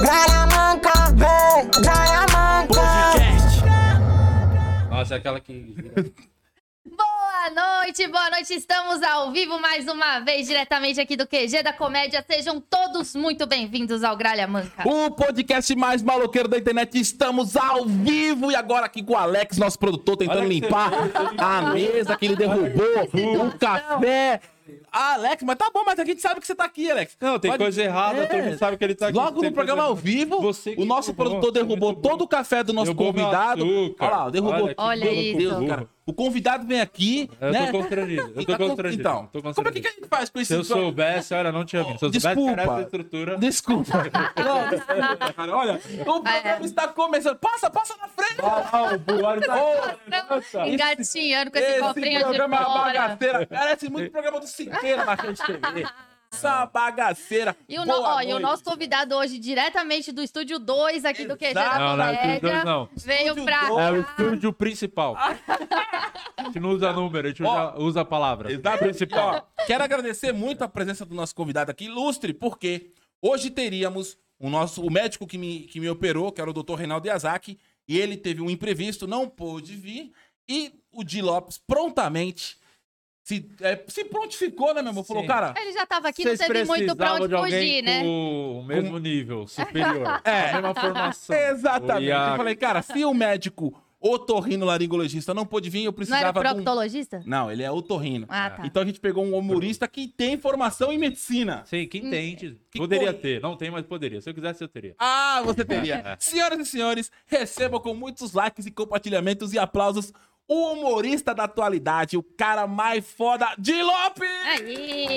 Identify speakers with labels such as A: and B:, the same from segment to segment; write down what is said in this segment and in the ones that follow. A: Gramanca, vem, Gramanca.
B: Nossa, é aquela que.
C: Boa noite, boa noite. Estamos ao vivo mais uma vez, diretamente aqui do QG da Comédia. Sejam todos muito bem-vindos ao Gralha Manca.
B: O podcast mais maloqueiro da internet. Estamos ao vivo e agora aqui com o Alex, nosso produtor, tentando
D: Alex,
B: limpar a mesa que ele derrubou, o café. Ah, Alex, mas tá bom, mas a gente sabe que você tá aqui, Alex.
D: Não, tem
B: Pode- É.
D: coisa errada, todo mundo sabe que ele tá aqui.
B: Logo
D: tem
B: no programa ao
D: coisa errada.
B: vivo,
D: Você que
B: o nosso
D: derrubou,
B: produtor
D: você
B: derrubou
D: derrubou.
B: todo o café do nosso
D: Derrubou meu
B: convidado.
D: açúcar.
B: Olha lá, derrubou.
D: Olha que
C: Olha
B: Meu
C: isso.
B: Deus, cara. O convidado vem aqui,
D: Eu
B: né?
D: tô constrangido, eu
B: E tá
D: tô
B: com-
D: constrangido.
B: Então,
D: tô
B: como é que
D: constrangido.
B: que a gente faz com
D: Se eu
B: esse...
D: soubesse, olha, não tinha vindo. Se eu soubesse
B: Desculpa.
D: cara, essa estrutura.
B: Desculpa. Não, desculpa, cara. Olha, o
C: é.
B: programa está começando. Passa, passa na frente.
D: Ah, o Bulário tá-
C: Estão Engatinhando com esse,
B: Esse
C: cofrinho
B: programa
C: de
B: é uma
C: fora.
B: bagaceira. Parece muito programa do Siqueira na Rede TV. Essa é bagaceira.
C: E o, no-
B: Boa
C: ó, e o
B: noite.
C: nosso convidado hoje, diretamente do Estúdio 2 aqui do QG da
B: Exato.
D: Não, não é Estúdio
C: Comédia,
D: 2 não.
C: veio
B: Estúdio
C: pra...
B: 2.
D: É o estúdio principal. A gente não usa número, a gente usa,
B: Ó. tá
D: usa a palavra.
B: Exato. Ó, quero agradecer muito a presença do nosso convidado aqui, ilustre, porque hoje teríamos o nosso o médico que me, que me operou, que era o Dr. Reinaldo Yazaki, e ele teve um imprevisto, não pôde vir, e o Di Lopes prontamente se, é, se prontificou, né, meu irmão? Falou,
D: Sim.
B: cara,
C: Ele já tava aqui, não teve muito pra
D: precisavam
C: onde
D: de alguém
C: fugir, né?
D: Com o mesmo nível, superior.
B: É.
D: A mesma formação.
B: Exatamente.
D: E a-
B: Eu falei, cara, se o médico otorrinolaringologista não pôde vir, eu
C: Não era
B: precisava de um...
C: proctologista?
B: Não, ele é otorrino.
C: Ah, tá.
B: Então a gente pegou um humorista que tem formação em medicina.
D: Sim, quem tem,
B: Que
D: poderia
B: coi-
D: ter. Não tem, mas poderia. Se eu quisesse, eu teria.
B: Ah, você teria. Senhoras e senhores, recebam com muitos likes e compartilhamentos e aplausos o humorista da atualidade, o cara mais foda, de Lopes!
C: É. Aí!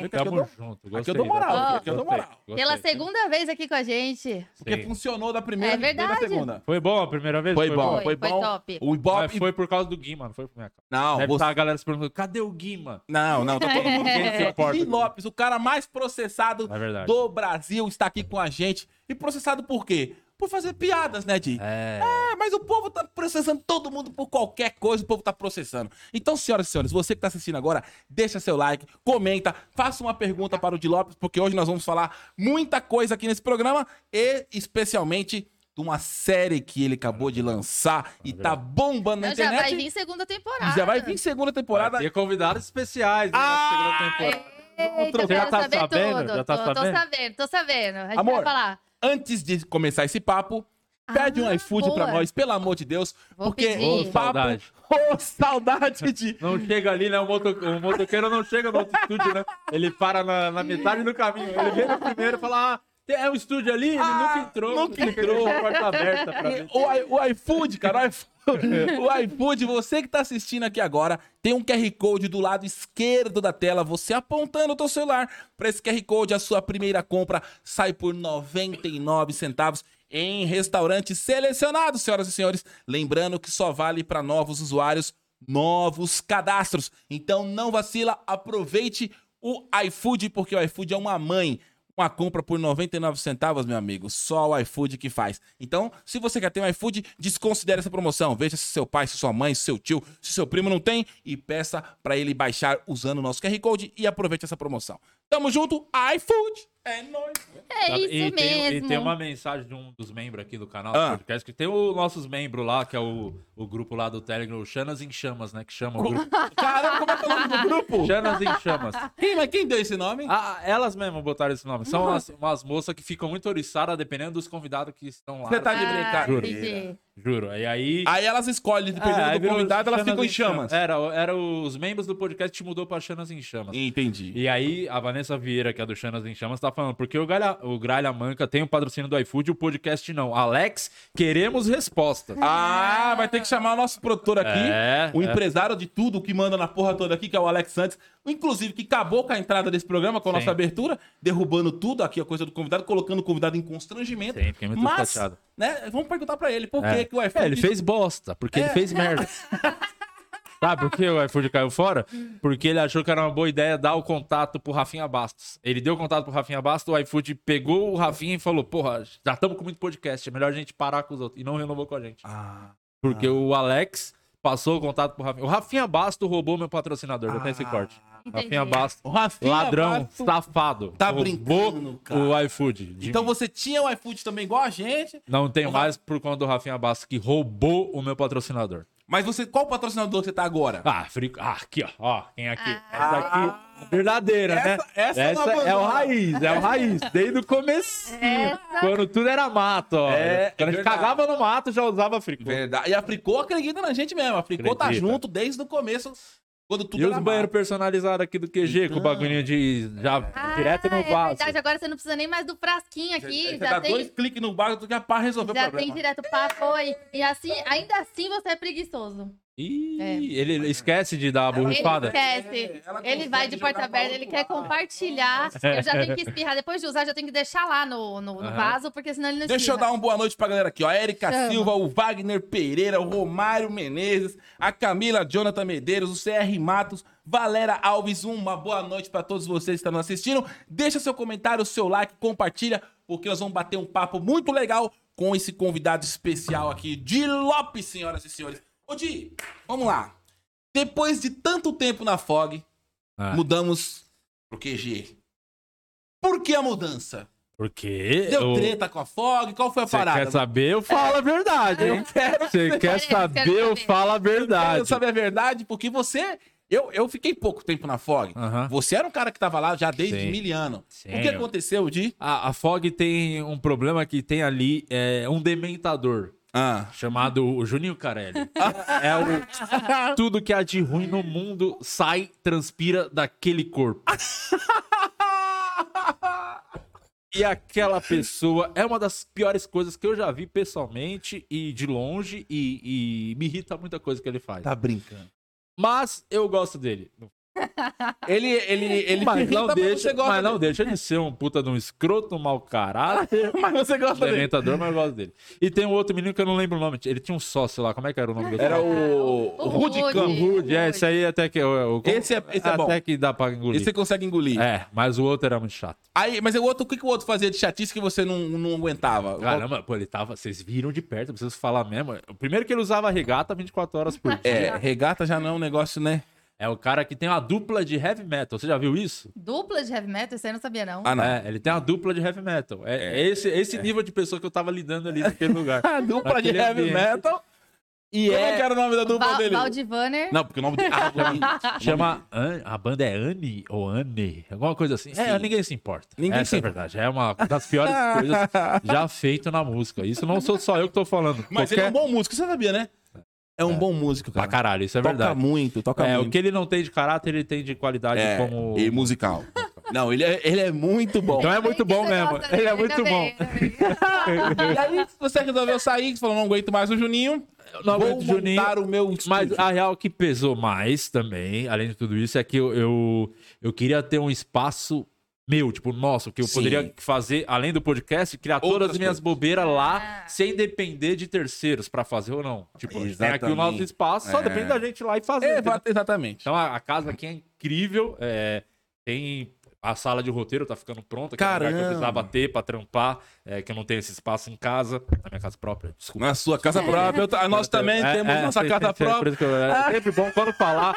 B: que aqui eu
D: Tamo
B: dou- aqui
D: junto.
B: eu
D: gostei, tá?
B: dou moral,
D: gostei,
B: aqui eu dou
D: gostei,
B: moral.
D: gostei.
C: Pela segunda vez aqui com a gente.
B: Porque
D: Sim.
B: funcionou da primeira
C: É
B: da
C: verdade.
B: segunda.
D: Foi bom a primeira vez?
B: Foi, bom,
C: bom.
B: foi,
C: Foi
B: bom.
C: top.
B: O
D: Mas
B: Ibope...
D: foi por causa do Gui, mano. Foi por minha causa.
B: Não,
D: Deve tá
B: você...
D: estar a galera se perguntando, cadê o Gui, mano?
B: Não, não, tá todo mundo
D: Ninguém se importa.
B: Di Lopes, o cara mais processado
D: Na É verdade.
B: do Brasil, está aqui com a gente. E processado por quê? Por fazer piadas, né, Di?
D: É.
B: É, mas o povo tá processando todo mundo por qualquer coisa, o povo tá processando. Então, senhoras e senhores, você que tá assistindo agora, deixa seu like, comenta, faça uma pergunta para o Di Lopes, porque hoje nós vamos falar muita coisa aqui nesse programa e especialmente de uma série que ele acabou de lançar e tá bombando na
C: Então já
B: internet.
C: vai vir segunda temporada.
B: E já vai vir segunda temporada.
D: Vai ter convidados é especiais né,
B: Ah,
D: na segunda temporada.
C: Eita,
D: Você já
C: quero
D: tá
C: saber
D: sabendo?
C: tudo.
D: Já tá
C: tô, tô
D: sabendo?
C: sabendo, tô sabendo. A gente
B: Amor,
C: vai falar.
B: Antes de começar esse papo, pede um
C: Ah,
B: iFood pra
C: boa.
B: nós, pelo amor de Deus,
C: Vou
B: porque
C: pedir.
B: o
C: Ô,
B: papo,
D: saudade.
B: Ô, saudade de
D: Não chega ali, né? O, moto... o motoqueiro não chega no outro estúdio, né? Ele para na, na metade do caminho. Ele vem no primeiro e fala, ah, tem- é um estúdio ali? Ele
B: Ah,
D: nunca entrou.
B: nunca
D: Ele
B: entrou.
D: deixou a porta aberta pra mim.
B: o, i- o iFood, cara, o iFood, o iFood, você que tá assistindo aqui agora, tem um QR Code do lado esquerdo da tela, você apontando o seu celular para esse QR Code, a sua primeira compra sai por 99 centavos em restaurantes selecionados, senhoras e senhores, lembrando que só vale para novos usuários, novos cadastros. Então não vacila, aproveite o iFood porque o iFood é uma mãe. Uma compra por 99 centavos, meu amigo. Só o iFood que faz. Então, se você quer ter um iFood, desconsidere essa promoção. Veja se seu pai, se sua mãe, se seu tio, se seu primo não tem e peça pra ele baixar usando o nosso QR Code e aproveite essa promoção. Tamo junto, iFood! É nóis!
C: É isso
D: Sabe? Tá, e Tem, um-
C: mesmo.
D: e tem uma mensagem de um dos membros aqui do canal
B: Ah.
D: do podcast, que tem os nossos membros lá, que é o, o grupo lá do Telegram, o Chanas em Chamas, né? Que chama o grupo.
B: Caramba, como é que é o nome do grupo?
D: Chanas em Chamas.
B: Quem, mas quem deu esse nome?
D: Ah, elas mesmas botaram esse nome.
C: Uhum.
D: São umas, umas moças que ficam muito oriçadas dependendo dos convidados que estão lá.
B: Você tá de
C: Ah,
B: brincadeira.
C: entendi.
D: Juro. E aí.
B: Aí elas escolhem, dependendo
D: É, aí
B: do
D: virou
B: convidado, elas
D: Chanas
B: ficam em chamas.
D: Era, era os membros do podcast que mudou pra Chanas em Chamas.
B: Entendi.
D: E aí, a Vanessa Vieira, que é do Chanas em Chamas, tá falando, porque o, Galha, o Gralha Manca tem o patrocínio do iFood e o podcast não. Alex, queremos respostas.
B: Ah, vai ter que chamar o nosso produtor aqui,
D: É,
B: o
D: é.
B: empresário de tudo que manda na porra toda aqui, que é o Alex Santos, inclusive que acabou com a entrada desse programa, com a
D: Sim.
B: nossa abertura, derrubando tudo aqui, a coisa do convidado, colocando o convidado em constrangimento.
D: Sim, fiquei muito
B: Mas,
D: chateado.
B: né, vamos perguntar pra ele por
D: É.
B: que, que o É.
D: É,
B: iPhone
D: ele fez bosta, porque ele fez merda. Sabe por que o iFood caiu fora? Porque ele achou que era uma boa ideia dar o contato pro Rafinha Bastos. Ele deu o contato pro Rafinha Bastos, o iFood pegou o Rafinha e falou: Porra, já estamos com muito podcast, é melhor a gente parar com os outros. E não renovou com a gente.
B: Ah, Ah.
D: Porque o Alex passou o contato pro Rafinha. O Rafinha Bastos roubou meu patrocinador, já tem esse corte. Rafinha Bastos.
B: O Rafinha
D: Ladrão,
B: Bastos
D: safado.
B: tá
D: Roubou
B: brincando, cara.
D: O iFood. de
B: Então
D: mim.
B: você tinha o iFood também igual a gente,
D: Não tem
B: O Ra-
D: mais por conta do Rafinha Bastos que roubou o meu patrocinador.
B: mas você qual patrocinador você tá agora?
D: Ah, frico. Ah, aqui, ó. Ó, quem é aqui?
C: Ah.
D: Essa aqui. Verdadeira,
B: Essa-
D: né?
B: essa não
D: é o
B: abandona.
D: raiz, é o raiz. Desde o começo. Quando tudo era mato, ó.
B: É,
D: Quando a gente
B: verdade.
D: cagava no mato, já usava frico.
B: É Verdade. E a Fricô acredita na gente mesmo. A Fricô tá
D: Acredita.
B: junto desde o começo, quando tudo
D: E os
B: era
D: banheiros personalizados aqui do QG, com o bagulhinho de. Já
C: Ah,
D: direto no
C: é
D: vaso.
C: verdade, agora você não precisa nem mais do frasquinho
B: mato.
C: aqui.
B: Você
C: já
B: dá
C: tem,
B: dois cliques no bar, tu já pá, resolveu o
C: já tem
B: problema.
C: direto papo. Oi. E assim, ainda assim você é preguiçoso.
D: Ih,
C: É.
D: ele esquece de dar a
C: Ele
D: borrifada.
C: esquece.
B: É, ela consegue
C: ele vai de porta
B: jogar
C: aberta,
B: bola
C: ele
B: pro
C: quer
B: ar.
C: compartilhar. Eu já tenho que espirrar. Depois de usar, já tenho que deixar lá no, no, no
D: Aham.
C: vaso, porque senão ele não
B: Deixa eu dar
C: espirra.
B: um- uma boa noite pra galera aqui, ó. A Erika
C: assim, né? Chama.
B: Silva, o Wagner Pereira, o Romário Menezes, a Camila Jonathan Medeiros, o CR Matos, Valera Alves. Uma boa noite pra todos vocês que estão nos assistindo. Deixa seu comentário, seu like, compartilha, porque nós vamos bater um papo muito legal com esse convidado especial aqui, Di Lopes, senhoras e senhores. Ô, Di, vamos lá. Depois de tanto tempo na FOG,
D: Ah,
B: mudamos pro QG. Por que a mudança?
D: porque.
B: Deu
D: eu-
B: treta com a FOG? Qual foi a
D: Você
B: parada?
D: quer saber? Eu falo a verdade, hein? Você quer
C: Quero
D: saber?
C: saber.
D: Eu falo a
B: Eu
D: verdade.
B: saber a verdade, porque você. Eu, eu fiquei pouco tempo na FOG.
D: Aham.
B: Você era um cara que tava lá já desde
D: Sim.
B: mil anos.
D: Sim.
B: O que aconteceu de.
D: A, a Fog tem um problema que tem ali é um dementador
B: Ah.
D: chamado o Juninho Carelli. é o tudo que há de ruim no mundo sai, transpira daquele corpo. E aquela pessoa é uma das piores coisas que eu já vi pessoalmente e de longe e, e me irrita muita coisa que ele faz.
B: Tá brincando.
D: Mas eu gosto dele.
B: Ele. ele, ele
D: mas
B: irrita,
D: não deixa,
B: você gosta
D: mas não
B: dele.
D: deixa de ser um puta de um escroto, um mau caráter.
B: Mas você gosta dele.
D: Dementador, mas eu gosto dele. E tem um outro menino que eu não lembro o nome. Ele tinha um sócio lá. Como é que era o nome dele?
B: Ah, Era o.
C: O
B: o Rude
C: Rude.
B: Campo.
D: Rude. É, esse aí até que eu... eu-
B: Esse é- esse é bom.
D: Até que dá pra engolir.
B: Esse você consegue engolir.
D: É, mas o outro era muito chato.
B: Aí, mas o outro, o que, que o outro fazia de chatice que você não, não aguentava?
D: Caramba, pô, ele tava... Vocês viram de perto, não preciso falar mesmo. O primeiro que ele usava regata 24 horas por dia.
B: É, regata já não é um negócio, né?
D: É o cara que tem uma dupla de heavy metal. Você já viu isso?
C: Dupla de heavy metal? Isso aí eu não sabia, não.
B: Ah, não.
D: É, ele tem uma dupla de heavy metal. É, é esse, esse nível de pessoa que eu tava lidando
B: É.
D: ali naquele lugar.
B: A dupla de
D: Naquele
B: heavy
D: ambiente.
B: metal. E Como é que era o nome da dupla
C: Val,
B: dele?
C: Valdivaner.
B: Não, porque o nome dele. Ah, o nome-
D: Chama. An- A banda é Anne ou Anne? Alguma coisa assim. É, ninguém se importa.
B: Ninguém
D: Essa
B: se
D: é a verdade. É uma das piores coisas já feito na música. Isso não sou só eu que tô falando.
B: Mas ele é um
D: Qualquer...
B: bom músico, você sabia, né? É um bom músico,
D: Pra
B: cara.
D: caralho, isso é
B: toca
D: verdade.
B: muito, toca
D: É,
B: muito.
D: o que ele não tem de caráter, ele tem de qualidade
B: É,
D: como.
B: e musical. Não, ele é, ele é muito bom.
D: Então é muito bom mesmo. Ele é muito bom.
C: né,
B: E Então, aí você resolveu sair, você falou, não aguento mais o Juninho.
D: Eu não
B: vou
D: aguento o Juninho,
B: montar o meu estúdio.
D: Mas a real que pesou mais também, além de tudo isso, é que eu, eu, eu queria ter um espaço meu, tipo, nosso, que eu
B: Sim.
D: poderia fazer, além do podcast, criar todas
B: Outras
D: as minhas
B: coisas.
D: bobeiras lá, sem depender de terceiros pra fazer ou não. Tipo, a gente tem aqui o nosso
B: Exatamente.
D: espaço, só
B: É.
D: depende da gente ir lá e fazer.
B: É,
D: entendeu?
B: va- exatamente.
D: Então a, a casa aqui é incrível, é, tem a sala de roteiro tá ficando pronta, que é um lugar que eu
B: Caramba.
D: precisava ter pra trampar, é, que eu não tenho esse espaço em casa, na minha casa própria, desculpa.
B: Então, Na sua casa própria, eu ta- nós também
D: É,
B: temos
D: é,
B: nossa
D: sim,
B: casa
D: sim, sim, por
B: própria.
D: isso que eu- É sempre bom quando falar.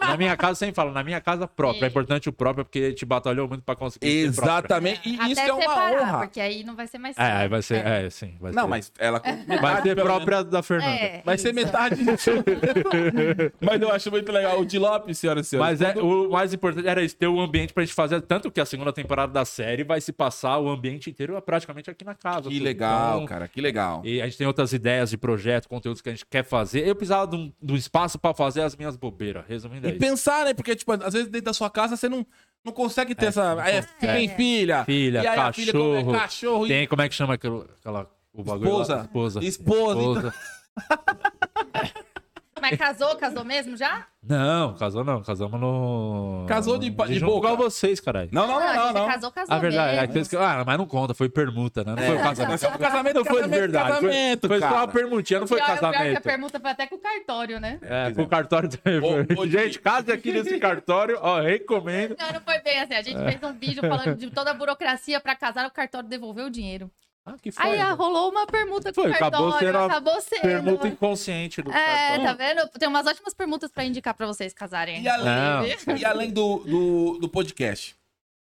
D: Na minha casa, sempre falo, na minha casa própria. É
C: Sim.
D: importante o próprio, porque a gente batalhou muito pra conseguir. ter própria.
B: Exatamente. E isso
C: Até
B: é uma
C: separar,
B: honra.
C: porque aí não vai ser mais né?
D: É, aí
C: seu.
D: vai ser. É, sim. Vai
B: Não,
D: ser,
B: mas ela.
D: Vai ser própria da Fernanda.
C: É,
B: Vai ser
C: isso.
B: metade disso. Mas eu acho muito legal. O de Lopes, senhoras e senhores.
D: Mas é, o mais importante era isso, ter o ambiente pra gente fazer. Tanto que a segunda temporada da série vai se passar o ambiente inteiro é praticamente aqui na casa.
B: Que
D: tudo.
B: legal,
D: Então,
B: cara. Que legal.
D: E a gente tem outras ideias de projeto, conteúdos que a gente quer fazer. Eu precisava de um, de um espaço pra fazer as minhas bobeiras. Resumindo, é
B: E
D: isso.
B: pensar, né? Porque, tipo, às vezes dentro da sua casa você não, não consegue ter essa. Aí é, tem filha.
D: Filha,
B: e aí a filha come-
D: cachorro.
B: cachorro.
D: Tem, como é que chama aquela. aquela o bagulho lá?
B: Esposa.
D: Esposa.
B: Esposa, então.
C: Mas casou, casou mesmo já?
D: Não, casou não. Casamos no.
B: Casou de pa- de
D: junto,
B: boca.
D: Igual vocês, caralho.
B: e- Não, não,
C: a
B: não, não.
C: gente
B: não.
C: Casou, casou
D: A verdade, é
C: mesmo.
D: que vocês- ah, mas não conta, foi permuta, né? Não foi o casamento.
B: Isso é um casamento,
D: Não foi de
B: casamento,
D: verdade. foi-
B: casamento,
D: foi só
B: cara.
D: uma permutinha, não foi
C: Pior- o pior é que
D: casamento.
C: a pergunta foi até com o cartório, né?
D: É, com o cartório também.
B: Ô,
D: foi.
B: ô,
D: Gente,
B: Di.
D: case aqui nesse cartório, ó, recomendo.
C: Não, não foi bem assim. A gente fez um vídeo falando de toda a burocracia pra casar, o cartório devolveu o dinheiro.
D: Ah, que
C: Aí ah,
D: foda.
C: rolou uma permuta com
D: Foi, acabou
C: cartório.
D: sendo a
C: acabou sendo.
D: Permuta inconsciente do
C: É,
D: cartório.
C: tá vendo? Tem umas ótimas permutas pra indicar pra vocês casarem.
B: E além,
C: Não.
B: e além do, do, do podcast,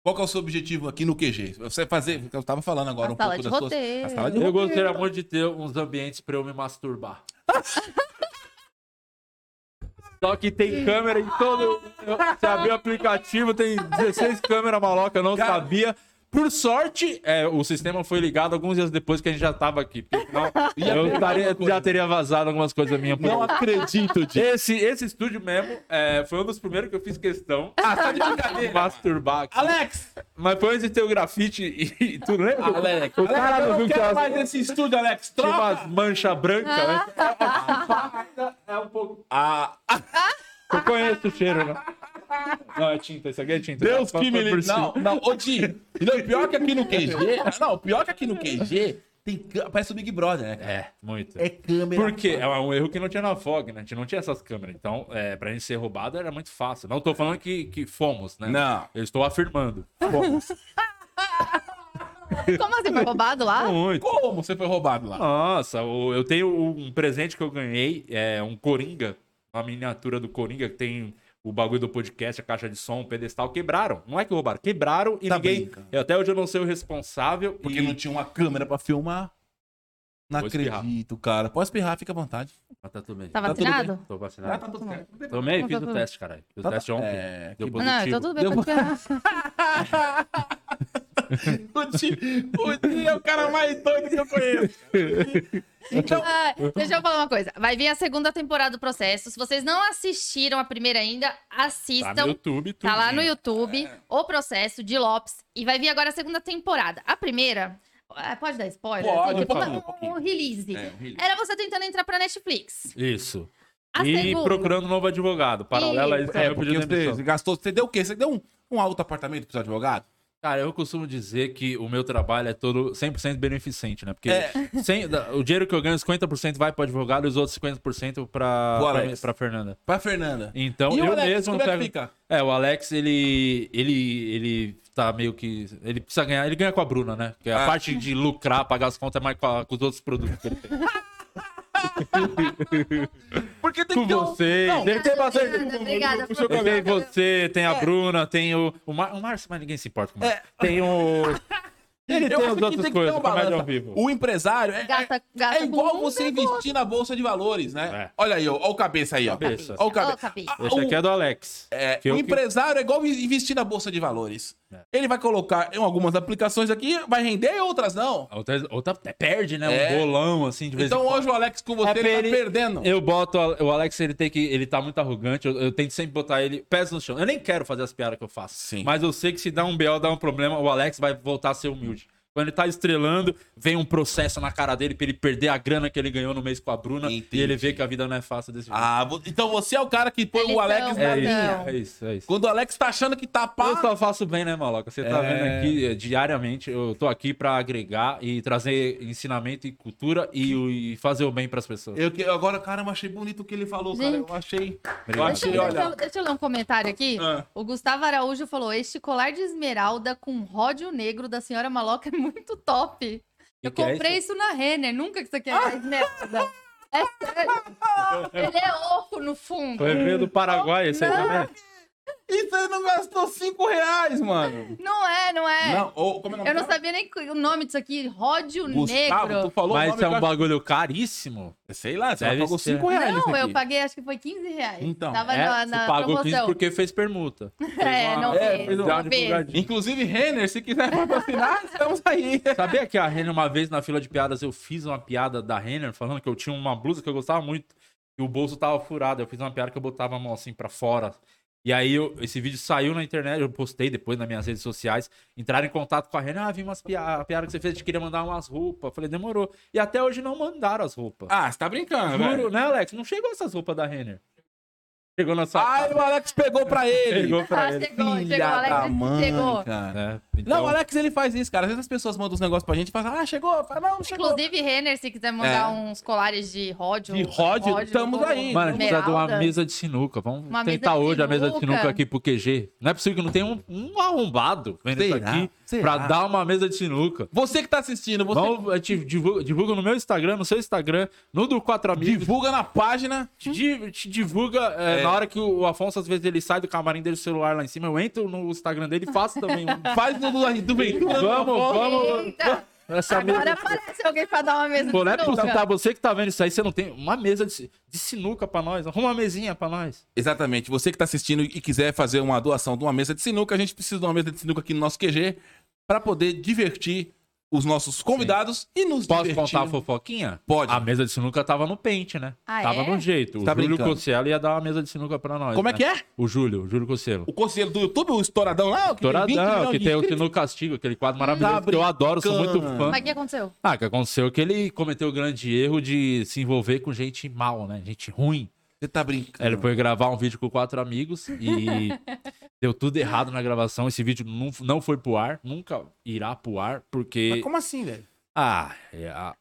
B: qual que é o seu objetivo aqui no QG? Você fazer, eu tava falando agora
C: A
B: um
C: sala
B: pouco
C: de
B: das
C: roteiro.
B: suas... a sala de
D: Eu
B: roteiro.
D: gostaria muito de ter uns ambientes pra eu me masturbar. Só que tem câmera em todo. Você abriu o aplicativo, tem 16 câmeras maloca, eu não
B: Cara.
D: sabia. Por sorte, é, o sistema foi ligado alguns dias depois que a gente já tava aqui. porque senão
B: Ia
D: eu
B: pegar
D: estaria-
B: alguma coisa.
D: já teria vazado algumas coisas minhas. por
B: Não
D: aí.
B: acredito disso.
D: esse, esse estúdio mesmo é, foi um dos primeiros que eu fiz questão
B: Ah, tá de
D: de
B: brincadeira.
D: masturbar aqui.
B: Alex!
D: Mas foi antes de ter o grafite e, e tu lembra?
B: Alex,
D: É, o cara
B: Alex, eu
D: não
B: não
D: viu que
B: quero
D: tinha
B: mais esse estúdio, Alex.
D: tinha
B: Troca!
D: umas manchas brancas, né? É um pouco.
B: Ah,
D: Eu conheço o cheiro, né? Não, é tinta, isso aqui é tinta.
B: Deus
D: Passa
B: que me
D: por
B: livre.
D: cima.
B: Não, não, ô Di. e Não, pior que aqui no QG. Não, pior que aqui no QG tem. câ- Parece o Big Brother, né? cara?
D: É, muito.
B: É câmera.
D: Por quê? É um erro que não tinha na FOG, né? A gente não tinha essas câmeras. Então, é, pra gente ser roubado era muito fácil. Não tô falando que, que fomos, né?
B: Não.
D: Eu estou afirmando. Fomos.
C: Como assim? Foi roubado lá?
B: Ah,
D: muito.
B: Como você foi roubado lá?
D: Nossa, o- eu tenho um presente que eu ganhei, é um Coringa, uma miniatura do Coringa que tem o bagulho do podcast, a caixa de som, o pedestal, quebraram. Não é que roubaram, quebraram e
B: Tá
D: ninguém...
B: brincando.
D: Eu, até hoje eu não sei o responsável.
B: Porque
D: e...
B: não tinha uma câmera pra filmar. Não
D: Vou espirrar.
B: acredito, cara. Pode espirrar, fica à vontade.
D: Mas tá tudo bem.
C: Tá
B: tudo bem.
C: vacinado?
D: Tô
B: Ah,
D: vacinado.
B: tá tudo certo.
D: Tomei, fiz
C: Tá
D: o
C: tudo
D: teste, caralho. Fiz o
B: Tá-
D: teste ontem.
B: É,
D: Deu
B: que
D: positivo.
C: não, então tudo bem. pode esperar.
B: O Di, o Di é o cara mais doido que eu conheço. Então,
C: Ah, deixa eu falar uma coisa. Vai vir a segunda temporada do processo. Se vocês não assistiram a primeira ainda,
D: Tá no
C: assistam.
D: YouTube, tudo.
C: Tá lá no YouTube,
B: É.
C: o processo de Lopes. E vai vir agora a segunda temporada. A primeira. ah, Pode dar spoiler?
B: Pode,
C: Assim, tipo,
B: por favor,
C: um-
B: um pouquinho.
C: um release.
B: É, um release.
C: Era você tentando entrar pra Netflix.
D: Isso.
C: A
D: e
C: segunda.
D: procurando um novo advogado. Paralelo a
C: Isso.
B: é,
D: isso, também É, eu pedi demissão.
B: você gastou. Você deu o quê? Você deu um, um alto apartamento pro seu advogado?
D: Cara, eu costumo dizer que o meu trabalho é todo 100% beneficente, né? Porque
B: É.
D: sem- da- o dinheiro que eu ganho, 50% vai pro advogado e os outros 50% pra,
B: Pro
D: pra,
B: Alex.
D: pra Fernanda.
B: Pra Fernanda.
D: Então,
B: E o
D: eu
B: Alex,
D: mesmo
B: como é que
D: pego-
B: fica?
D: É, o Alex, ele, ele, ele tá meio que... Ele precisa ganhar, ele ganha com a Bruna, né? Porque a
B: Ah.
D: parte de lucrar, pagar as contas é mais com, a- com os outros produtos que ele tem.
B: Porque tem
D: com
B: que ter um-
D: vocês. ele tem
C: Obrigada,
D: bastante.
C: obrigada, obrigada,
D: o seu
C: professor.
D: tem você, tem a
B: é.
D: Bruna, tem o. O, Mar... o Márcio, mas ninguém se importa com o Márcio. Tem o. Ele
B: um- Eu
D: tem
B: acho que tem
D: as
B: que
D: outras
B: ter
D: coisas,
B: uma
D: comédia ao
B: balança.
D: vivo.
B: O empresário é,
C: Gasta-
B: é-
C: gasta
B: é
C: com
B: igual
C: um
B: você
C: negócio.
B: investir na bolsa de valores, né?
D: É.
B: Olha aí, ó, ó o cabeça aí, ó.
D: Cabeça.
B: Ó o
C: Ó o
B: cabeça.
C: cabeça.
B: Ah,
D: Esse aqui é do Alex.
B: é,
D: que
B: o
D: eu que-
B: empresário é igual investir na bolsa de valores.
D: É.
B: Ele vai colocar em algumas aplicações aqui, vai render e outras não.
D: Outra, outra até perde, né?
B: É.
D: Um bolão, assim, de vez em
B: Então
D: quando.
B: hoje o Alex com você,
D: É
B: ele tá
D: pra ele-
B: perdendo.
D: Eu boto a- o Alex, ele tem que. Ele tá muito arrogante. Eu, eu tento sempre botar ele pés no chão. Eu nem quero fazer as piadas que eu faço.
B: Sim.
D: Mas eu sei que se dá um BO, dá um problema, o Alex vai voltar a ser humilde. Quando ele tá estrelando, vem um processo na cara dele pra ele perder a grana que ele ganhou no mês com a Bruna.
B: Entendi.
D: E ele vê que a vida não é fácil desse jeito.
B: Ah, vo- então você é o cara que põe
C: Eles
B: o Alex
C: são
B: na
D: é,
C: não.
B: linha.
D: isso, é isso, é isso.
B: Quando o Alex tá achando que tá pá,
D: Eu só faço bem, né, maloca? Você tá
B: É.
D: vendo aqui eh, diariamente. Eu tô aqui pra agregar e trazer ensinamento e cultura e, o- e fazer o bem pras pessoas.
B: Eu que- agora, caramba, achei bonito o que ele falou, cara. Eu achei. Eu
D: Obrigado.
C: Deixa, eu-
B: achei,
C: deixa,
B: olha.
C: eu- deixa eu ler um comentário aqui.
B: Ah.
C: O Gustavo Araújo falou: Este colar de esmeralda com ródio negro da senhora maloca é muito top. eu
D: que é
C: comprei isso? na Renner, nunca que isso aqui é mais esmeralda. É sério. Ele é oco no fundo.
D: Foi veio do Paraguai, esse aí também.
B: Isso aí não gastou 5 reais, mano.
C: Não é, não é.
B: Não, ou, como é o nome
C: Eu não
B: dela?
C: sabia nem o nome disso aqui, Ródio
B: Gustavo, tu
C: Negro.
B: falou o
D: Mas
B: nome
D: isso é um
B: que eu-
D: bagulho caríssimo.
B: Sei lá, você
D: Deve
B: pagou
D: ser.
B: 5 reais.
C: Não,
B: nisso
C: eu
B: aqui.
C: paguei, acho que foi 15 reais.
B: Então,
C: Tava
D: É,
C: na,
D: você
C: na
D: pagou 15
C: promoção.
D: porque fez permuta.
C: É, não
B: É,
C: fez.
B: fez
D: Dá
B: um-
C: não
D: uma
C: fez.
D: divulgadinha.
B: Inclusive, Renner, se quiser patrocinar, estamos aí.
D: Sabia que a Renner, uma vez na fila de piadas, eu fiz uma piada da Renner falando que eu tinha uma blusa que eu gostava muito e o bolso tava furado. Eu fiz uma piada que eu botava a mão assim pra fora. E aí eu- esse vídeo saiu na internet, eu postei depois nas minhas redes sociais. Entraram em contato com a Renner. Ah, vi umas piadas, a piada que você fez, a gente queria mandar umas roupas. Eu Falei, demorou. E até hoje não mandaram as roupas.
B: Ah, você tá brincando,
D: Juro,
B: velho.
D: né, Alex? Não chegou essas roupas da Renner. Chegou na sua.
B: Ai, o Alex pegou pra ele.
D: Chegou pra
C: Ah,
D: ele.
C: chegou, chegou, Alex, chegou.
B: cara.
D: É,
B: Não,
E: Então,
B: o Alex ele faz isso, cara. Às vezes as pessoas mandam uns negócios pra gente e falam, ah, chegou. Fala, não, não chegou.
C: Inclusive, Renner, se quiser
B: É.
C: mandar uns colares de ródio.
B: De ródio, tamo
C: ou
B: aí.
D: Mano, a gente precisa de uma
C: esmeralda.
D: mesa de sinuca. Vamos
C: Uma mesa
D: tentar
C: de
D: hoje a mesa de
C: sinuca.
D: sinuca aqui pro QG. Não é possível que não tenha um, um arrombado vendo isso
B: Será?
D: aqui
B: Será?
D: pra dar uma mesa de sinuca.
B: Você que tá assistindo, você
D: Vamos, eu te divulgo, divulgo no meu Instagram, no seu Instagram, no do Quatro Amigos.
B: divulga na página.
D: Te, di- te divulga é,
B: É.
D: na hora que o Afonso, às vezes, ele sai do camarim dele, o celular lá em cima. Eu entro no Instagram dele e faço também um.
B: Faz no do, do Ventura.
D: Vamos,
B: no-
D: vamos.
C: Eita,
D: Essa mesa.
C: agora aparece alguém pra dar uma mesa
D: Pô, não é
C: de
D: possível,
C: sinuca.
D: tá? Você que tá vendo isso aí, você não tem uma mesa de, si- de sinuca pra nós. Arruma uma mesinha pra nós.
B: Exatamente. Você que tá assistindo e quiser fazer uma doação de uma mesa de sinuca, a gente precisa de uma mesa de sinuca aqui no nosso QG pra poder divertir os nossos convidados e nos
D: Posso
B: divertir.
D: contar a fofoquinha?
B: Pode.
D: A mesa de sinuca tava no pente, né?
C: Ah,
D: tava
C: é?
D: no jeito. O
B: Tá
D: Júlio
B: brincando.
D: Cossielo ia dar uma mesa de sinuca pra nós.
B: Como é
D: né?
B: que é?
D: O Júlio, o Júlio Cossielo.
B: O conselho do YouTube, o estouradão lá, o que tem 20
D: Toradão,
B: milhões
D: que
B: de
D: tem o
B: inscritos.
D: Tino Castigo, aquele quadro maravilhoso
B: Tá
D: que eu adoro, sou muito
B: brincando.
D: fã.
C: Hum, Mas o que aconteceu?
D: Ah, que aconteceu que ele cometeu o grande erro de se envolver com gente mal, né? Gente ruim.
B: Você tá
D: Aí Ele
B: brincando.
D: foi gravar um vídeo com quatro amigos e deu tudo errado na gravação. Esse vídeo não, não foi pro ar, nunca irá pro ar, porque.
B: Mas como assim, velho?
D: Ah, é, ah,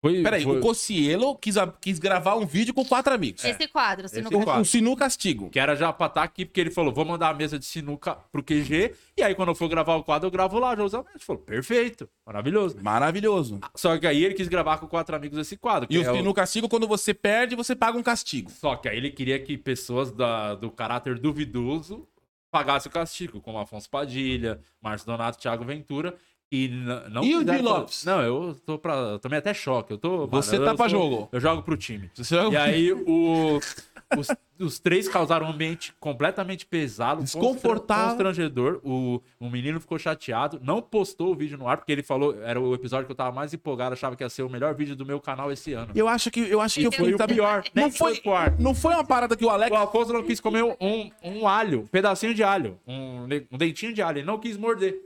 D: foi.
B: Peraí,
D: foi-
B: o Cossielo quis, a- quis gravar um vídeo com quatro amigos.
D: É.
C: Esse quadro, sinuca.
B: O- O Sinu Castigo.
D: Que era já pra estar aqui, porque ele falou: vou mandar a mesa de sinuca pro QG. E aí, quando eu for gravar o quadro, eu gravo lá. José Alberto falou: perfeito, maravilhoso.
B: Maravilhoso.
D: Só que aí ele quis gravar com quatro amigos esse quadro. que
B: E o
D: é o-
B: Sinu Castigo, quando você perde, você paga um castigo.
D: Só que aí ele queria que pessoas da- do caráter duvidoso pagassem o castigo, como Afonso Padilha, Márcio Donato, Thiago Ventura. E n- não
B: E o
D: quiseram
B: Di
D: fazer-
B: Lopes?
D: Não, eu tô pra. eu Tomei até choque. Eu tô.
B: Você
D: eu
B: tá pra
D: sou-
B: jogo.
D: Eu jogo pro time.
B: Você-
D: E aí o- os, os três causaram um ambiente completamente pesado,
B: Desconfortável.
D: constra- constrangedor. O, o menino ficou chateado, não postou o vídeo no ar, porque ele falou. Era o episódio que eu tava mais empolgado, achava que ia ser o melhor vídeo do meu canal esse ano.
B: Eu acho que eu acho que
D: E
B: eu
D: foi
B: fui
D: o
B: sabe?
D: pior.
B: Não
D: Nem foi
B: foi,
D: pro ar.
B: não foi uma parada que o Alex
D: O Afonso não quis comer um, um alho, um pedacinho de alho, um, ne- um dentinho de alho. Ele não quis morder.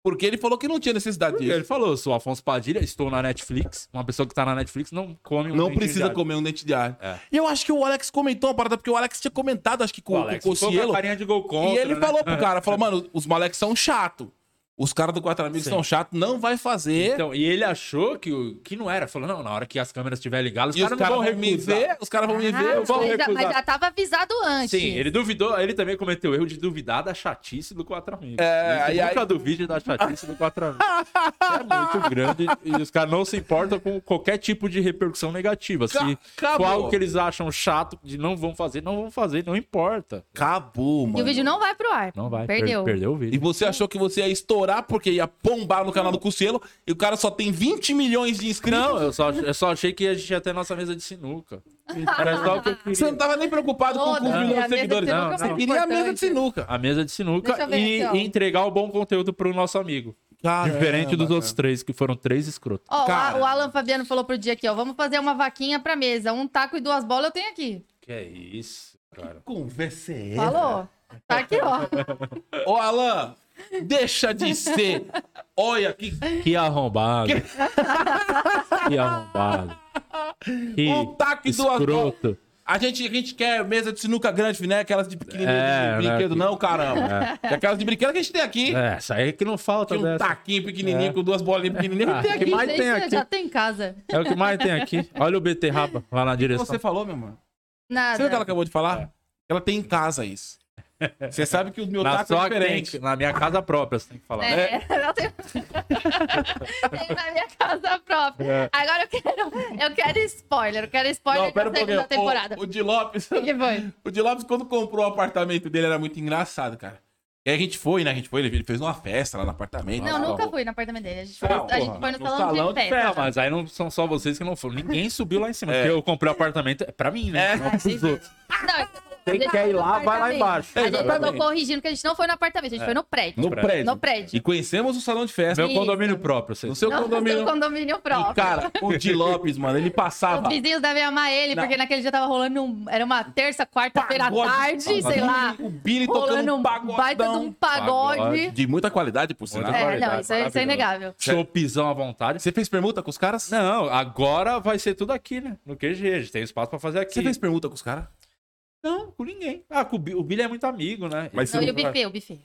B: porque ele falou que não tinha necessidade
D: Porque ele
B: disso.
D: falou: eu sou Afonso Padilha, estou na Netflix. Uma pessoa que está na Netflix não come um
B: Não
D: dentinho de
B: precisa
D: alho.
B: comer um dente de alho.
D: É.
B: E eu acho que o Alex comentou uma parada porque o Alex tinha comentado acho que com
D: O
B: com
D: Alex
B: o
D: ficou com a
B: Cossielo.
D: carinha de gol contra,
B: E ele
D: né?
B: falou pro cara, falou: "Mano, os moleques são chato. Os caras do quatro amigos são chato, não vai fazer".
D: Então, e ele achou que, o- que não era. Falou: não, na hora que as câmeras estiverem ligadas,
B: e
D: os
B: os
D: caras não
B: caras
D: vão
B: vão me
D: recusar.
B: ver, os caras vão me ver. eu
C: Ah,
B: vou
C: mas, já,
B: recusar.
C: mas já tava avisado antes.
D: Sim, ele duvidou, ele também cometeu o erro de duvidar da chatice do Quatro Amigos.
B: É,
D: Isso,
B: aí-
D: nunca
B: aí-
D: duvide da chatice do Quatro Amigos. é muito grande e os caras não se importam com qualquer tipo de repercussão negativa. Se
B: Ca-
D: for
B: acabou.
D: algo que eles acham chato, de não vão fazer, não vão fazer, não importa.
B: Acabou, mano.
C: E o vídeo não vai pro ar.
D: Não vai. per-
C: Perdeu.
D: perdeu o
B: E
D: vídeo.
B: você achou que você ia estourar porque ia bombar no canal do Cossielo e o cara só tem 20 milhões de inscritos.
D: Não, eu só, eu só achei que a gente ia ter nossa mesa de sinuca. Era só o que eu queria.
B: Você não tá- tava nem preocupado com, com os
C: Foda-se, a
B: milhões
C: mesa
B: de
C: de
B: seguidores.
D: sinuca
B: Não,
D: é
B: você
D: mais
B: queria a mesa de
C: importante.
B: sinuca.
D: A mesa de
C: Deixa
D: sinuca
C: eu ver
D: e,
C: aqui, ó.
D: e entregar o bom conteúdo pro nosso amigo.
B: É,
D: Diferente dos outros três, que foram três escrotos.
C: Ó, o
B: Cara.
C: A- o Alan Fabiano falou pro dia aqui, ó. Vamos fazer uma vaquinha pra mesa. Um taco e duas bolas eu tenho aqui.
D: Que
B: é
D: isso, cara.
B: Conversa é essa?
C: Falou. Tá aqui, ó.
B: Ô, Alan, deixa de ser. Olha que.
D: Que arrombado. que arrombado. Que
B: Um taco e duas
D: escroto.
B: A gente, a gente quer mesa de sinuca grande, né? Aquelas de pequenininha
D: É,
B: de brinquedo,
D: né?
B: não, caramba. Aquelas de brinquedo que a gente tem aqui.
D: É, essa aí é que não falta
B: Tem um
D: dessa.
B: taquinho pequenininho com duas bolinhas pequenininhas.
D: Ah,
B: tem aqui.
D: que
C: Isso
D: mais
C: aí
D: tem
C: você
D: aqui?
C: já tem em casa.
D: É o que mais tem aqui. Olha o beterraba lá na
B: O que
D: direção.
B: você falou, meu mano? Você viu o que ela
C: Nada.
B: acabou de falar?
D: É.
B: Ela tem em casa isso. Você sabe que o meu
D: Na
B: taco é
D: sua
B: diferente.
D: quente, na minha casa própria, você tem que falar. né?
C: É, ela tem... tem na minha casa própria. Agora eu quero, eu quero spoiler. Eu quero spoiler
B: É. Não, pera um
C: da segunda é temporada.
B: pouquinho. O, o Di Lopes,
C: O que foi?
B: o Di Lopes, quando comprou o apartamento dele, era muito engraçado, cara. E aí a gente foi, né? A gente foi, ele fez uma festa lá no apartamento.
C: Não,
B: lá,
C: nunca
B: ó.
C: fui no apartamento dele. A gente foi,
B: Ah,
C: a
B: porra,
C: gente foi no,
B: no
C: salão,
B: salão
C: de
B: de
D: É,
C: festa.
D: mas aí não são só vocês que não foram. Ninguém subiu lá em cima.
B: É.
D: Porque eu comprei o apartamento é pra mim, né?
B: É.
D: Não pros outros.
C: Não, você falou, a
D: Quem
C: gente
D: quer
C: foi
D: ir
C: no
D: lá, vai lá
C: apartamento.
D: embaixo.
C: A gente
B: Exatamente. É.
C: eu tô corrigindo que a gente não foi no apartamento, a gente foi no prédio.
B: No prédio.
C: No prédio.
B: E conhecemos o salão de festa.
D: Meu
C: Isso.
D: condomínio próprio.
B: No
D: Vocês.
B: seu
C: Não,
B: condomínio.
C: no condomínio próprio.
B: E, cara, o Di Lopes, mano, ele passava.
C: Os vizinhos devem amar ele,
B: Não.
C: porque naquele dia tava rolando um. Era uma terça, quarta-feira à
B: pagode,
C: tarde, sei lá.
B: O Billy tocando
C: Rolando
B: um
C: um baita de
B: pagodão.
C: um pagode.
D: Pagode.
B: De muita qualidade, por sinal.
D: Muita
C: É, não,
D: qualidade,
C: isso é, isso é
D: maravilhoso.
C: inegável.
D: Chopisão à vontade.
B: Você fez permuta com os caras?
D: Não, agora vai ser tudo aqui, né? No QG. A gente tem espaço pra fazer aqui.
B: Você fez permuta com os caras?
D: Não, com ninguém. Ah, com o Bi- o Billy é muito amigo, né?
B: Mas
C: Não,
B: você
C: e o buffet, o buffet.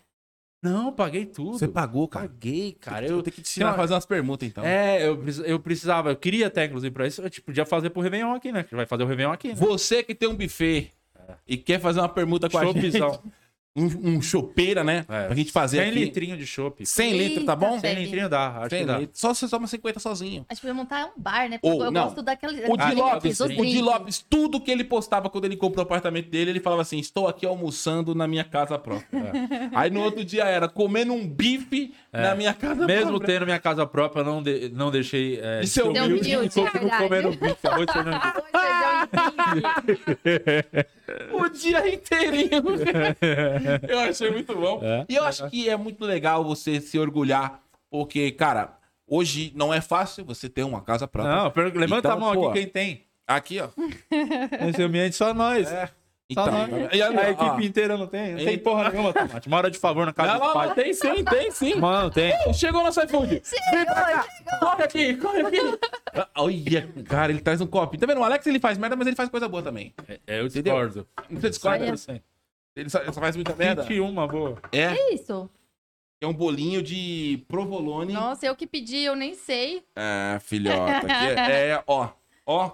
D: Não, paguei tudo.
B: Você pagou, cara.
D: Paguei, cara.
B: Eu
D: Eu
B: tenho que te
D: Tem
B: ensinar
D: uma-
B: a fazer umas perguntas, então.
D: É, eu, precis- eu precisava, eu queria até, inclusive, pra isso, a gente podia fazer pro Réveillon aqui, né? Que vai fazer o Réveillon aqui, né?
B: Você que tem um buffet e quer fazer uma permuta com a gente.
D: Chopezão.
B: Um, um chopeira, né?
D: É.
B: Pra gente fazer
D: 100
B: aqui.
D: litrinhos de chopp.
B: 100 litros, tá bom?
C: Eita,
D: 100 litrinhos dá, acho
B: 100
D: que dá.
B: litros. Só você toma 50 sozinho.
C: Acho que eu montar um bar, né?
B: Ou,
C: eu
B: não.
C: gosto daquele.
B: O
C: daquele
D: Ah,
B: Di
D: então
B: Lopes,
C: drinks,
B: o
C: os
B: Di
C: drinks.
B: Lopes, tudo que ele postava quando ele comprou o apartamento dele, ele falava assim: estou aqui almoçando na minha casa própria. Aí no outro dia era comendo um bife na minha casa
D: É. Mesmo
B: própria.
D: tendo minha casa própria, eu não, de- não deixei. É,
B: De ser
D: ser
B: humilde.
D: humilde e
C: Humilde,
D: continuo
C: verdade.
D: comendo bife, arroz, feijão e bife.
B: O dia inteirinho. eu achei muito bom.
D: É.
B: E eu acho que é muito legal você se orgulhar, porque, cara, hoje não é fácil você ter uma casa própria.
D: Não, per- levanta
B: Então,
D: a mão
B: pô.
D: aqui quem tem.
B: Aqui, ó.
D: Nesse ambiente só nós.
B: Então,
D: Só nós.
B: e olha,
D: a
B: ó.
D: equipe inteira não tem. Não
B: Ele-
D: tem porra nenhuma, Tomate. Mora de favor na casa
B: Não,
D: do
B: não,
D: pai.
B: não, tem sim, tem sim.
D: Mano, tem.
B: Chegou o nosso iFood. Vem pra cá. Corre aqui, corre aqui. Ah, Olha, cara, ele traz um copo. Tá vendo? O Alex ele faz merda, mas ele faz coisa boa também.
D: É, eu
B: Entendeu?
D: discordo.
B: Você discorda?
C: Olha.
B: Ele só, só faz muita merda.
D: 21, boa.
B: É,
C: Que isso?
B: é um bolinho de provolone.
C: Nossa, eu que pedi, eu nem sei.
B: Ah, filhota. aqui é, é, ó. Ó.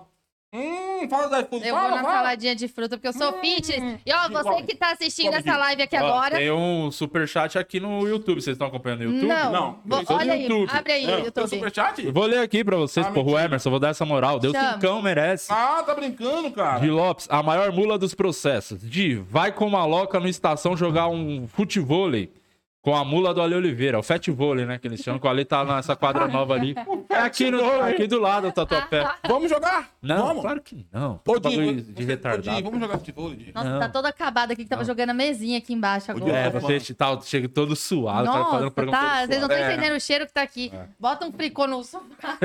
B: Hum, fala do iFood.
C: Eu
B: fala,
C: vou
B: fala.
C: na
B: Hum.
C: saladinha de fruta, porque eu sou fitness. E ó, você
B: come.
C: que tá assistindo
B: Come,
C: essa
B: Gui.
C: live aqui
D: Ó,
C: agora.
D: Tem um superchat aqui no YouTube. Vocês estão acompanhando no YouTube?
C: Não,
B: Não,
C: Vou-
B: eu sou do
C: olha aí,
D: YouTube.
C: abre aí,
B: É, Tem um
C: YouTube.
B: superchat?
D: Eu vou ler aqui pra vocês,
B: Ah,
D: porra. O
B: mentira.
D: Emerson, vou dar essa moral. Deu
C: Chama.
D: cincão, merece.
B: Ah, tá brincando, cara.
D: De Lopes, a maior mula dos processos. De vai com maloca no estação jogar um futevôlei com a mula do Ale Oliveira, o fat vôlei, né? Que eles chamam, que o Ale tá nessa quadra nova ali. É aqui, no, aqui do lado o
C: Ah,
D: tatuapé.
B: Vamos jogar?
D: Não,
B: vamos.
D: claro que não.
B: Ô, Di,
D: Bagulho
B: você-
D: de
B: ô, Di,
D: retardado.
B: vamos jogar futebol, Di.
C: Nossa,
D: Não.
C: tá toda acabada aqui que tava jogando a mesinha aqui embaixo agora.
D: É, você tá, chega todo suado, cara,
C: Nossa,
D: fazendo programa
C: tá,
D: todo
C: vocês não
D: suado.
C: estão
B: É.
C: entendendo o cheiro que tá aqui.
D: É.
C: Bota um fricô no sofá.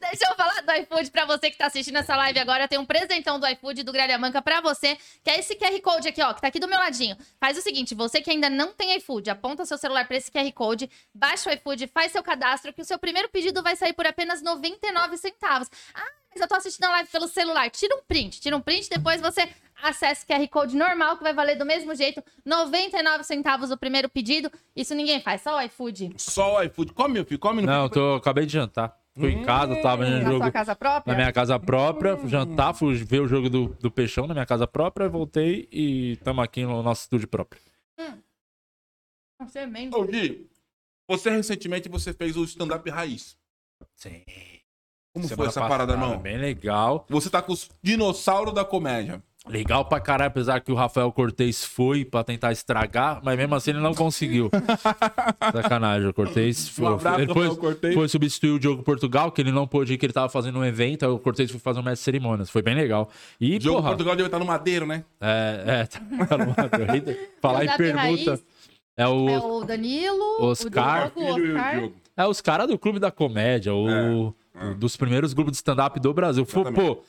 C: Deixa eu falar do iFood pra você que tá assistindo essa live agora. Tem um presentão do iFood do Gralha Manca pra você, que é esse QR Code aqui, ó, que tá aqui do meu ladinho. Faz o seguinte, você que ainda não tem iFood, aponta seu celular pra esse QR Code, baixa o iFood, faz seu cadastro, que o seu primeiro pedido vai sair por apenas 99 centavos. Ah, mas eu tô assistindo a live pelo celular. Tira um print, tira um print, depois você acesse QR Code normal, que vai valer do mesmo jeito. 99 centavos o primeiro pedido. Isso ninguém faz, só o iFood.
B: Só o iFood. Come, meu filho, come.
D: Não, tô, acabei de jantar. Fui em casa, tava no
C: Na
D: É jogo
C: sua casa própria?
D: na minha casa própria, fui jantar, fui ver o jogo do, do Peixão na minha casa própria, voltei e estamos aqui no nosso estúdio próprio.
C: Você é mesmo.
B: Ô, Gui, você recentemente você fez o stand-up raiz.
D: Sim.
B: Como
D: Semana
B: foi essa
D: passada,
B: parada, irmão?
D: Bem legal.
B: Você tá com os dinossauros da comédia.
D: Legal pra caralho, apesar que o Rafael Cortez foi pra tentar estragar, mas mesmo assim ele não conseguiu. Sacanagem, o Cortez foi.
B: abraço,
D: ele foi,
B: Rafael Cortez.
D: foi substituir o Diogo Portugal, que ele não pôde ir, que ele tava fazendo um evento, aí o Cortez foi fazer um mestre de cerimônias. Foi bem legal. E,
B: Diogo
D: porra,
B: Portugal deve estar no madeiro, né?
D: É, é, tá maluco. Eita, falar em
C: Stand-up
D: permuta.
C: raiz.
D: É, o,
C: É o Danilo,
D: Oscar.
C: Tá o Diogo, o Oscar.
D: é os caras do Clube da Comédia, o,
B: É,
D: o- dos primeiros grupos de stand-up do Brasil. Pô, pô,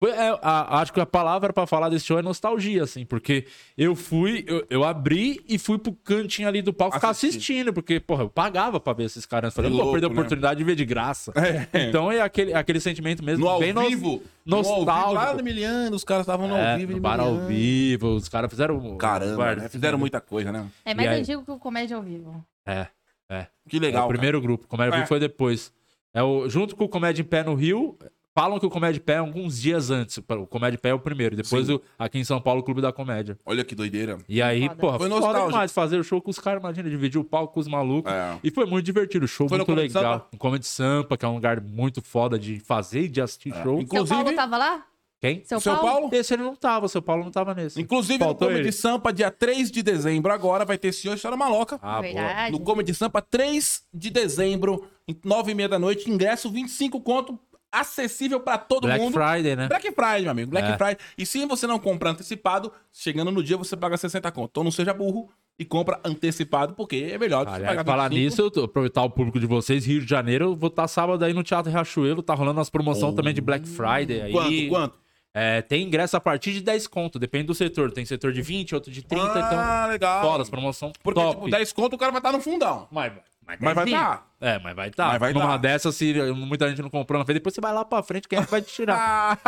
D: foi- é, a- acho que a palavra pra falar desse show é nostalgia, assim, porque eu fui, eu, eu abri e fui pro cantinho ali do palco ficar
B: Assistir.
D: assistindo, porque, porra, eu pagava pra ver esses caras. Falei,
B: Que
D: pô, perder a
B: louco, né?
D: oportunidade de ver de graça.
B: É.
D: Então é aquele, aquele sentimento mesmo,
B: No ao
D: bem nos-
B: vivo. No ao vivo, lá
D: nostálgico.
B: no Miliano, os caras estavam no
D: É,
B: ao vivo.
D: no
B: de
D: bar ao
B: Miliano.
D: vivo, os caras fizeram. um
B: Caramba, né? fizeram
D: muito.
B: muita coisa, né?
C: É
D: E
C: mais
D: aí?
C: antigo que o Comédia ao Vivo.
D: É, é.
B: Que
D: É
B: legal.
D: o primeiro grupo. Comédia
B: É.
D: Vivo foi depois. É o, junto com o Comédia em Pé no Rio, falam que o Comédia em Pé é alguns dias antes. O Comédia em Pé é o primeiro. Depois
B: Sim.
D: o, aqui em São Paulo, o Clube da Comédia.
B: cara. Olha que doideira.
D: E aí,
C: Foda.
D: porra,
B: Foi
D: foi
B: nostálgico.
D: foda demais fazer o show com os caras. Imagina, dividir o palco com os malucos.
B: É.
D: E foi muito divertido. O show
B: Foi no
D: muito
B: Comedy
D: legal.
B: Sampa?
D: No Comedy Sampa, que é um lugar muito foda de fazer e de assistir show.
B: É. Inclu-
C: São Paulo
B: Inclusive-
C: tava lá?
D: Quem?
C: Seu,
B: São Paulo?
D: Esse ele não tava. O São Paulo não tava nesse.
B: Inclusive,
D: Faltou
B: no Comedy
D: ele.
B: Sampa, dia 3 de dezembro, agora vai ter Senhor e Senhora Maloca.
D: Ah, boa.
C: Verdade. É
B: No Comedy Sampa, 3 de dezembro, em 9 e meia da noite, ingresso 25 conto, acessível pra todo
D: Black
B: mundo.
D: Friday, né?
B: Black Friday, meu amigo, Black
D: É.
B: Friday. E se você não comprar antecipado, chegando no dia você paga 60 conto. Então não seja burro e compra antecipado, porque é melhor do que
D: Aliás, falar
B: 25.
D: nisso, eu tô- aproveitar o público de vocês, Rio de tá Janeiro, eu vou estar sábado aí no Teatro Riachuelo, tá rolando as promoções também de Black Friday aí.
B: Oh. Quanto, quanto?
D: É, tem ingresso a partir de 10 conto, depende do setor. Tem setor de 20, outro de 30,
B: Ah,
D: então.
B: legal.
D: Todas, promoção
B: Porque,
D: top.
B: tipo, 10 conto o cara vai estar no fundão.
D: Mas, mas,
B: Mas vai tá.
D: É, mas vai tá.
B: Mas vai
D: Numa
B: tá.
D: dessa, se muita gente não comprou na vez, depois você vai lá pra frente, quem é que vai te tirar?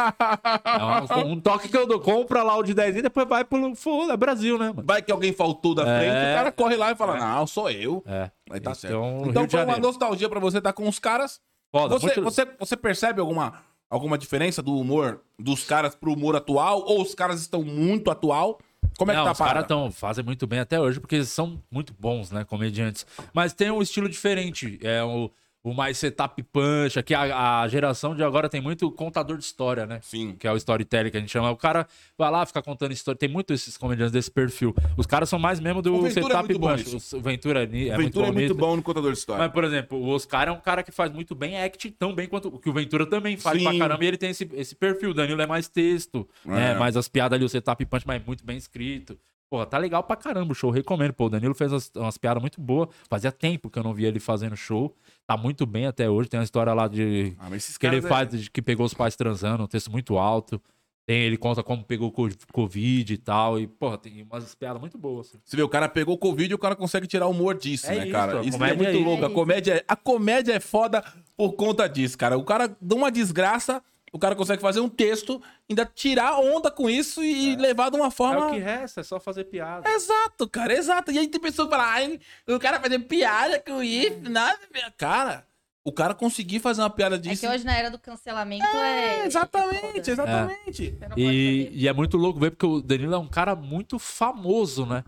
D: É um, um toque que eu dou, compra lá o de 10 e depois vai pro full, é Brasil, né, mano?
B: Vai que alguém faltou da
D: É.
B: frente, o cara corre lá e fala, não, sou eu.
D: É.
B: Aí tá
D: Então,
B: certo.
D: Rio
B: Então
D: de
B: foi uma
D: Janeiro.
B: nostalgia pra você estar com os caras.
D: Foda,
B: você,
D: muito-
B: você, você percebe alguma, alguma diferença do humor dos caras pro humor atual? Ou os caras estão muito atual? Como é
D: não,
B: que tá a
D: os caras
B: parada?
D: tão, fazem muito bem até hoje, porque eles são muito bons, né, comediantes. Mas tem um estilo diferente, é o, o mais setup punch, que a, a geração de agora tem muito contador de história, né?
B: Sim.
D: Que é o storytelling que a gente chama. O cara vai lá, fica contando história. Tem muito esses comediantes desse perfil. Os caras são mais mesmo do
B: O Ventura é
D: setup
B: muito bom nisso.
D: punch. O Ventura é, ni- é
B: Ventura é
D: muito bom.
B: muito
D: nisso.
B: bom no contador de história.
D: Mas, por exemplo, o Oscar é um cara que faz muito bem act tão bem quanto o que o Ventura também faz
B: Sim.
D: pra caramba. E ele tem esse, esse perfil. O Danilo é mais texto,
B: É.
D: né? Mais as piadas ali, o setup punch, mas é muito bem escrito. Porra, tá legal pra caramba o show, recomendo. Pô, o Danilo fez umas, umas piadas muito boas. Fazia tempo que eu não via ele fazendo show. Tá muito bem até hoje. Tem uma história lá de.
B: Ah, mas esses
D: que ele
B: caras é-
D: faz, de que pegou os pais transando, um texto muito alto. Tem, ele conta como pegou co- Covid e tal. E, porra, tem umas piadas muito boas. assim.
B: Você vê, o cara pegou Covid e o cara consegue tirar o humor disso,
D: É
B: né,
D: isso,
B: cara?
D: a
B: Isso é
D: comédia
B: muito
D: é isso.
B: louco. A comédia, é- a comédia é foda por conta disso, cara. O cara dá uma desgraça, o cara consegue fazer um texto, ainda tirar onda com isso e levar de uma
D: É o
B: forma.
D: que resta, é só fazer piada.
B: Exato, cara, exato. E aí tem pessoa que fala, ai, o cara fazendo piada com isso, nada, minha cara. O cara conseguir fazer uma piada
C: Uhum. É
B: disso.
C: que hoje na era do cancelamento é.
B: É,
C: é
B: exatamente,
C: foda.
B: exatamente.
C: Você não pode
D: E,
C: saber.
D: e é muito louco ver, porque o Danilo é um cara muito famoso, né?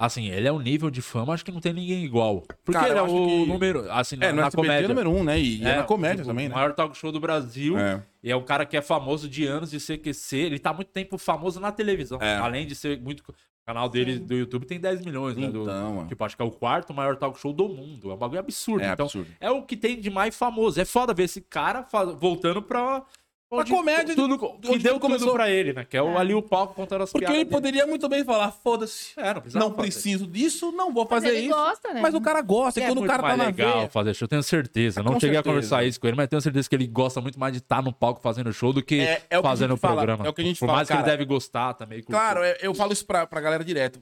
D: Assim, ele é um nível de fama, acho que não tem ninguém igual. Porque
B: Cara, eu
D: ele é
B: acho
D: o
B: que-
D: número, assim,
B: É,
D: na,
B: no SBT
D: na
B: é
D: comédia. tipo,
B: número um, né? E e é, na
D: o-
B: comédia
D: o,
B: também,
D: O
B: né?
D: maior talk show do Brasil.
B: É.
D: E é um cara que é famoso de anos de CQC. Ele tá muito tempo famoso na televisão.
B: É.
D: Além de ser muito. O canal dele do YouTube tem 10 milhões, né? do-
B: Então, mano.
D: Tipo, acho que é o quarto maior talk show do mundo. É um bagulho absurdo.
B: É
D: então,
B: absurdo.
D: é o que tem de mais famoso. É foda ver esse cara fa- voltando pra. onde
B: comédia de-
D: tudo,
B: onde
D: que deu
B: tudo
D: tudo
B: começou.
D: pra ele, né? Que é o, ali o palco contando as
B: Porque
D: piadas.
B: ele
D: dele.
B: poderia muito bem falar, foda-se,
D: É, não precisava
B: não
D: fazer.
B: preciso disso, não vou fazer
C: ele
B: isso.
C: gosta, né?
B: Mas o cara gosta, e
D: É
B: quando o
D: muito
B: cara tá
D: mais
B: na
D: legal
B: veia...
D: fazer show, eu tenho certeza. Eu não
B: Com
D: cheguei
B: certeza.
D: a conversar isso com ele, mas tenho certeza que ele gosta muito mais de estar no palco fazendo show do que
B: É- é o que a
D: fazendo
B: gente
D: o
B: fala,
D: programa.
B: é o que a gente
D: Por
B: fala,
D: mais que
B: cara.
D: ele deve gostar também. curtir.
B: Claro, é- eu falo isso pra, pra galera direto.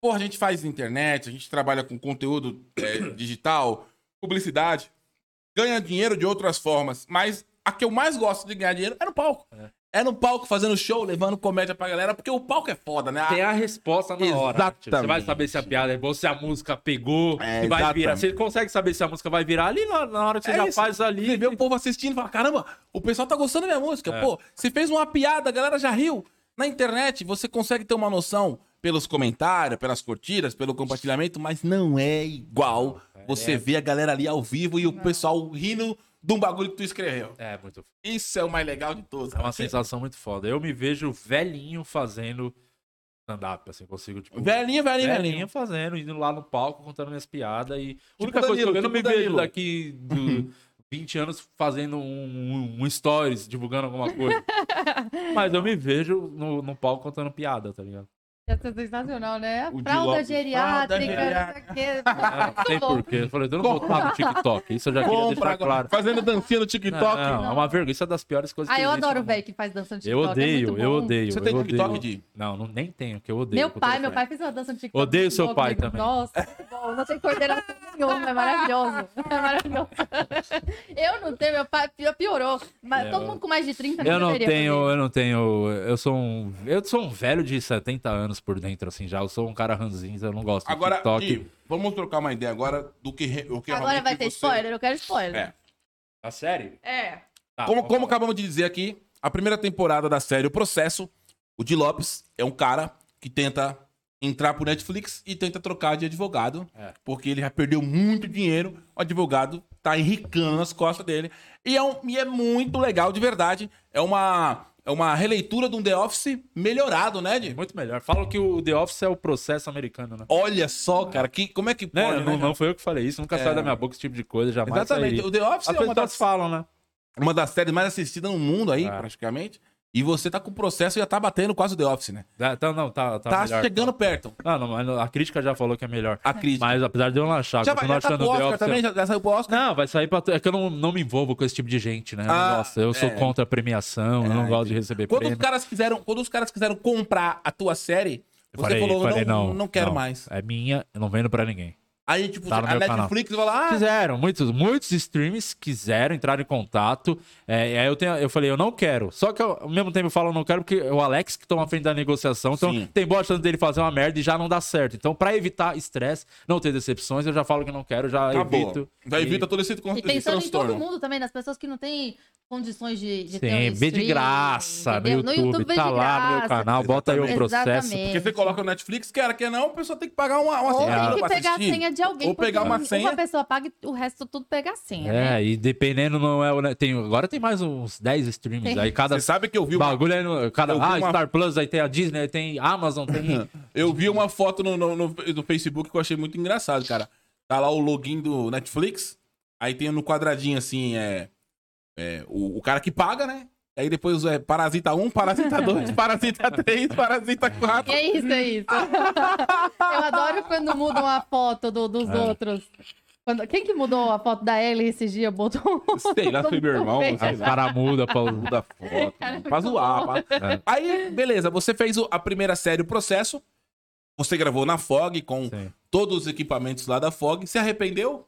B: Porra, a gente faz internet, a gente trabalha com conteúdo é, digital, publicidade, ganha dinheiro de outras formas, mas a que eu mais gosto de ganhar dinheiro é no palco. É, no palco, fazendo show, levando comédia pra galera, porque o palco é foda, né?
D: Tem a resposta na hora. né? Tipo, Você vai
B: Exatamente.
D: saber se a piada é boa, se a música pegou,
B: É,
D: se vai virar.
B: exatamente.
D: Você consegue saber se a música vai virar ali na, na hora que você
B: É
D: já
B: isso.
D: faz ali. É.
B: Você vê o povo assistindo e fala: caramba, o pessoal tá gostando da minha música. Pô, você fez uma piada, a galera já riu. Na internet, você consegue ter uma noção pelos comentários, pelas curtidas, pelo compartilhamento, mas não é igual você
C: É.
B: ver a galera ali ao vivo e o pessoal rindo de um bagulho que tu escreveu.
D: É, muito
B: Isso é o mais legal de todos.
D: É uma
B: cara.
D: sensação muito foda. Eu me vejo velhinho fazendo stand-up, assim, consigo, tipo.
B: Velhinho, velhinho,
D: velhinho
B: velhinho.
D: fazendo, indo lá no palco, contando minhas piadas. E a única
B: Danilo,
D: coisa que eu- eu não me
B: tipo Danilo.
D: vejo daqui do 20 anos fazendo um, um- um stories, divulgando alguma coisa. Mas eu me vejo no, no palco contando piada, tá ligado?
C: Ia ser sensacional, né?
B: O de
C: Fralda
B: Lopes.
C: geriátrica,
B: Fralda
C: não sei o quê.
B: Ah,
D: É, não tem
B: tá
C: Muito bom.
D: porquê. Eu falei, eu não vou estar no TikTok. Isso eu já queria
B: Compra
D: deixar
B: agora.
D: claro.
B: Fazendo dancinha no
D: Não,
B: TikTok.
D: não, é uma vergonha. Isso é das piores coisas
C: Ah,
D: que
C: eu
D: existe
C: adoro o
D: no
C: velho que faz dança no
D: Eu
C: TikTok. é
D: odeio,
C: muito
D: eu
C: bom.
D: odeio.
B: Você tem
D: eu
B: TikTok,
D: odeio.
B: Di?
D: Não, não, nem tenho, que eu odeio.
C: Meu
D: com
C: pai,
D: telefone.
C: meu pai fez uma dança no TikTok.
D: Odeio
C: muito
D: seu
C: boa
D: pai
C: comigo.
D: também.
C: Nossa, muito bom. Não tem coordenação nenhuma, é maravilhoso. É maravilhoso. Eu não tenho, meu pai pi- piorou. Mas
D: É,
C: todo
D: eu-
C: mundo com mais de 30
D: Eu não
C: deveria
D: tenho, eu não tenho. Eu sou um. Eu sou um velho de 70 anos por dentro, assim, já. Eu sou um cara ranzinza, eu não gosto
B: Agora,
D: de TikTok.
B: Gui, vamos trocar uma ideia agora do que, re- o que
C: fazer. Agora
B: realmente
C: vai ter
B: você-
C: spoiler, eu quero spoiler.
B: É.
D: A série?
C: É.
D: Tá,
B: como,
D: vamos
B: como
D: falar.
B: acabamos de dizer aqui, a primeira temporada da série O Processo, o Di Lopes é um cara que tenta entrar pro Netflix e tenta trocar de advogado,
D: É.
B: porque ele já perdeu muito dinheiro, o advogado tá enricando nas costas dele. E é, um- e é muito legal, de verdade. É uma, é uma releitura de um The Office melhorado, né, Di?
D: Muito melhor. Falam que o The Office é o processo americano, né?
B: Olha só, cara, que, como é que
D: Né?
B: pode, né,
D: não,
B: cara?
D: não foi eu que falei isso, nunca saiu da minha boca esse tipo de coisa, jamais.
B: Exatamente.
D: sairia.
B: O The Office
D: As
B: é uma
D: pessoas
B: das,
D: falam, né?
B: uma das séries mais assistidas no mundo aí,
D: É.
B: praticamente. E você tá com o processo e já tá batendo quase o The Office, né?
D: Tá- Tá, não, tá, tá,
B: Tá
D: melhor.
B: chegando perto.
D: Não, não, mas a crítica já falou que é melhor.
B: A crítica.
D: Mas apesar de eu não achar,
B: já vai,
D: continuo
B: já tá
D: achando
B: pro
D: o The
B: Oscar
D: Office- é-
B: também? Já, já saiu pro Oscar?
D: Não, vai sair pra. tu- É que eu não, não me envolvo com esse tipo de gente, né?
B: Ah,
D: Nossa, eu sou
B: é.
D: contra a premiação, eu não gosto de receber
B: Quando
D: prêmio.
B: os, caras quiseram, quando os caras quiseram comprar a tua série,
D: Eu
B: você falou, não, não, quero
D: não,
B: mais.
D: É minha, eu não vendo pra ninguém.
B: Aí, tipo,
D: Tá no
B: a
D: meu canal.
B: Netflix vai lá, ah,
D: Fizeram, muitos, muitos streams quiseram entrar em contato. É, e aí eu, tenho, eu falei, eu não quero. Só que eu, ao mesmo tempo eu falo, eu não quero, porque é o Alex que toma a frente da negociação. Então
B: Sim.
D: tem boa chance dele fazer uma merda e já não dá certo. Então, pra evitar estresse, não ter decepções, eu já falo que não quero, já
B: acabou.
D: evito.
B: Já
D: E-
B: evita todo esse, con-
C: E
B: esse
C: pensando em todo
B: transtorno.
C: mundo também, nas pessoas que não têm condições de, de ter um
D: Sim, vê de
C: streaming,
D: graça no
C: entendeu?
D: YouTube.
C: vê
D: tá
C: de
D: lá no meu
C: graça.
D: canal, bota aí o
B: Exatamente.
D: processo.
C: Exatamente.
B: Porque você coloca no Netflix, quer, quer não, a pessoa tem que pagar uma, uma
C: Ou
B: assinatura
C: tem que
B: pra
C: pegar
B: assistir.
C: a senha de alguém.
B: Ou
C: porque
B: pegar uma
C: um-
B: senha.
C: Uma pessoa paga e o resto tudo pega a senha, né?
D: É, e dependendo, não é. o ne- Tem, agora tem mais uns 10 streams.
C: Tem.
D: Aí cada
B: Você sabe que eu vi uma
D: bagulho aí no, cada,
B: Eu vi
D: Ah,
B: uma-
D: Star Plus, aí tem a Disney, aí tem Amazon, tem.
B: Eu vi uma foto no, no, no- no Facebook que eu achei muito engraçado, cara. Tá lá o login do Netflix, aí tem no quadradinho assim, é. é, o, o cara que paga, né? Aí depois é Parasita 1, Parasita 2, Parasita 3, Parasita 4.
C: E é isso, é isso. Eu adoro quando mudam a foto do- dos
D: É.
C: outros. Quando- quem que mudou a foto da Ellie esse dia? Botou um-
B: Sei lá, foi meu irmão, sei
D: as
B: lá.
D: caramuda, Paulo.
B: Da foto. pra zoar. pra-
D: É.
B: Aí, beleza, você fez o- a primeira série, o processo. Você gravou na FOG com
D: Sim.
B: todos os equipamentos lá da FOG. Se arrependeu?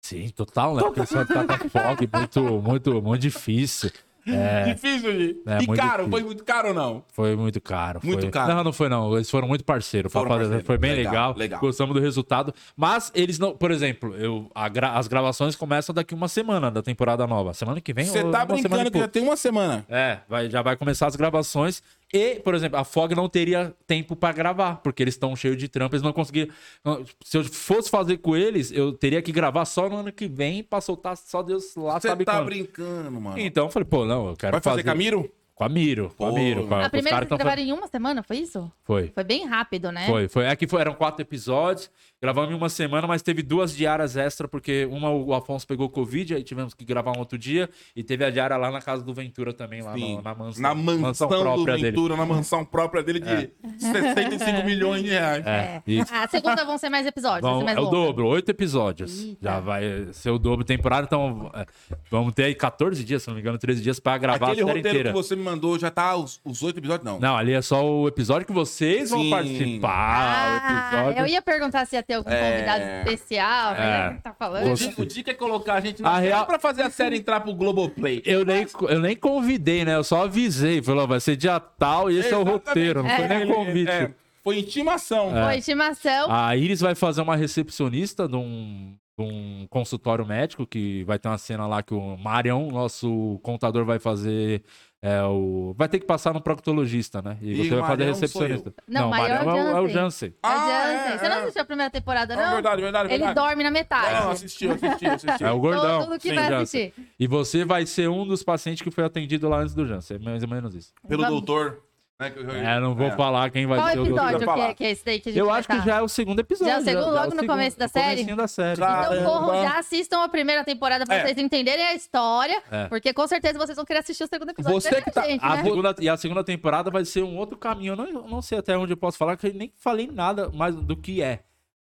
D: Sim, total, né? Porque só tá com fog, muito, muito, muito difícil. É,
B: Difícil, gente.
D: É,
B: e
D: muito
B: caro,
D: difícil.
B: foi muito caro ou não?
D: Foi muito caro.
B: Muito
D: foi-
B: caro.
D: Não, não foi não. Eles foram muito parceiros.
B: Foram
D: Papai,
B: parceiros.
D: Foi bem
B: Legal,
D: legal,
B: legal.
D: Gostamos do resultado. Mas eles não... Por exemplo, eu, a gra- as gravações começam daqui uma semana da temporada nova. Semana que vem
B: Você
D: ou
B: tá
D: uma semana e
B: brincando que já
D: pouco.
B: tem uma semana.
D: É, vai- já vai começar as gravações. E, por exemplo, a Fog não teria tempo pra gravar, porque eles estão cheios de trampa, eles não conseguiram. não, Se eu fosse fazer com eles, eu teria que gravar só no ano que vem pra soltar só Deus lá,
B: Você
D: sabe
B: tá
D: quando.
B: brincando, mano.
D: Então eu falei, pô, não, eu quero
B: Vai fazer
D: fazer.
B: Camiro?
D: Com a Miro, com a
B: Pô.
D: Miro. Com a,
C: A
D: com os
C: primeira
D: caras
C: que
D: que tão
C: gravaram em uma semana, foi isso?
D: Foi.
C: Foi bem rápido, né?
D: Foi, foi. É que foi- eram quatro episódios, gravamos em uma semana, mas teve duas diárias extra, porque uma o Afonso pegou Covid, aí tivemos que gravar um outro dia, e teve a diária lá na casa do Ventura também, lá
B: Sim.
D: Tá no- na mansão.
B: Na mansão, do Ventura, na mansão própria dele de 65 milhões de reais.
D: É, isso.
C: A segunda vão ser mais episódios. vai ser
D: Vão,
C: mais
D: é o
C: longa.
D: dobro, oito episódios.
C: Eita.
D: Já vai ser o dobro temporada, então é, vamos ter aí 14 dias, se não me engano, 13 dias pra gravar
B: Aquele
D: a série
B: roteiro
D: inteira.
B: que você me mandou já tá os os oito episódios? Não.
D: Não, ali é só o episódio que vocês
B: Sim.
D: vão participar. o
C: Ah,
D: episódio...
C: eu ia perguntar se ia ter algum convidado especial, mas
D: É.
C: já que tá falando.
D: Você-
B: O Dica é colocar a gente
D: A
B: na real
D: real- É,
B: pra fazer a série entrar pro Globoplay.
D: Eu nem, eu nem convidei, né? Eu só avisei. Falei, ó, vai ser dia tal e esse é o
B: Exatamente.
D: roteiro. Não foi nem convite. É.
B: É, foi intimação.
C: Foi estimação.
D: A Iris vai fazer uma recepcionista de um, de um consultório médico, que vai ter uma cena lá que o Marião, nosso contador, vai fazer. é, o... Vai ter que passar no proctologista, né? E
B: E
D: você
B: o
D: vai fazer
B: Marião
D: recepcionista.
C: Não, Marião é o
D: Marião é o
C: Jansen.
D: Jansen.
C: É o
B: Ah,
C: Jansen.
B: é,
C: Você não
B: é.
C: assistiu a primeira temporada,
B: Ah,
C: não?
B: verdade, verdade,
C: Ele
B: verdade.
C: dorme na metade.
B: Não, assistiu, assistiu, assistiu.
D: É assim, o gordão.
C: Todo mundo que
D: sim,
C: vai
D: Jansen.
C: assistir.
D: E você vai ser um dos pacientes que foi atendido lá antes do Jansen. É mais ou menos isso.
B: Pelo
C: Vamos-
B: doutor. né, que eu-
D: É, não vou
B: É.
D: falar quem vai
C: Qual
D: ser o doutor.
B: vai
C: episódio que
B: falar.
C: é, que é esse daí que a gente
D: Eu
C: vai
D: acho que
C: tá?
D: já é o segundo episódio.
C: Já é o segundo, logo no começo da
D: o
C: série?
D: comecinho da série.
B: Claro.
C: Então
B: Caramba.
C: corram, já assistam a primeira temporada pra
B: É.
C: vocês entenderem a história,
D: É.
C: porque com certeza vocês vão querer assistir o segundo episódio.
B: Você
C: antes
B: que
C: da
B: tá-
C: gente,
D: A
C: né?
D: segunda- e a segunda temporada vai ser um outro caminho. Eu não, eu não sei até onde eu posso falar, que eu nem falei nada mais do que é.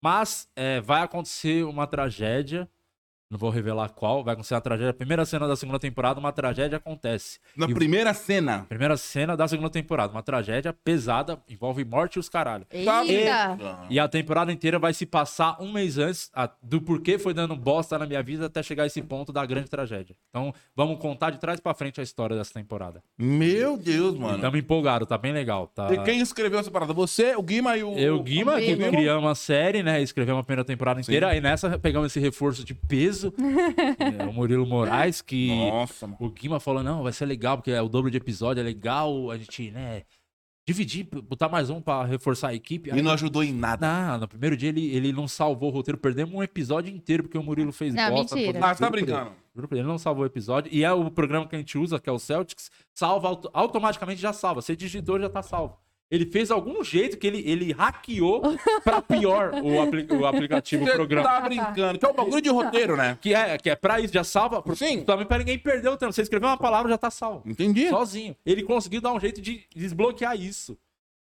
D: Mas é, vai acontecer uma tragédia. Não vou revelar qual. Vai acontecer uma tragédia. A primeira cena da segunda temporada, uma tragédia acontece.
B: Na
D: E-
B: primeira cena.
D: Primeira cena da segunda temporada, uma tragédia pesada, envolve morte e os caralho.
C: Tá Eita!
D: E a temporada inteira vai se passar um mês antes a- do porquê foi dando bosta na minha vida até chegar a esse ponto da grande tragédia. Então, vamos contar de trás pra frente a história dessa temporada.
B: Meu Deus, mano.
D: Estamos empolgados, tá bem legal. Tá...
B: E quem escreveu essa parada? Você, o Guima e o.
D: Eu, e o Guima, que
C: Guima.
D: criamos a série, né? Escrevemos a primeira temporada inteira.
B: Sim.
D: Aí nessa pegamos esse reforço de peso. é, o Murilo Moraes, que
B: Nossa, mano.
D: o Guima falou: não, vai ser legal, porque é o dobro de episódio, é legal. A gente, né? Dividir, botar mais um pra reforçar a equipe.
B: E não é ajudou em nada.
D: Ah, no primeiro dia ele, ele não salvou o roteiro, perdemos um episódio inteiro porque o Murilo fez
C: Não,
D: bosta.
C: mentira.
D: Foi-
B: Ah, você tá
D: juro por ele,
B: brincando.
D: juro por ele, ele não salvou o episódio. E é o programa que a gente usa, que é o Celtics, salva, auto- automaticamente já salva. Você digitou, já tá salvo. Ele fez algum jeito que ele, ele hackeou pra pior o, apli- o aplicativo, o
B: Você
D: programa.
C: Ah,
B: tá brincando, que é um bagulho de roteiro, né?
D: Que é, que é pra isso, já salva. pro-
B: Sim.
D: Também pra ninguém perder o tempo. Você escreveu uma palavra, já tá salvo.
B: Entendi.
D: Sozinho. Ele conseguiu dar um jeito de desbloquear isso.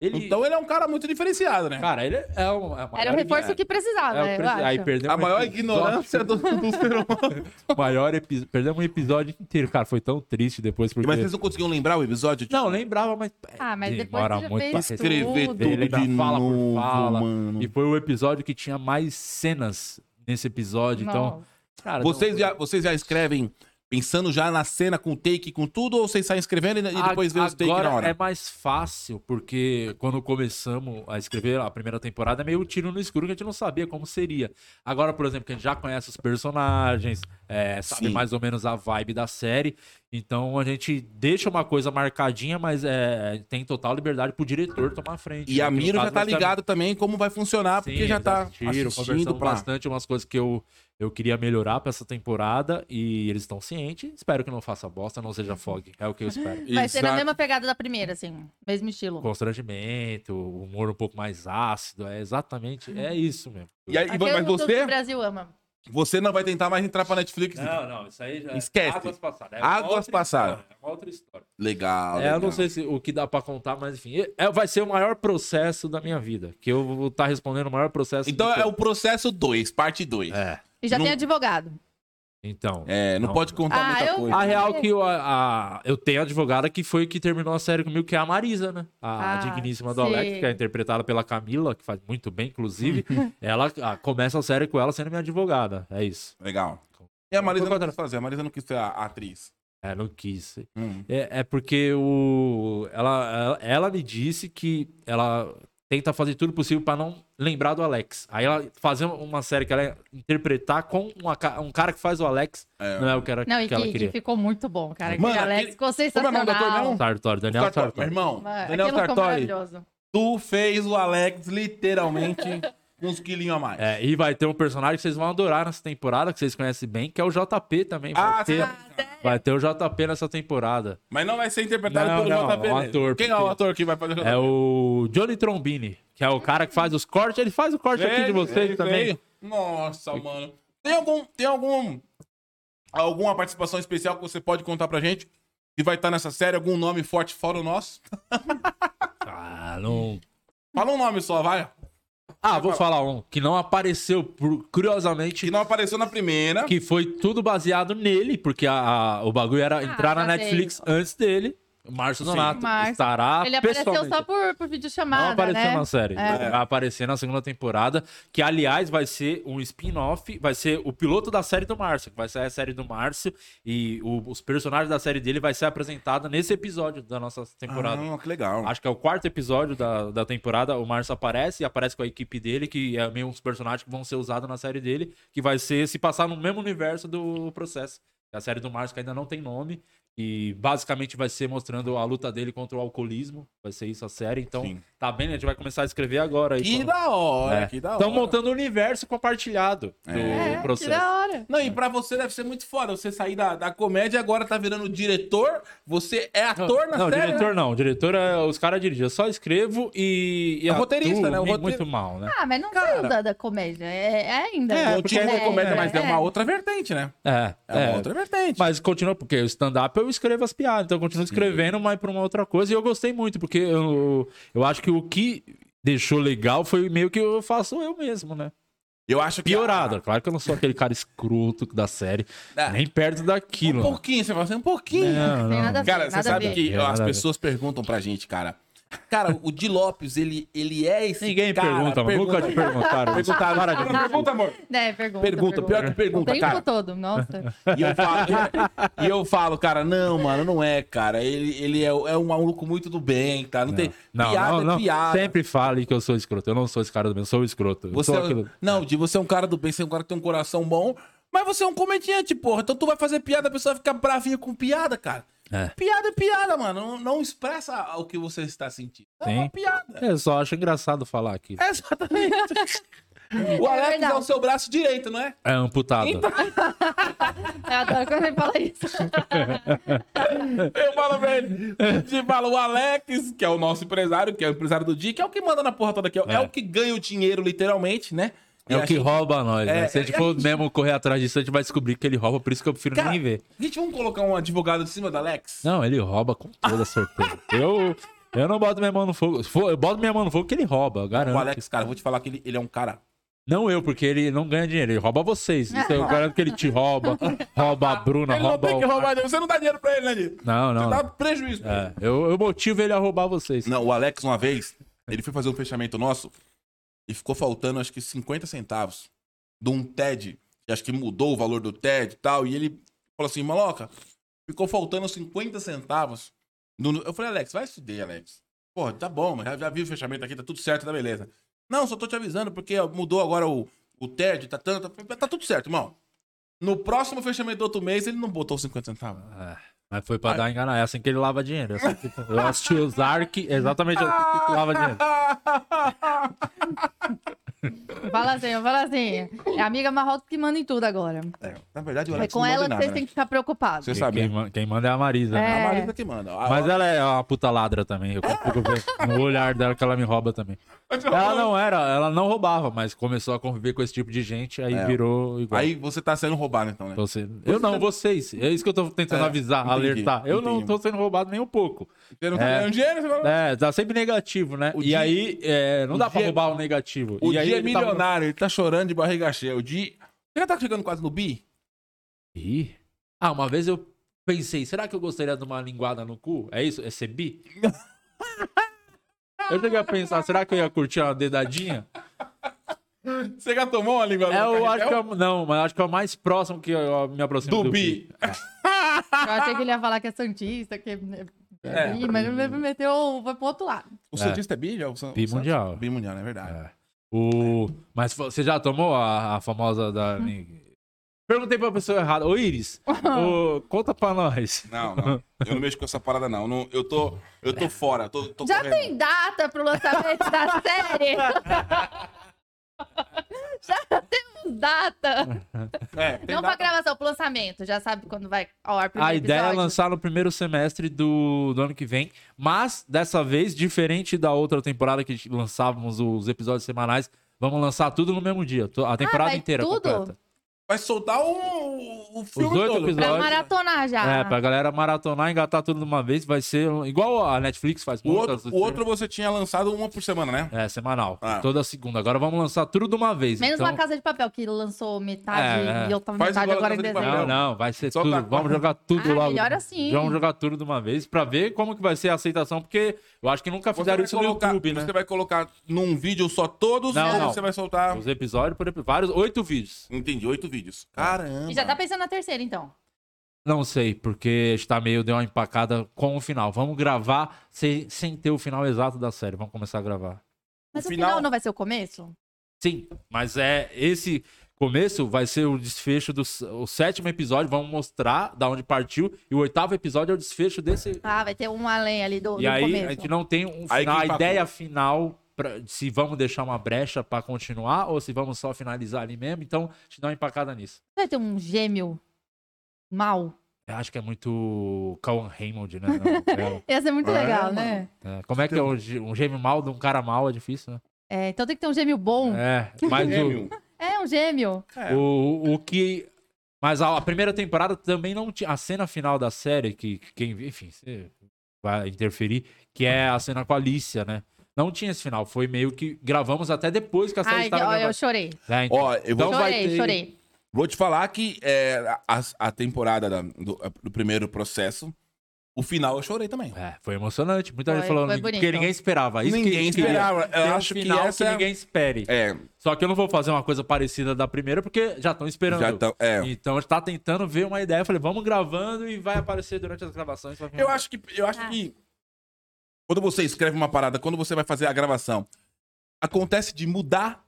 D: Ele,
B: Então ele é um cara muito diferenciado, né?
D: cara, ele é um. É
C: Era o reforço que precisava,
D: é, o
C: eu
D: presi-
C: acho.
D: Aí perdeu
B: A
D: um
B: maior
D: episódio-
B: ignorância do, do ser humano.
D: Maior episódio. Perdemos um episódio inteiro, cara. Foi tão triste depois. Porque...
B: Mas um vocês não conseguiam lembrar o episódio?
D: Não, lembrava, mas. é,
C: Ah, mas depois
D: Demora
C: você já
D: muito pra
C: fez
D: se
B: escrever
C: tudo.
B: tudo.
D: Ele ainda
B: de
D: fala
B: novo,
D: por fala.
B: mano.
D: E foi o episódio que tinha mais cenas nesse episódio. Então,
C: Nossa.
D: cara.
B: Vocês
D: não-
B: já, vocês já escrevem pensando já na cena com o take, com tudo, ou vocês saem escrevendo e, e depois vê
D: A-
B: os take
D: agora
B: na hora?
D: É mais fácil, porque quando começamos a escrever a primeira temporada, é meio tiro no escuro que a gente não sabia como seria. Agora, por exemplo, que a gente já conhece os personagens, é, sabe
B: Sim.
D: mais ou menos a vibe da série. Então a gente deixa uma coisa marcadinha, mas é, tem total liberdade pro diretor tomar a frente.
B: E
D: né?
B: a
D: Que no
B: Miro já
D: caso
B: tá
D: vai ser a-
B: ligado também como vai funcionar, porque
D: Sim,
B: já
D: eles
B: tá
D: assistiram,
B: assistindo
D: conversamos
B: pra...
D: bastante umas coisas que eu, eu queria melhorar pra essa temporada e eles estão cientes. Espero que não faça bosta, não seja fog. É o que eu espero.
C: Vai ser na
B: Exato.
C: mesma pegada da primeira, assim. Mesmo estilo.
D: Constrangimento, humor um pouco mais ácido, é exatamente, é isso mesmo.
B: E aí,
C: Aquele
B: mas
C: tudo é um que
B: você,
C: o Brasil ama.
B: você não vai tentar mais entrar pra Netflix?
D: Não, não, isso aí já é
B: Esquece.
D: águas passadas. É
B: Águas
D: uma outra
B: passadas.
D: história, É uma outra história.
B: Legal,
D: É, eu não
B: legal.
D: sei se, o que dá pra contar, mas enfim, é, vai ser o maior processo da minha vida, que eu vou estar respondendo o maior processo.
B: Então
D: de
B: é
D: todo.
B: o processo 2, parte 2. É.
D: É,
C: E já
B: Não-
C: tem advogado.
D: então.
B: É, não,
D: Não.
B: pode contar
C: Ah,
B: muita
C: eu-
B: coisa.
D: A real que eu, a, a- eu tenho a advogada que foi que terminou a série comigo, que é a Marisa, né? A
C: Ah,
D: digníssima do
C: sim.
D: Alex, que é interpretada pela Camila, que faz muito bem, inclusive. ela a- começa a série com ela sendo minha advogada. É isso.
B: Legal. E a Marisa
D: Por
B: não
D: conta-
B: quis fazer, a Marisa não quis ser a a atriz.
D: É, não quis.
B: Hum.
D: É, é porque o, ela, ela, ela me disse que ela tenta fazer tudo possível pra não lembrar do Alex. Aí ela fazer uma série que ela ia interpretar com uma ca- um cara que faz o Alex,
B: É.
D: não é o que, era,
C: Não, e
D: que ela
C: que, que
D: queria.
C: ficou muito bom, cara.
B: Mano,
C: Aquele Alex
B: aquele-
C: ficou
B: Como é o nome do ator
C: sensacional.
B: mesmo?
D: Sartori, Daniel
B: Sartori,
D: Sartori.
B: Meu irmão,
C: Mano,
B: Daniel
C: aquilo ficou
B: Sartori,
C: maravilhoso.
B: tu fez o Alex literalmente com uns quilinhos a mais.
D: É, e vai ter um personagem que vocês vão adorar nessa temporada, que vocês conhecem bem, que é o JP também. Vai,
B: Ah,
D: ter,
B: tá.
D: vai ter o JP nessa temporada.
B: Mas não vai ser interpretado
D: Não,
B: pelo
D: não,
B: JP.
D: é um
B: mesmo.
D: ator,
B: Quem é o
D: porque-
B: ator que vai fazer o JP?
D: É o Johnny Trombini, que é o cara que faz os cortes. Ele faz o corte aqui de
B: Veio,
D: vocês
B: veio,
D: também.
B: veio. Nossa, mano. Tem algum. Tem algum. Alguma participação especial que você pode contar pra gente? Que vai estar nessa série? Algum nome forte fora o nosso?
D: Ah, não...
B: Fala um nome só, vai.
D: ah, vou falar um que não apareceu, por- curiosamente,
B: Que não apareceu na primeira.
D: que foi tudo baseado nele, porque a- a- o bagulho
C: Ah,
D: era entrar na
C: já sei.
D: Netflix antes dele. Márcio Donato
C: tá Márcio.
D: estará
C: Ele apareceu
D: pessoalmente.
C: só por, por vídeo chamada,
D: Não apareceu
C: né?
D: na série.
C: É.
D: Vai aparecer na segunda temporada, que aliás vai ser um spin-off, vai ser o piloto da série do Márcio, que vai ser a série do Márcio e o- os personagens da série dele vai ser apresentado nesse episódio da nossa temporada.
B: Ah, que legal.
D: Acho que é o quarto episódio da, da temporada. O Márcio aparece e aparece com a equipe dele, que é meio uns personagens que vão ser usados na série dele, que vai ser se passar no mesmo universo do processo. A série do Márcio que ainda não tem nome. E basicamente vai ser mostrando a luta dele contra o alcoolismo. Vai ser isso a série. Então,
B: Sim.
D: tá bem, né? A gente vai começar a escrever agora. aí,
B: Que
D: quando-
B: da hora,
D: É.
B: que da hora.
D: Estão montando o universo compartilhado do
B: É,
C: É, que
D: processo.
C: da hora.
B: Não, e pra você deve ser muito foda. Você sair da, da comédia e agora tá virando diretor. Você é ator na
D: não,
B: série. né?
D: diretor não. Diretor é os caras dirigem. Eu só escrevo e. e
B: É roteirista, né? O
D: muito,
B: roteiro-
D: muito mal, né?
C: Ah, mas não
B: Cara.
C: saiu da, da comédia. É, é ainda.
D: É, porque
B: Continua a comédia, mas é,
C: é.
B: uma outra vertente, né?
D: É,
B: É, uma outra vertente.
D: Mas continua, porque o stand-up eu escrevo as piadas, então eu continuo escrevendo, mas pra uma outra coisa. E eu gostei muito, porque eu, eu acho que o que deixou legal foi meio que eu faço eu mesmo, né?
B: Eu acho que.
D: Piorado. Claro que eu não sou aquele cara escroto da série,
B: Ah. É.
D: nem perto
B: Um
D: daquilo. né?
B: pouquinho, você fala assim, um pouquinho.
D: Não,
C: Tem
D: não.
C: nada a ver,
B: Cara, você
C: nada a
B: sabe
C: ver.
B: que
D: É,
B: ó, as
D: nada a ver.
B: pessoas perguntam pra gente, cara. Cara, o Di Lopes, ele, ele é esse
D: Ninguém
B: cara.
D: pergunta, mano. Nunca te perguntaram. isso. Para de mentir.
B: Pergunta, amor.
C: É, pergunta.
B: Pergunta, pior que
C: O
B: pergunta,
C: tempo
B: cara.
C: todo, nossa.
B: E eu falo, e eu falo, cara, não, mano, não é, cara. Ele, ele é, é um maluco muito do bem, tá? Não, tem.
D: Não,
B: piada
D: não, não.
B: é piada.
D: Sempre fale que eu sou escroto. Eu não sou esse cara do meu, eu sou escroto. Eu
B: Você
D: sou
B: é-
D: aquilo-
B: Não, Di, você é um cara do bem, você é um cara que tem um coração bom, mas você é um comediante, porra. Então tu vai fazer piada, a pessoa fica bravinha com piada, cara.
D: É.
B: Piada é piada, mano. Não, não expressa o que você está sentindo. É uma
D: Sim.
B: piada.
D: Eu só acho engraçado falar aquilo.
B: Exatamente. O Alex é,
C: verdade.
B: o seu braço direito, não é?
D: É amputado.
C: Eu adoro quando ele fala isso.
B: Eu falo pra ele. Te falo, o Alex, que é o nosso empresário, que é o empresário do dia, que é o que manda na porra toda aqui. É,
D: É.
B: o que ganha o dinheiro, literalmente, né?
D: é
B: E
D: o
B: a
D: que
B: gente-
D: rouba nós,
B: É,
D: né? Se a
B: e
D: gente
B: a
D: for
B: gente-
D: mesmo correr atrás disso, a gente vai descobrir que ele rouba, por isso que eu prefiro
B: Cara,
D: nem ver.
B: A gente vamos colocar um advogado de cima do Alex?
D: Não, ele rouba com toda certeza. eu, eu não boto minha mão no fogo. Se for- Eu boto minha mão no fogo que ele rouba, eu garanto.
B: O Alex, cara, eu vou te falar que ele, ele é um cara.
D: Não eu, porque ele não ganha dinheiro, ele rouba vocês. Então eu garanto que ele te rouba, rouba a Bruna,
B: Ele não
D: rouba
B: tem que
D: o...
B: roubar dinheiro. Você não dá dinheiro pra ele, né, Di?
D: Não,
B: Você
D: não.
B: dá prejuízo pra ele.
D: É, eu, eu motivo ele a roubar vocês.
B: Não, o Alex, uma vez, ele foi fazer um fechamento nosso e ficou faltando, acho que 50 centavos de um TED. que Acho que mudou o valor do TED e tal. E ele falou assim, maloca, ficou faltando 50 centavos. no- Eu falei, Alex, vai estudar, Alex. Pô, tá bom, mas já, já vi o fechamento aqui, tá tudo certo, tá beleza. Não, só tô te avisando, porque mudou agora o, o TED, tá tanto. Tá, tá tudo certo, irmão. No próximo fechamento do outro mês, ele não botou os 50 centavos.
D: É, mas foi pra dar enganar. É assim que ele lava dinheiro. É assim que- Eu assisti o Zark, é exatamente assim que ele lava dinheiro.
C: Fala assim, fala assim. É a amiga Marrocos que manda em tudo agora.
B: É, na verdade, o
C: É
B: Alex
C: com
B: não manda em
C: ela que
B: nada,
C: vocês
B: né?
C: têm que ficar preocupados.
B: Você
D: E
B: sabe,
D: Quem,
B: né?
D: ma- quem manda é a Marisa, né?
B: A
C: É.
B: Marisa que manda. A-
D: Mas
B: a-
D: ela é uma puta ladra também. Eu consigo ver no olhar dela que ela me rouba também. Ela não era, ela não roubava, mas começou a conviver com esse tipo de gente, aí
B: É.
D: virou igual.
B: Aí você tá sendo roubado, então, né?
D: Você... Eu não, vocês. É isso que eu tô tentando
B: É,
D: avisar,
B: entendi,
D: alertar. Eu não
B: entendi.
D: tô sendo roubado nem um pouco.
B: Você não tá
D: É.
B: ganhando dinheiro, você fala...
D: É, tá sempre negativo, né?
B: O
D: e
B: dia-
D: aí, é, não
B: o
D: dá pra
B: dia-
D: roubar o negativo.
B: O
D: e aí
B: Di é
D: ele tava-
B: milionário, ele tá chorando de barriga cheia. O Di... Você já tá chegando quase no bi?
D: Ih. Ah, uma vez eu pensei, será que eu gostaria de uma linguada no cu? É isso? É ser bi? eu cheguei a pensar, será que eu ia curtir uma dedadinha?
B: Você já tomou uma língua
D: É,
B: no
D: eu acho que
B: carretel?
D: é, não, mas acho que é o mais próximo que eu É. me aproximo
B: Do
D: do,
B: bi.
C: Eu achei que ele ia falar que é Santista, que é.
B: É.
C: Ih, mas ele meteu. Foi pro outro lado.
B: O
D: É.
B: Santista é bi? já? O San-
D: Bi
B: o Santos?
D: mundial.
B: Bi mundial, não é verdade.
D: É. O... Mas você já tomou a, a famosa da...
B: Hum.
D: Perguntei pra pessoa errada. Ô, Iris, ô, conta pra nós.
B: Não, não. Eu não mexo com essa parada, não. não eu, tô, eu tô fora. Tô, tô
C: Já
B: correndo.
C: tem data pro lançamento da série? Já temos data.
B: É, tem
C: Não
B: data.
C: pra gravação, pro lançamento. Já sabe quando vai ao ar pro
D: A ideia é
C: episódio.
D: lançar no primeiro semestre do, do ano que vem, mas dessa vez, diferente da outra temporada que lançávamos os episódios semanais, vamos lançar tudo no mesmo dia, to- a temporada
C: vai
D: inteira
C: Ah, tudo?
D: completa.
B: Vai soltar o, o filme
D: oito
B: todo.
D: episódios.
C: Pra maratonar já.
D: É, pra galera maratonar, engatar tudo de uma vez, vai ser um- igual a Netflix faz.
B: O
D: muitas-
B: outro, o outro você tinha lançado uma por semana, né?
D: É, semanal.
B: Ah.
D: Toda segunda. Agora vamos lançar tudo de uma vez.
C: Menos
D: então...
C: uma Casa de Papel, que lançou metade
D: É, é.
C: e eu tava
B: Faz
C: metade
B: igual a
C: agora
B: Casa
C: em
B: de
C: dezembro.
B: Papel.
D: Não, não, vai ser
B: Só
D: tudo.
B: tá-
D: Vamos jogar tudo
C: Ah,
D: logo.
C: melhor assim.
D: Vamos jogar tudo de uma vez pra ver como que vai ser a aceitação, porque eu acho que nunca
B: Você
D: fizeram
B: vai,
D: isso no
B: colocar,
D: YouTube, né?
B: você vai colocar num vídeo só todos
D: Não,
B: ou
D: não.
B: você vai soltar.
D: Os episódios por episódio, vários, oito vídeos.
B: Entendi, oito vídeos. Caramba.
C: E já tá pensando na terceira, então.
D: Não sei, porque está meio deu uma empacada com o final. Vamos gravar sem, sem ter o final exato da série. Vamos começar a gravar.
C: Mas
B: O
C: o final...
B: final-
C: não vai ser o começo?
D: Sim, mas é esse começo vai ser o desfecho do s- o sétimo episódio. Vamos mostrar da onde partiu e o oitavo episódio é o desfecho desse.
C: Ah, vai ter um além ali do,
D: E
C: do
D: aí
C: começo.
D: a gente não tem um
B: Aí
D: final,
B: que
D: a
B: empacou.
D: ideia final pra, se vamos deixar uma brecha para continuar ou se vamos só finalizar ali mesmo. Então, a gente dá uma empacada nisso.
C: Vai ter um gêmeo mal.
D: Eu acho que é muito Cauan Raymond, né? na novela.
C: Ia ser muito
B: É,
C: legal,
B: mano.
C: né?
D: É, como é
B: Então-
D: que é um, gê- um gêmeo mal de um cara mal é difícil, né?
C: É, então tem que ter um gêmeo bom. É,
D: É, mas o,
B: Gêmeo.
C: um gêmeo.
B: É.
D: o, o que. Mas a, a primeira temporada também não tinha. A cena final da série, que, que quem. vê, Enfim, você vai interferir, que é a cena com a Alicia, né? Não tinha esse final. Foi meio que. Gravamos até depois que a série
C: Ai,
D: estava
C: ó, eu
D: gravada.
C: chorei.
D: É, então.
B: Ó, eu vou,
D: Então vai
C: chorei,
D: ter-
C: chorei.
B: vou te falar que é, a, a temporada da- do, do primeiro processo, o final eu chorei também.
D: É, foi emocionante. Muita gente
C: Foi-
D: falou
C: foi
D: "Ninguém- porque
C: bonito.
D: ninguém esperava. É Isso que-
B: Ninguém
D: que,
B: esperava. Eu
D: Tem um
B: acho que
D: final
B: essa é a-
D: ninguém espere.
B: É,
D: Só que eu não vou fazer uma coisa parecida da primeira, porque já estão esperando.
B: já tá, é.
D: Então a gente tá tentando ver uma ideia. Eu falei, vamos gravando e vai aparecer durante as gravações. vai vir um
B: Eu
D: uma-
B: acho que eu acho
C: Ah.
B: que quando você escreve uma parada, quando você vai fazer a gravação, acontece de mudar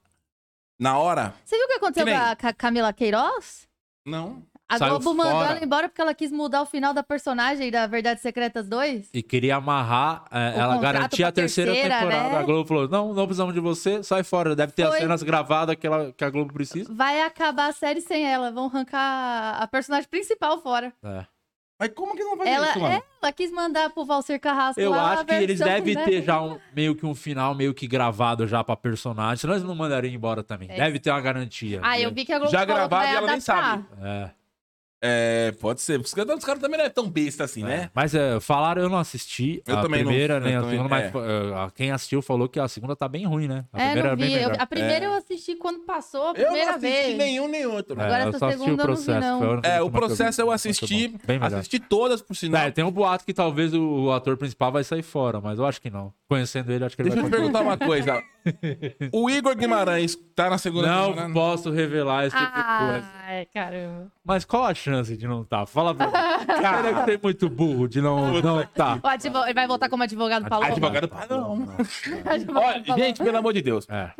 B: na hora?
C: Você viu o que aconteceu
B: Que
C: com
B: nem-
C: a Ca- Camila Queiroz?
B: Não.
C: A
D: saiu
C: Globo mandou
D: fora.
C: ela embora porque ela quis mudar o final da personagem da Verdades Secretas 2.
D: E queria amarrar, é,
C: O
D: ela
C: contrato
D: garantia
C: pra
D: a terceira,
C: terceira,
D: temporada.
C: né?
D: A Globo falou: não, não precisamos de você, sai fora. Deve ter as
C: Foi.
D: cenas gravadas que, ela- que a Globo precisa.
C: Vai acabar a série sem ela. Vão arrancar a personagem principal fora.
D: É.
B: Mas como que não vai
C: Ela,
B: isso, mano?
C: ela quis mandar pro Valcer Carrasco
D: Eu
C: lá a
D: acho que eles
C: versão,
D: devem
C: né?
D: ter já um- meio que um final meio que gravado já pra personagem, senão eles não mandariam embora também.
C: É.
D: Deve ter uma garantia.
C: Ah, eu vi que a Globo
B: Já
C: falou que
B: gravado
C: vai
B: e ela nem
C: adaptar.
B: sabe.
D: É.
B: É, pode ser. Porque os caras também não é tão besta assim, né?
D: Mas é, falaram, eu não assisti
B: Eu
D: a
B: também não-
D: primeira, nem
B: eu
D: a
B: também-
D: segunda, mas
B: é.
D: é, quem assistiu falou que a segunda tá bem ruim, né? A
C: É,
D: primeira
C: não
D: é bem
C: vi. Eu-
D: melhor.
C: a primeira eu assisti quando passou, a
B: Eu
C: primeira
B: não assisti
C: vez.
B: nenhum nem outro.
D: É,
B: É,
C: Agora
D: eu
C: essa
D: só assisti o
C: segunda eu não vi,
D: processo.
C: não.
D: foi a
B: o
D: única última que vi,
B: processo eu
D: mas foi
B: assisti.
D: bom. Bem melhor.
B: assisti todas, por sinal.
D: É, tem um boato que talvez o, o ator principal vai sair fora, mas eu acho que não. Conhecendo ele, acho que ele
B: Deixa eu te
D: vai continuar.
B: perguntar uma coisa. O Igor Guimarães tá na segunda
D: Não
B: temporada?
D: posso revelar esse tipo
C: Ah.
D: de coisa.
C: Ai, caramba.
D: Mas qual a chance de não estar? Fala pra mim. Cara, é que tem muito burro de não não tá. estar.
C: O advo- Ele vai voltar como advogado Paloma.
B: Advogado Paloma.
C: Advogado
B: Olha,
C: Paloma.
B: Ah, gente, pelo amor de Deus.
D: É.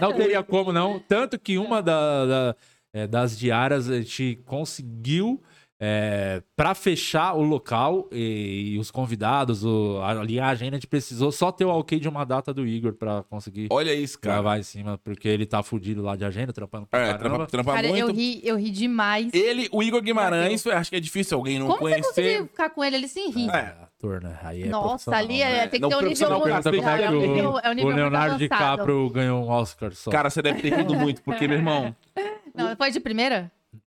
D: Não teria como, não. Tanto que uma da- da- é, das diárias a gente conseguiu é, para fechar o local e, e os convidados, o, a, ali a agenda, a gente precisou só ter o ok de uma data do Igor para conseguir
B: Olha isso, cara.
D: gravar em cima, porque ele tá fudido lá de agenda, trampando pra
B: É,
D: caramba.
B: trampa, trampa
C: Cara, eu
B: muito.
C: ri, eu ri demais.
B: Ele, o Igor Guimarães, eu acho que é difícil alguém não
C: Como você
B: conhecer.
C: conseguiu ficar com ele? Ele se ri.
D: É, ator, né? Aí é
C: Nossa,
D: profissional,
C: ali
D: né?
C: é, tem que
B: Não,
C: ter um nível
B: profissional
C: muito...
D: Pergunta como é que
C: é um nível- é um
D: o,
C: nível
D: o Leonardo
C: muito avançado.
D: DiCaprio ganhou um Oscar só.
B: Cara, você deve ter rido muito, porque, meu irmão,
C: Não, foi de primeira?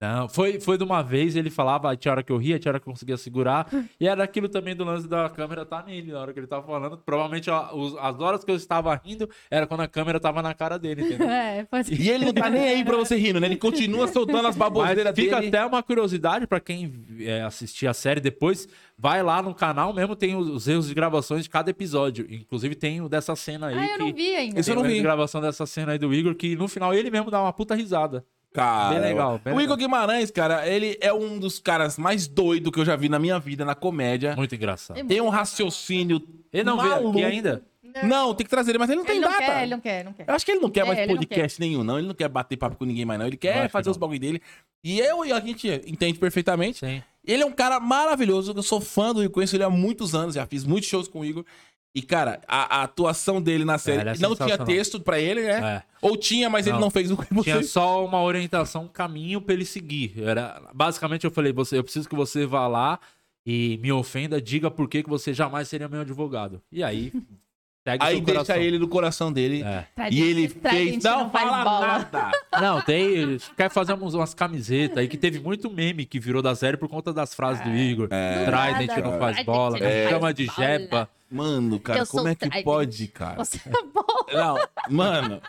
D: Não, foi, foi de uma vez, ele falava, aí tinha hora que eu ria, tinha hora que eu conseguia segurar. e era aquilo também do lance da câmera tá nele, na hora que ele tava falando. Provavelmente ó, os- as horas que eu estava rindo era quando a câmera tava na cara dele, entendeu?
C: É, foi de...
B: E ele não tá nem aí pra você rindo, né? Ele continua soltando as
D: Mas
B: baboseiras
D: fica
B: dele.
D: até uma curiosidade pra quem é, assistir a série depois. Vai lá no canal mesmo, tem os, os erros de gravações de cada episódio. Inclusive tem o dessa cena aí.
C: Ah, eu não
D: que-
C: vi ainda.
B: Esse eu não
D: tem o erro
B: vi.
D: de gravação dessa cena aí do Igor, que no final ele mesmo dá uma puta risada.
B: Cara,
D: Bem legal, bem
B: o Igor Guimarães, cara, ele é um dos caras mais doidos que eu já vi na minha vida na comédia.
D: Muito engraçado.
C: Ele-
B: Tem um raciocínio.
D: Ele não veio
B: maluco.
D: aqui ainda?
B: Não, tem que trazer ele, mas ele não
C: Ele
B: tem
C: não
B: data.
C: quer, ele não quer, ele não quer.
B: Eu acho que ele não quer
C: É,
B: mais
C: ele não
B: podcast nenhum, não. Ele não quer bater papo com ninguém mais, não. Ele
D: Eu
B: quer
D: acho que
B: fazer os
D: não.
B: bagulho dele. E eu e a gente entende perfeitamente.
D: Sim.
B: Ele é um cara maravilhoso, eu sou fã do Igor, conheço ele há muitos anos, já fiz muitos shows com o Igor. E, cara, a, a atuação dele na série
D: ele é
B: não tinha
D: sensacional.
B: texto pra ele, né?
D: É.
B: Ou tinha, mas ele
D: Não.
B: não fez o que
D: Tinha
B: você.
D: só uma orientação, um caminho pra ele seguir. Era, basicamente, eu falei, você, eu preciso que você vá lá e me ofenda, diga por que que você jamais seria meu advogado. E aí, segue
B: Aí
D: seu
B: deixa
D: coração.
B: ele no coração dele.
D: É.
C: Tadinho,
B: E ele
C: tadinho, a
B: fez.
C: gente
B: Não,
C: faz
B: fala
C: bola.
B: nada.
D: Não, tem. Quer fazer umas, umas camisetas aí que teve muito meme que virou da série por conta das frases do Igor. Traz, a gente
C: Nada.
D: não
C: A
D: faz
C: gente
D: bola, né?
C: não faz
D: chama de
C: bola.
D: jeba.
B: Mano, cara,
C: Eu sou
B: como é que
C: trident.
B: pode, cara?
C: Você é bom.
B: Não, mano,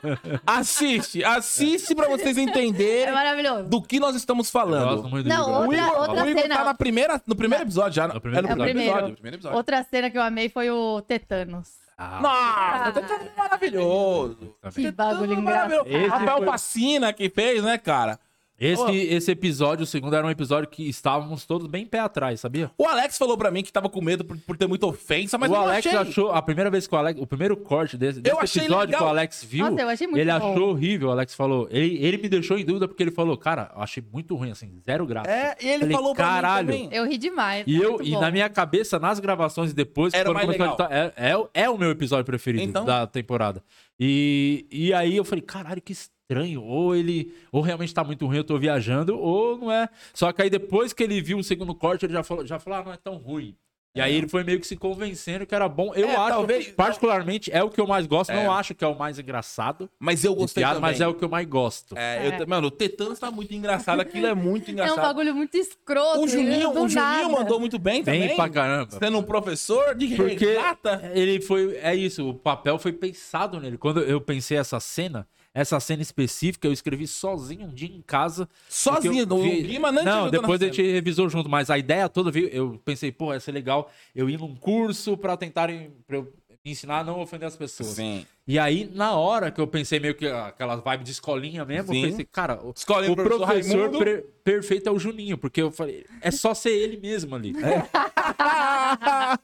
B: assiste, assiste pra vocês
C: É
B: entenderem
C: maravilhoso.
B: do que nós estamos
D: Eu gosto
B: falando.
D: muito do
C: Não,
D: Igor.
B: O
C: outra-
B: Igor,
C: outra
B: o Igor
C: cena.
B: tá na primeira, no primeiro episódio já.
D: No primeiro
B: é no primeiro
C: episódio.
B: episódio. no primeiro episódio.
C: Outra cena que eu amei foi o Tetanos.
D: Ah,
B: Nossa, tá maravilhoso.
C: Que Ah. bagulho engraçado.
B: maravilhoso.
D: Esse
B: Rafael
D: foi-
B: Pacina que fez, né, cara?
D: Esse, esse episódio, o segundo, era um episódio que estávamos todos bem pé atrás, sabia?
B: O Alex falou pra mim que tava com medo por, por ter muita ofensa, mas
D: o
B: eu não
D: Alex
B: achei.
D: achou, a primeira vez que o Alex, o primeiro corte desse, desse
B: achei
D: episódio
B: legal.
D: que o Alex viu,
C: Nossa, eu achei muito
D: ele
C: bom.
D: achou horrível, o Alex falou. Ele, ele me deixou em dúvida porque ele falou, cara, eu achei muito ruim, assim, zero graça.
B: É, e ele
D: Falei,
B: falou pra mim
D: caralho.
B: também.
C: Eu ri demais.
D: E,
C: tá
D: eu,
C: muito
D: e
C: bom.
D: na minha cabeça, nas gravações depois,
B: Era
D: quando
B: mais
D: começou a
B: legal.
D: editar, é, é o- é o meu episódio preferido
B: Então.
D: da temporada. E, e aí eu falei, caralho, que estranho. Ou ele, ou realmente tá muito ruim, eu tô viajando, ou não é. Só que aí depois que ele viu o segundo corte, ele já falou, já falou ah, não é tão ruim. E aí ele foi meio que se convencendo que era bom. Eu
B: É,
D: acho,
B: talvez-
D: particularmente, é o que eu mais gosto.
B: É.
D: Não acho que é o mais engraçado,
B: Mas eu
D: de
B: gostei
D: piada,
B: também.
D: mas é o que eu mais gosto.
B: É, eu, ta- mano, o Tetanos tá muito engraçado. Aquilo é muito
C: É um
B: engraçado.
C: bagulho muito escroto. né?
B: o Juninho,
C: do
B: o Juninho
C: nada.
B: mandou muito bem também.
D: Bem pra caramba.
B: Sendo um professor de
D: Porque
B: regata.
D: ele foi. É isso, o papel foi pensado nele. Quando eu pensei essa cena, essa cena específica, eu escrevi sozinho um dia em casa.
B: Sozinho, né,
D: porque eu
B: o Guima não te
D: Não,
B: ajudou
D: depois
B: na
D: a gente revisou junto, mas a ideia toda veio. Eu pensei, pô, ia ser legal eu ir num curso pra tentarem. Pra eu me ensinar a não ofender as pessoas.
B: Sim.
D: E aí, na hora que eu pensei meio que ah, aquela vibe de escolinha mesmo,
B: Sim.
D: eu pensei, cara, o,
B: Escolinha
D: o
B: do professor
D: professor,
B: Raimundo. É.
D: per- perfeito é o Juninho, porque eu falei, é só ser ele mesmo ali.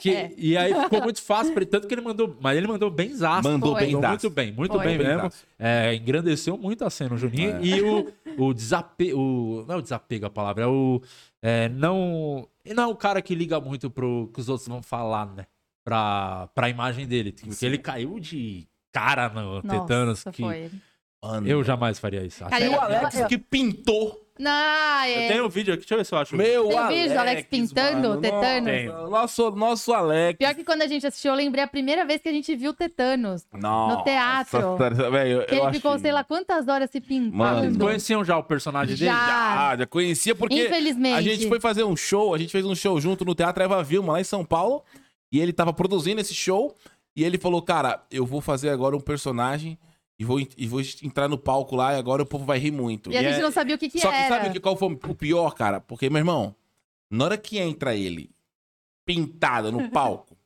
D: Que-
C: É.
D: E aí ficou muito fácil pra ele, tanto que ele mandou. Mas ele mandou bem zaço.
B: Mandou
C: Foi.
B: bem
D: muito bem, muito
C: Foi.
D: bem
B: Bem
D: mesmo.
B: zaço.
D: É, engrandeceu muito a cena o Juninho.
B: É.
D: E o, o desapego. Não é o desapego a palavra, é o. É, não. e Não é o cara que liga muito pro que os outros vão falar, né? Pra, pra imagem dele. Porque ele caiu de cara no Tetanos. Que
C: foi.
B: Mano.
D: eu jamais faria isso.
C: Cara,
B: E
C: eu-
B: o Alex
C: eu-
B: que pintou.
C: Não,
D: Eu
C: é.
D: tenho um vídeo aqui, deixa eu ver se eu acho.
B: Meu
C: Tem
B: Alex.
C: vídeo do Alex pintando,
B: mano.
C: tetano?
B: Nossa, Nosso, nosso Alex.
C: Pior que quando a gente assistiu, eu lembrei a primeira vez que a gente viu Tetanos.
B: Nossa,
C: no teatro.
B: tá- velho, eu
C: Que ele
B: achei-
C: ficou, sei lá, quantas horas se pintando.
D: Ah, vocês
B: Mano.
D: conheciam já o personagem dele?
C: Já.
B: Ah, já conhecia porque
C: Infelizmente.
B: a gente foi fazer um show, a gente fez um show junto no Teatro Eva Vilma lá em São Paulo, e ele tava produzindo esse show, e ele falou: "Cara, eu vou fazer agora um personagem e vou e vou entrar no palco lá e agora o povo vai rir muito".
C: E a
B: E
C: gente
B: é-
C: não sabia o que que
B: Só que
C: era.
B: sabe o que- qual foi o pior, cara? Porque, meu irmão, na hora que entra ele pintado no palco,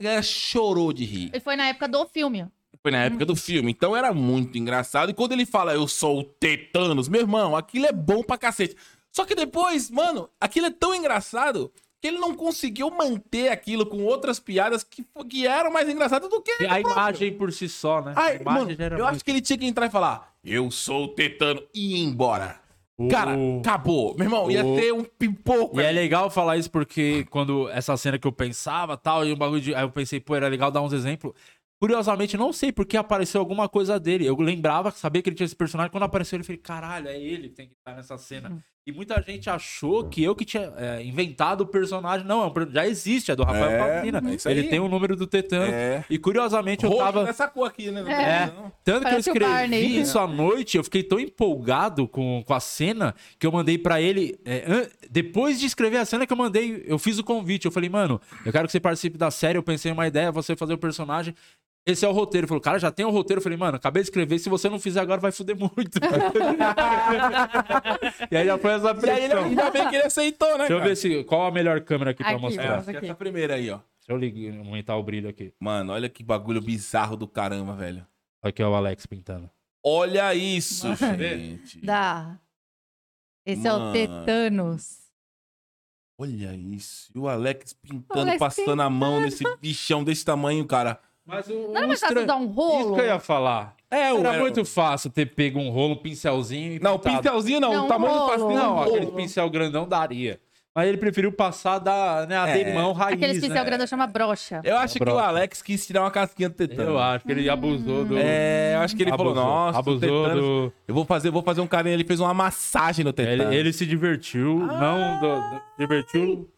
B: a galera chorou de rir.
C: E foi na época do filme.
B: Foi na época do filme, então era muito engraçado. E quando ele fala, eu sou o Tetanos, meu irmão, aquilo é bom pra cacete. Só que depois, mano, aquilo é tão engraçado que ele não conseguiu manter aquilo com outras piadas que, fo- que eram mais engraçadas do que ele
D: A
B: próprio.
D: imagem por si só, né? a
B: Ai,
D: imagem
B: mano,
D: gera
B: eu
D: muito.
B: acho que ele tinha que entrar e falar, eu sou o Tetano, e ir embora.
D: O-
B: Cara, acabou. Meu irmão, ia
D: o-
B: ter um pipoco.
D: E é
B: ali.
D: legal falar isso porque quando essa cena que eu pensava tal, e o bagulho de. Aí eu pensei, pô, era legal dar uns exemplos. Curiosamente, não sei porque apareceu alguma coisa dele. Eu lembrava, sabia que ele tinha esse personagem. Quando apareceu, ele falei, caralho, é ele que tem que estar nessa cena. E muita gente achou que eu que tinha é, inventado o personagem. Não, é um per- já existe, é do Rafael
B: É,
D: Palmina.
B: é isso aí.
D: Ele tem o número do Tetano.
B: É.
D: E curiosamente, eu
B: Roxo
D: tava.
B: nessa cor aqui, né?
D: É,
B: Não.
D: tanto que eu
C: Parece o Barney.
D: escrevi isso à noite, eu fiquei tão empolgado com, com a cena que eu mandei pra ele. é, an- depois de escrever a cena que eu mandei, eu fiz o convite. Eu falei, mano, eu quero que você participe da série. Eu pensei em uma ideia, você fazer o personagem. Esse é o roteiro. Ele falou, cara, já tem o roteiro. Eu falei, mano, acabei de escrever. Se você não fizer agora, vai fuder muito. e aí já foi essa
B: E aí, ele,
D: pressão.
B: ainda bem que ele aceitou, né?
D: Então. Deixa eu
B: cara?
D: ver se, qual a melhor câmera aqui pra
C: Aqui,
D: mostrar.
B: É,
C: Nossa,
B: acho que
C: aqui.
B: essa primeira aí, ó.
D: Deixa eu ligar, aumentar o brilho aqui.
B: Mano, olha que bagulho bizarro do caramba, velho.
D: Aqui é o Alex pintando.
B: Olha isso, gente.
C: Da... Esse é
B: Mano.
C: o Tetanos.
B: Olha isso. E o Alex pintando,
C: Alex
B: passando a mão nesse bichão desse tamanho, cara.
D: Mas o,
C: Não era mais fácil dar um
D: Isso
C: rolo?
D: que eu ia falar.
B: É,
D: Era
B: era-
D: muito fácil ter pego um rolo, um pincelzinho e
B: Não, um
D: pintado.
B: pincelzinho não.
C: Não,
B: o tamanho do
C: rolo.
B: pastel
D: Não,
B: não.
D: aquele
B: Aquele...
D: pincel grandão daria. Mas ele preferiu passar da, né, a
B: É.
D: demão raiz,
C: Aqueles pincel
D: né?
C: grandão chama brocha.
B: Eu acho que o
D: Broca.
B: Alex quis tirar uma casquinha do tetano.
D: Eu acho que ele abusou do...
B: É, eu acho que ele
D: abusou,
B: falou, nossa, o
D: Abusou
B: tetano-
D: do...
B: Eu vou fazer, vou fazer um carinho. Ele fez uma massagem no
D: Ele,
B: tetano.
D: ele se divertiu, não... do- do- divertiu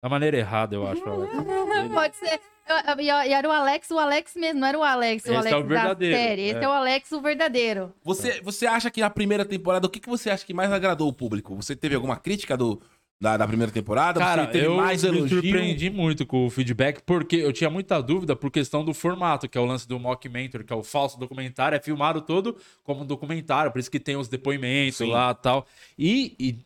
D: da maneira errada, eu acho. Alex.
C: Pode ser. Eu- eu- E era o Alex, o Alex mesmo, não era o Alex,
D: Esse
C: o Alex
D: é o
C: da
D: verdadeiro,
C: série. Esse
D: é.
C: é. o Alex, o verdadeiro.
B: Você, você acha que na primeira temporada, o que, que você acha que mais agradou o público? Você teve alguma crítica do, da, da primeira temporada?
D: Cara,
B: você teve
D: eu
B: mais
D: me
B: elogio?
D: surpreendi muito com o feedback, porque eu tinha muita dúvida por questão do formato, que é o lance do mockumentary, que é o falso documentário, é filmado todo como um documentário, por isso que tem os depoimentos
B: Sim.
D: lá tal. e E,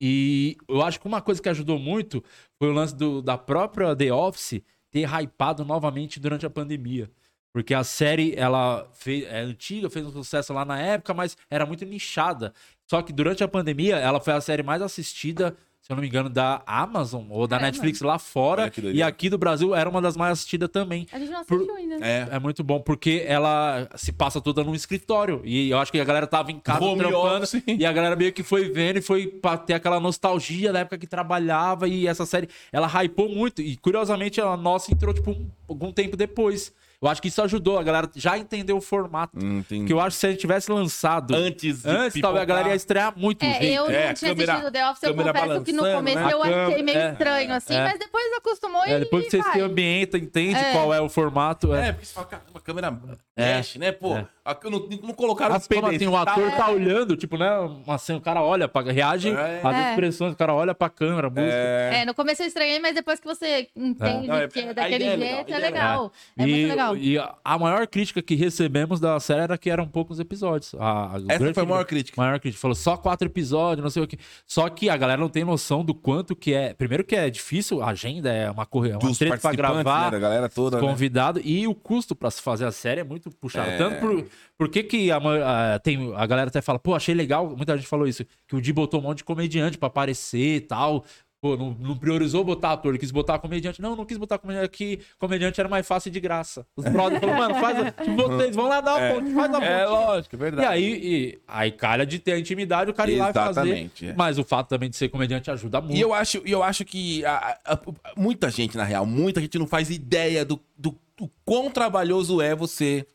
D: e eu acho que uma coisa que ajudou muito foi o lance do- da própria The Office ter hypado novamente durante a pandemia. Porque a série, ela fez, é antiga, fez um sucesso lá na época, mas era muito nichada. Só que durante a pandemia, ela foi a série mais assistida, se eu não me engano, da Amazon ou da
C: Caramba.
D: Netflix lá fora.
B: É, Olha que doideira.
D: E aqui do Brasil era uma das mais assistidas também.
C: A gente não
D: Por-
C: assistiu ainda.
B: É.
D: É muito bom, porque ela se passa toda num escritório. E eu acho que a galera tava em casa
B: Home
D: trampando.
B: office.
D: E a galera meio que foi vendo e foi pra ter aquela nostalgia da época que trabalhava. E essa série, ela hypou muito. E curiosamente, a nossa entrou, tipo, um- algum tempo depois. Eu acho que isso ajudou. A galera já entendeu o formato.
B: Hum, entendi.
D: Que eu acho que se a gente tivesse lançado
B: Antes de
D: antes talvez a
B: pipocar.
D: galera ia estrear muito.
C: É,
D: gente.
C: eu não
B: é,
C: tinha
B: câmera-
C: assistido The Office, eu
B: câmera
C: confesso que no
B: balançando,
C: começo
B: né?
C: eu
D: A
C: achei
D: câmera-
C: meio
D: é,
C: estranho, assim,
D: é.
C: mas depois acostumou
D: É,
C: e
D: depois que você
C: vai.
D: se ambienta, entende
C: É.
D: qual é o formato. É.
B: É, porque você fala, caramba, a câmera mexe, né, pô?
D: É.
B: A- não, não colocaram
D: Mas como
B: um
D: assim, o ator tá olhando, tipo, né? Assim, o cara olha, pra, reage
B: É.
D: às
C: É.
D: expressões, o cara olha pra câmera, música.
C: É, no começo eu estranhei, mas depois que você entende
B: Não, é-
C: que
B: a
C: é daquele
B: ideia é legal,
C: jeito,
B: a ideia
C: é
B: é
C: legal. É, muito legal.
D: e a- a maior crítica que recebemos da série era que eram poucos episódios. A, a grande
B: foi a maior crítica.
D: Maior crítica. Falou só quatro episódios, não sei o que. Só que a galera não tem noção do quanto que é. Primeiro que é difícil, a agenda é uma correria, uma
B: Dos
D: treta pra
B: participantes,
D: gravar.
B: né, da galera toda, né?
D: convidado e o custo pra se fazer a série é muito puxado.
B: É.
D: Tanto por, por que que a, ma- a- tem, a galera até fala, pô, achei legal, muita gente falou isso, que o Di botou um monte de comediante pra aparecer e tal. Pô, não, não priorizou botar ator, quis botar comediante. Não, não quis botar comediante, que comediante era mais fácil e de graça. Os brothers falaram, mano, faz. a- tipo, Vocês vão lá dar uma ponte, faz a ponte.
B: É lógico, é
D: E
B: verdade.
D: aí, e- aí calha de ter a intimidade, o cara ir lá e fazer.
B: Exatamente, é.
D: Mas o fato também de ser comediante ajuda muito.
B: E eu acho, e eu acho que a- a- a- muita gente, na real, muita gente não faz ideia do, do, do quão trabalhoso é você.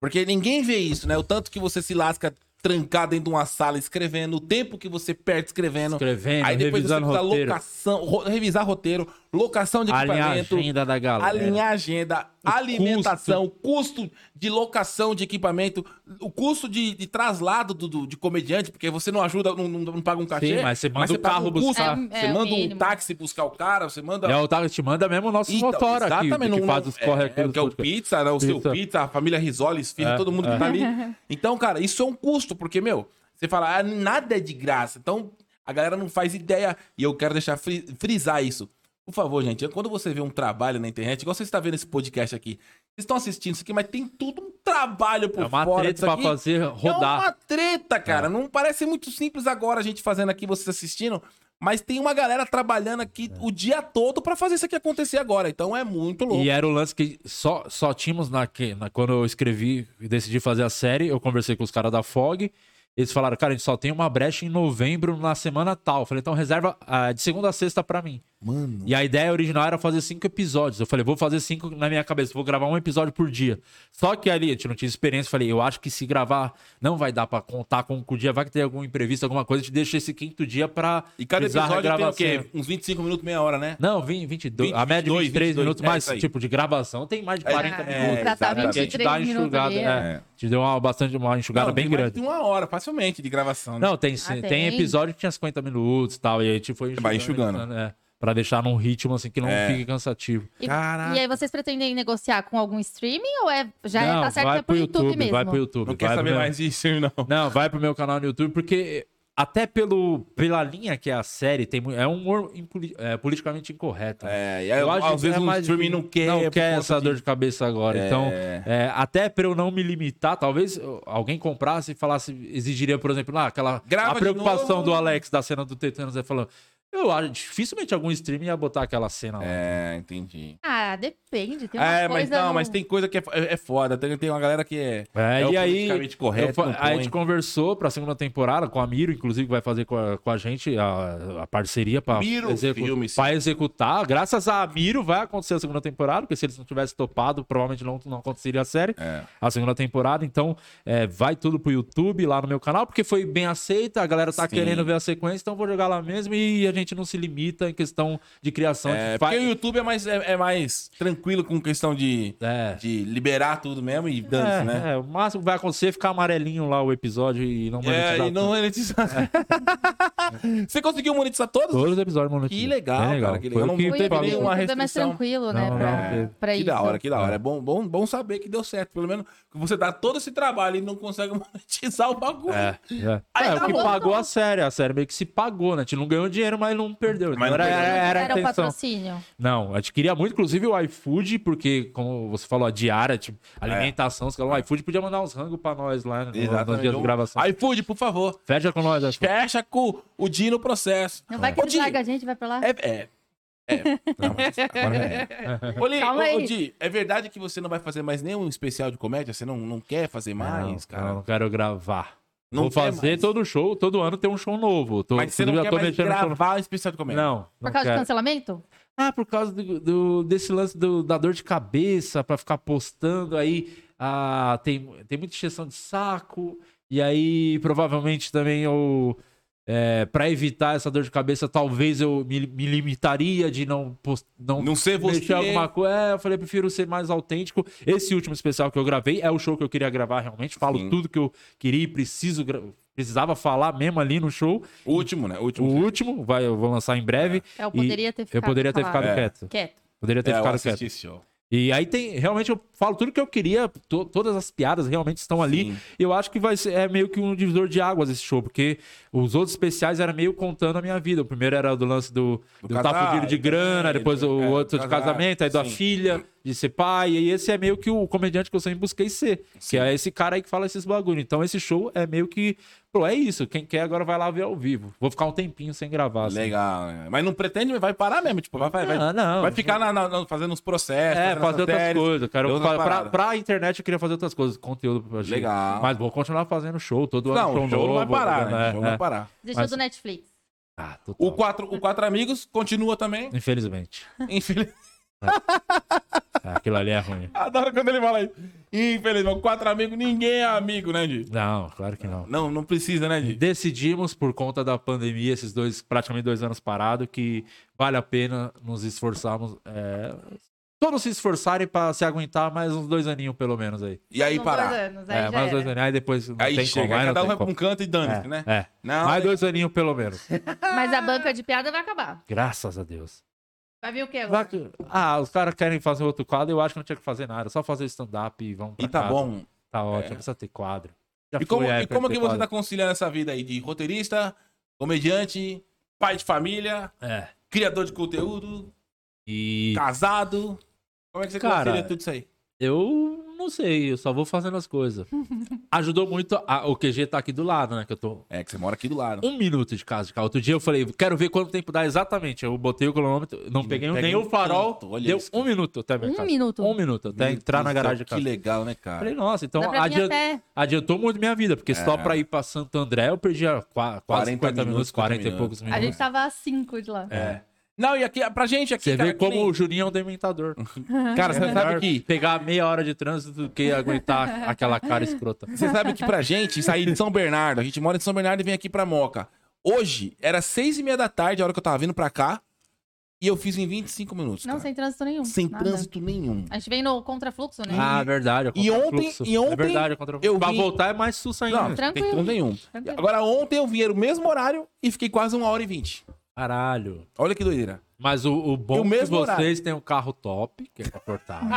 B: Porque ninguém vê isso, né? O tanto que você se lasca trancado dentro de uma sala escrevendo, o tempo que você perde escrevendo.
D: Escrevendo,
B: Aí depois você
D: revisando
B: precisa
D: roteiro.
B: locação, ro- revisar roteiro, locação de
D: Alinhar a
B: equipamento.
D: agenda da galera.
B: Alinhar a agenda, alimentação, custo. de locação de equipamento, o custo de, de traslado do, do- de comediante, porque você não ajuda, não, não- não paga um cachê.
D: Sim, mas você manda o
B: paga
D: carro
B: um custo,
D: buscar.
C: É, é
B: você
C: o
B: manda um
C: mínimo.
B: táxi buscar o cara, você manda.
D: E aí É o Otávio te manda mesmo o nosso
B: Então,
D: motora aqui, que,
B: não-
D: faz os
B: é,
D: corre
B: é, que é o pizza, né? o seu
D: Pizza.
B: pizza, a família Risoles, filho,
D: É,
B: todo mundo que tá ali. Então, cara, isso é um custo, porque, meu, você fala, ah, nada é de graça. Então, a galera não faz ideia. E eu quero deixar fri- frisar isso. Por favor, gente, quando você vê um trabalho na internet, igual você está vendo esse podcast aqui, vocês estão assistindo isso aqui, mas tem tudo um trabalho por
D: É uma
B: fora.
D: treta
B: disso
D: pra
B: aqui.
D: fazer
B: É uma
D: rodar. É.
B: treta, cara. Não parece muito simples agora a gente fazendo aqui, vocês assistindo. Mas tem uma galera trabalhando aqui
D: É.
B: o dia todo pra fazer isso aqui acontecer agora. Então é muito louco.
D: E era o lance que só, só tínhamos na, que- na- quando eu escrevi e decidi fazer a série, eu conversei com os caras da FOG. Eles falaram, cara, a gente só tem uma brecha em novembro na semana tal. Eu falei, então reserva ah, de segunda a sexta pra mim.
B: Mano.
D: E a ideia original era fazer cinco episódios. Eu falei, vou fazer cinco na minha cabeça, vou gravar um episódio por dia. Só que ali, a gente não tinha experiência, falei, eu acho que se gravar não vai dar pra contar com o dia, vai que tem algum imprevisto, alguma coisa, te deixa esse quinto dia pra
B: E cada
D: frisar a
B: episódio tem o quê?
D: gravação.
B: Uns 25 minutos, meia hora, né?
D: Não, 20, 22,
B: 20,
D: a média de
B: 22,
D: 23 minutos,
B: 22, é
D: mas
B: isso aí.
D: tipo de gravação tem mais de
B: É,
C: Ah,
D: 40
B: é,
D: minutos.
B: tá, tá,
D: Porque a gente
C: 23
D: dá uma
C: minutos
D: enxugada,
C: ali, né?
D: é. Te deu uma bastante uma enxugada
B: Não,
D: bem
B: tem mais de
D: grande.
B: uma hora, facilmente, de gravação. né?
D: Não, tem, sim.
C: um Ah,
D: tem
C: tem?
D: episódio que tinha 50 minutos e tal, e aí a gente foi
B: Vai enxugando.
D: é, pra deixar num ritmo assim que não
B: É.
D: fique cansativo.
C: E,
B: Caraca.
C: e é- aí vocês pretendem negociar com algum streaming ou é, já é, tá certo que é pro YouTube, mesmo?
D: Vai pro YouTube.
B: Não quer
D: vai pro
B: saber
D: meu-
B: mais disso, não.
D: Não, vai pro meu canal no YouTube, porque até pelo, pela linha que é a série, tem, mu- é um humor impoli- é, politicamente incorreto. né?
B: É, e aí, às vezes
D: é
B: o
D: mais-
B: streaming não quer. é
D: Não
B: por
D: quer
B: conta
D: essa
B: de-
D: dor de cabeça agora.
B: É.
D: Então, é, até pra eu não me limitar, talvez eu- alguém comprasse e falasse, exigiria, por exemplo, lá, aquela
B: Grava
D: a
B: de
D: preocupação
B: novo.
D: do Alex da cena do Tetanos, é falando. Eu acho dificilmente algum streaming ia botar aquela cena lá.
B: É, entendi.
C: Ah, depende. Tem uma
B: É,
C: coisa
B: mas não,
C: no-
B: mas tem coisa que é, é é foda. Tem, tem uma galera que é,
D: É,
B: o
D: e aí,
B: politicamente
D: eu
B: correto.
D: fa-
B: não
D: aí a
B: põe.
D: gente conversou pra segunda temporada com a Miro, inclusive, que vai fazer com a, com a gente a, a parceria pra,
B: Miro Filmes.
D: pra executar. Graças a Miro vai acontecer a segunda temporada, porque se eles não tivessem topado, provavelmente não, não aconteceria a série,
B: É.
D: a segunda temporada. Então, é, vai tudo pro YouTube, lá no meu canal, porque foi bem aceita, a galera tá
B: Sim.
D: querendo ver a sequência, então vou jogar lá mesmo e a gente não se limita em questão de criação. a
B: É,
D: gente
B: porque
D: faz-
B: o YouTube é mais, é, é mais tranquilo com questão de, né,
D: É.
B: de liberar tudo mesmo e
D: É,
B: dance, né?
D: é, o máximo que vai acontecer é ficar amarelinho lá o episódio e não
B: É,
D: monetizar
B: e não
D: tudo.
B: monetizar. Você conseguiu monetizar todos?
D: Todos os episódios monetizados.
B: Que legal,
D: Bem
B: cara, que
D: Foi
B: legal.
D: o que
B: Não
C: O
B: tem
D: teve
C: YouTube
B: problema.
D: nenhuma-
B: uma
C: é mais
B: restrição.
C: tranquilo, né?
D: Não, não,
C: pra,
D: teve.
C: pra
B: que
C: isso.
B: da hora, que da hora. É bom, bom, bom saber que deu certo. Pelo menos que você dá todo esse trabalho e não consegue monetizar o bagulho.
D: É, é.
B: Aí
D: É,
B: tá
D: o que
B: bom,
D: pagou a série. A série meio que se pagou, né? A gente não ganhou dinheiro, mas não perdeu.
B: Mas não
D: Então era,
B: perdeu.
C: Era
D: era, a
C: um
D: intenção.
C: patrocínio.
D: Não, a gente queria muito, inclusive, o iFood, porque, como você falou, a diária, tipo,
B: É.
D: alimentação, os caras, o iFood podia mandar uns rangos pra nós lá né, no, nos dias de gravação.
B: Então, iFood, por favor,
D: Fecha com nós, assim. iFood.
B: fecha com o Di no processo.
C: Não vai que
B: Ô,
C: eles
B: Di,
C: largam a gente, vai pra lá.
B: É, é. É. Não, mas agora é. Ô, Li,
C: Calma
B: ô,
C: aí.
B: ô, Di, é verdade que você não vai fazer mais nenhum especial de comédia? Você não, não quer fazer mais,
D: não,
B: cara?
D: Não, não quero gravar.
B: Não
D: Vou
B: quer
D: fazer
B: mais.
D: todo show, todo ano tem um show novo. Tô,
B: Mas você não
D: inclusive,
B: quer
D: já tô
B: mais
D: mexendo no show-
B: gravar um especial de comédia?
D: Não, não
C: Por causa de
D: quero.
C: cancelamento?
D: Ah, por causa do, do- desse lance do- da dor de cabeça, pra ficar postando aí. Ah, tem, tem muita exceção de saco. E aí, provavelmente também eu. É, para evitar essa dor de cabeça, talvez eu me, me limitaria de não, post, não,
B: Não ser você.
D: mexer alguma coisa. É, eu falei, prefiro ser mais autêntico. Esse último especial que eu gravei é o show que eu queria gravar realmente. Falo
B: Sim.
D: tudo que eu queria e preciso, gra- precisava falar mesmo ali no show.
B: O último, né? O
D: O
B: último.
D: último, vai, eu vou lançar em breve.
C: É, eu
D: E
C: poderia ter ficado
D: Eu poderia ter
C: calado.
D: ficado
B: É.
D: quieto.
C: Quieto.
D: Poderia ter
B: É, eu
D: ficado
B: assisti
D: quieto.
B: esse show.
D: E aí tem, realmente eu falo tudo que eu queria, to- todas as piadas realmente estão ali.
B: Sim.
D: Eu acho que vai ser é meio que um divisor de águas esse show, porque os outros especiais era meio contando a minha vida. O primeiro era do lance do,
B: Do
D: do,
B: casal,
D: tapudeiro de
B: também,
D: grana, depois
B: do-
D: o
B: é, do
D: outro de
B: casal,
D: casamento, aí da
B: sim.
D: filha, de ser pai. E esse é meio que o comediante que eu sempre busquei ser. Que é esse cara aí que fala esses bagulho. Então esse show é meio que. Pô, é isso. Quem quer agora vai lá ver ao vivo. Vou ficar um tempinho sem gravar. assim.
B: Legal, né? Mas não pretende, vai parar mesmo. Tipo, vai, vai, vai,
D: Ah, não.
B: vai ficar na- na- na- fazendo uns processos.
D: É,
B: fazendo
D: fazer
B: essas
D: outras
B: séries,
D: coisas, cara. Eu,
B: outras
D: pra, pra,
B: paradas.
D: pra internet eu queria fazer outras coisas, conteúdo pra gente.
B: Legal.
D: Mas vou continuar fazendo show, todo ano
B: Não,
D: show
B: o jogo não vai
D: novo,
B: parar, né?
D: né?
B: O jogo
D: É.
B: não vai parar.
C: Desistiu
D: Mas-
C: do Netflix.
D: Ah, total.
B: O quatro, o quatro Amigos continua também.
D: Infelizmente.
B: Infeliz...
D: Ah, Aquilo ali é ruim.
B: Adoro quando ele fala isso. Infelizmente, o Quatro Amigos, ninguém é amigo, né, Di?
D: Não, claro que não.
B: Não, não precisa, né, Di?
D: Decidimos, por conta da pandemia, esses dois, praticamente dois anos parados, que vale a pena nos esforçarmos. É... Todos se esforçarem pra se aguentar mais uns dois aninhos, pelo menos, aí.
B: E aí
C: São dois
B: parar.
C: anos, aí
D: É,
C: já
D: mais dois
C: era.
D: aninhos, aí depois não
B: Aí
D: tem
B: chega,
D: como, aí
B: aí
D: não
B: cada um
D: tem
B: vai pra
D: como.
B: um canto e dane-se,
D: É,
B: né?
D: é.
B: Não,
D: mais
B: tem-
D: dois aninhos, pelo menos.
C: Mas a banca de piada vai acabar.
D: Graças a Deus.
C: Vai vir o quê?
D: Vai
C: agora?
D: que- Ah, os caras querem fazer outro quadro, eu acho que não tinha que fazer nada, só fazer stand-up e vamos pra
B: E tá
D: casa.
B: bom.
D: Tá ótimo,
B: É.
D: não precisa ter quadro. Já é,
B: E como,
D: foi a
B: e
D: época
B: como
D: de
B: que
D: ter
B: você tá
D: quadro.
B: conciliando essa vida aí de roteirista, comediante, pai de família,
D: É.
B: criador de conteúdo,
D: E
B: casado? Como é que você
D: Cara,
B: concilia tudo isso aí?
D: eu não sei, eu só vou fazendo as coisas. Ajudou muito a- o QG tá aqui do lado, né? Que eu tô
B: É que você mora aqui do lado.
D: um minuto de casa de carro. Outro dia eu falei, quero ver quanto tempo dá exatamente. Eu botei o cronômetro, não peguei
B: pega
D: nem
B: um
D: o farol,
B: tanto, olha
D: deu
B: isso,
D: um minuto até a minha
C: Um
D: casa.
C: minuto?
D: Um minuto, até entrar na garagem de
B: Então, Que
D: casa.
B: legal, né,
D: Falei,
B: cara?
D: nossa, então
C: Dá pra vir
D: adianta-
C: até.
D: Adiantou muito minha vida, porque só
B: É.
D: pra ir pra Santo André eu perdi a qua- quase
B: 40
D: 40 minutos,
B: minutos,
D: 40
B: minutos.
D: e poucos
C: A gente
B: tá
D: minutos.
C: tava a cinco de lá.
B: É. Não, e aqui, pra gente aqui,
D: Você
B: cara,
D: vê
B: que
D: como
B: nem-
D: o Juninho é um dementador. É
B: Cara, você sabe
D: Melhor
B: que...
D: Pegar meia hora de trânsito do que aguentar aquela cara escrota.
B: Você sabe que pra gente sair de São Bernardo, a gente mora em São Bernardo e vem aqui pra Moca. Hoje era seis e meia da tarde, a hora que eu tava vindo pra cá, e eu fiz em 25 minutos.
C: Não,
B: cara.
C: sem trânsito nenhum.
B: Sem
C: nada.
B: trânsito nenhum.
C: A gente vem no contrafluxo, né?
D: Ah, verdade. é
B: E ontem-
D: contrafluxo.
B: e ontem
D: É verdade, é
B: eu
D: contrafluxo. Pra
B: vi-
D: voltar é mais sussa ainda.
B: Não,
C: Tranquilo.
B: tem trânsito nenhum.
C: Tranquilo.
B: Agora, ontem eu vim era o mesmo horário e fiquei quase uma hora e vinte.
D: Caralho.
B: Olha que doideira.
D: Mas o, o bom
B: E o
D: é que
B: mesmo
D: vocês têm um carro top, que é confortável.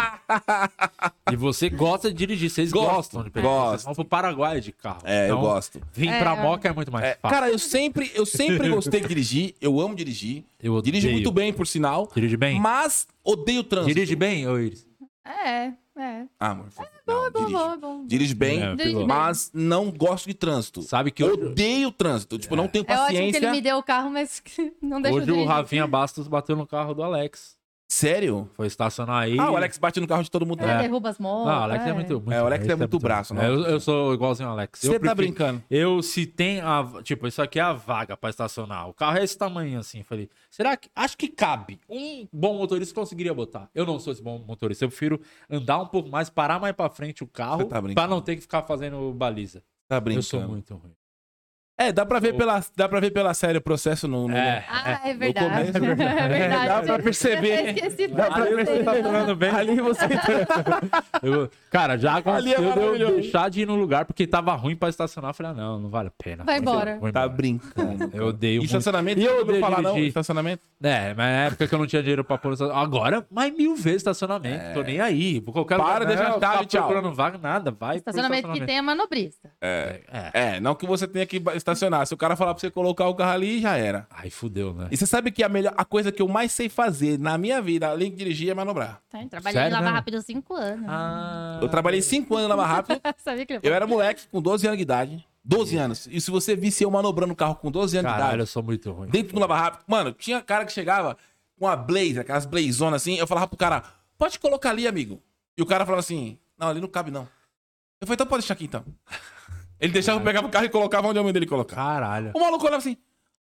D: e você gosta de dirigir. Vocês
B: Gosto,
D: gostam de pegar. Vocês
B: gosto.
D: vão pro Paraguai de carro.
B: É, eu
D: Então,
B: gosto.
D: Vim
C: É,
D: pra
C: eu-
D: Moca é muito mais
B: É,
D: fácil.
B: cara, eu sempre, eu sempre gostei de dirigir. Eu amo dirigir.
D: Eu odeio.
B: Dirijo muito bem, por sinal.
D: Dirige bem?
B: Mas odeio trânsito.
D: Dirige bem, ô Iris?
C: É, é.
B: Ah, amor.
C: Bom, é
B: não,
C: bom,
B: dirijo.
C: bom, é bom.
B: Dirijo bem,
D: É,
C: Dirige bem.
B: mas não gosto de trânsito.
D: Sabe que
B: eu
D: hoje,
B: odeio trânsito. Tipo, não tenho
C: É ótimo que
B: paciência.
C: ele me deu o carro, mas que não deixa eu
D: hoje o
C: dirigir.
D: Rafinha Bastos bateu no carro do Alex.
B: Sério?
D: Foi estacionar aí.
B: Ah, o Alex bate no carro de todo mundo.
C: É,
B: né?
C: derruba as motos.
D: Não, o Alex é, muito, muito.
B: É, o Alex é muito braço, né?
D: É, eu, eu sou igualzinho ao Alex.
B: Você
D: Eu
B: tá
D: prefiro-
B: brincando.
D: Eu, se tem a. Tipo, isso aqui é a vaga pra estacionar. O carro é esse tamanho assim. Falei, será que. Acho que cabe. Um bom motorista conseguiria botar. Eu não sou esse bom motorista. Eu prefiro andar um pouco mais, parar mais pra frente o carro.
B: Você tá brincando.
D: pra não ter que ficar fazendo baliza.
B: Tá
D: Eu sou
B: brincando.
D: muito ruim.
B: É, dá pra ver pela, dá pra ver pela série o processo no. no-
D: É.
C: Ah, é
B: começo
C: verdade.
B: é verdade.
C: É verdade.
B: Dá pra perceber.
C: Eu esqueci tudo.
B: Dá pra
D: Ali você tá falando bem. Ali você Cara, já
B: Ali é
D: aconteceu de eu
B: maravilhoso.
D: deixar de ir no lugar porque tava ruim pra estacionar. Eu falei, ah, não, não vale a pena.
C: Vai embora.
D: Vou
B: Tá brincando.
D: Eu odeio
B: E
D: muito.
B: estacionamento?
D: E eu
B: não
D: odeio
B: falar, não.
D: dirigir.
B: Estacionamento?
D: É, mas na época que eu não tinha dinheiro pra pôr no estacionamento. Agora, mais mil vezes estacionamento.
B: É.
D: Tô nem aí. Vou qualquer
B: Para,
D: lugar.
B: deixa a
D: não,
B: chave,
D: ficar
B: tchau.
D: procurando vaga, nada. Vai pro
C: Estacionamento que tem é manobrista.
D: É.
B: É, não que você tenha que ba- estacionar. Se o cara falar pra você colocar o carro ali, já era.
D: Ai, fudeu, né?
B: E você sabe que a, melhor, a coisa que eu mais sei fazer na minha vida, além de dirigir, é manobrar.
C: Tá, eu Trabalhei em
D: Sério
C: Lava
D: mesmo?
C: Rápido cinco anos.
D: Ah,
B: Eu trabalhei cinco anos na Lava Rápido.
C: Sabia que ele é
B: Eu era moleque com 12 anos de idade. 12 anos. E se você visse eu manobrando o carro com 12 anos de
D: Caralho,
B: idade,
D: eu sou muito ruim.
B: dentro do Lava Rápido, mano, tinha cara que chegava com a blazer, aquelas blazonas assim. Eu falava pro cara, pode colocar ali, amigo. E o cara falava assim, não, ali não cabe não. Eu falei, então pode deixar aqui então. Ele deixava, eu pegava o carro e colocava onde a mãe dele colocava.
D: Caralho.
B: O maluco olhava assim: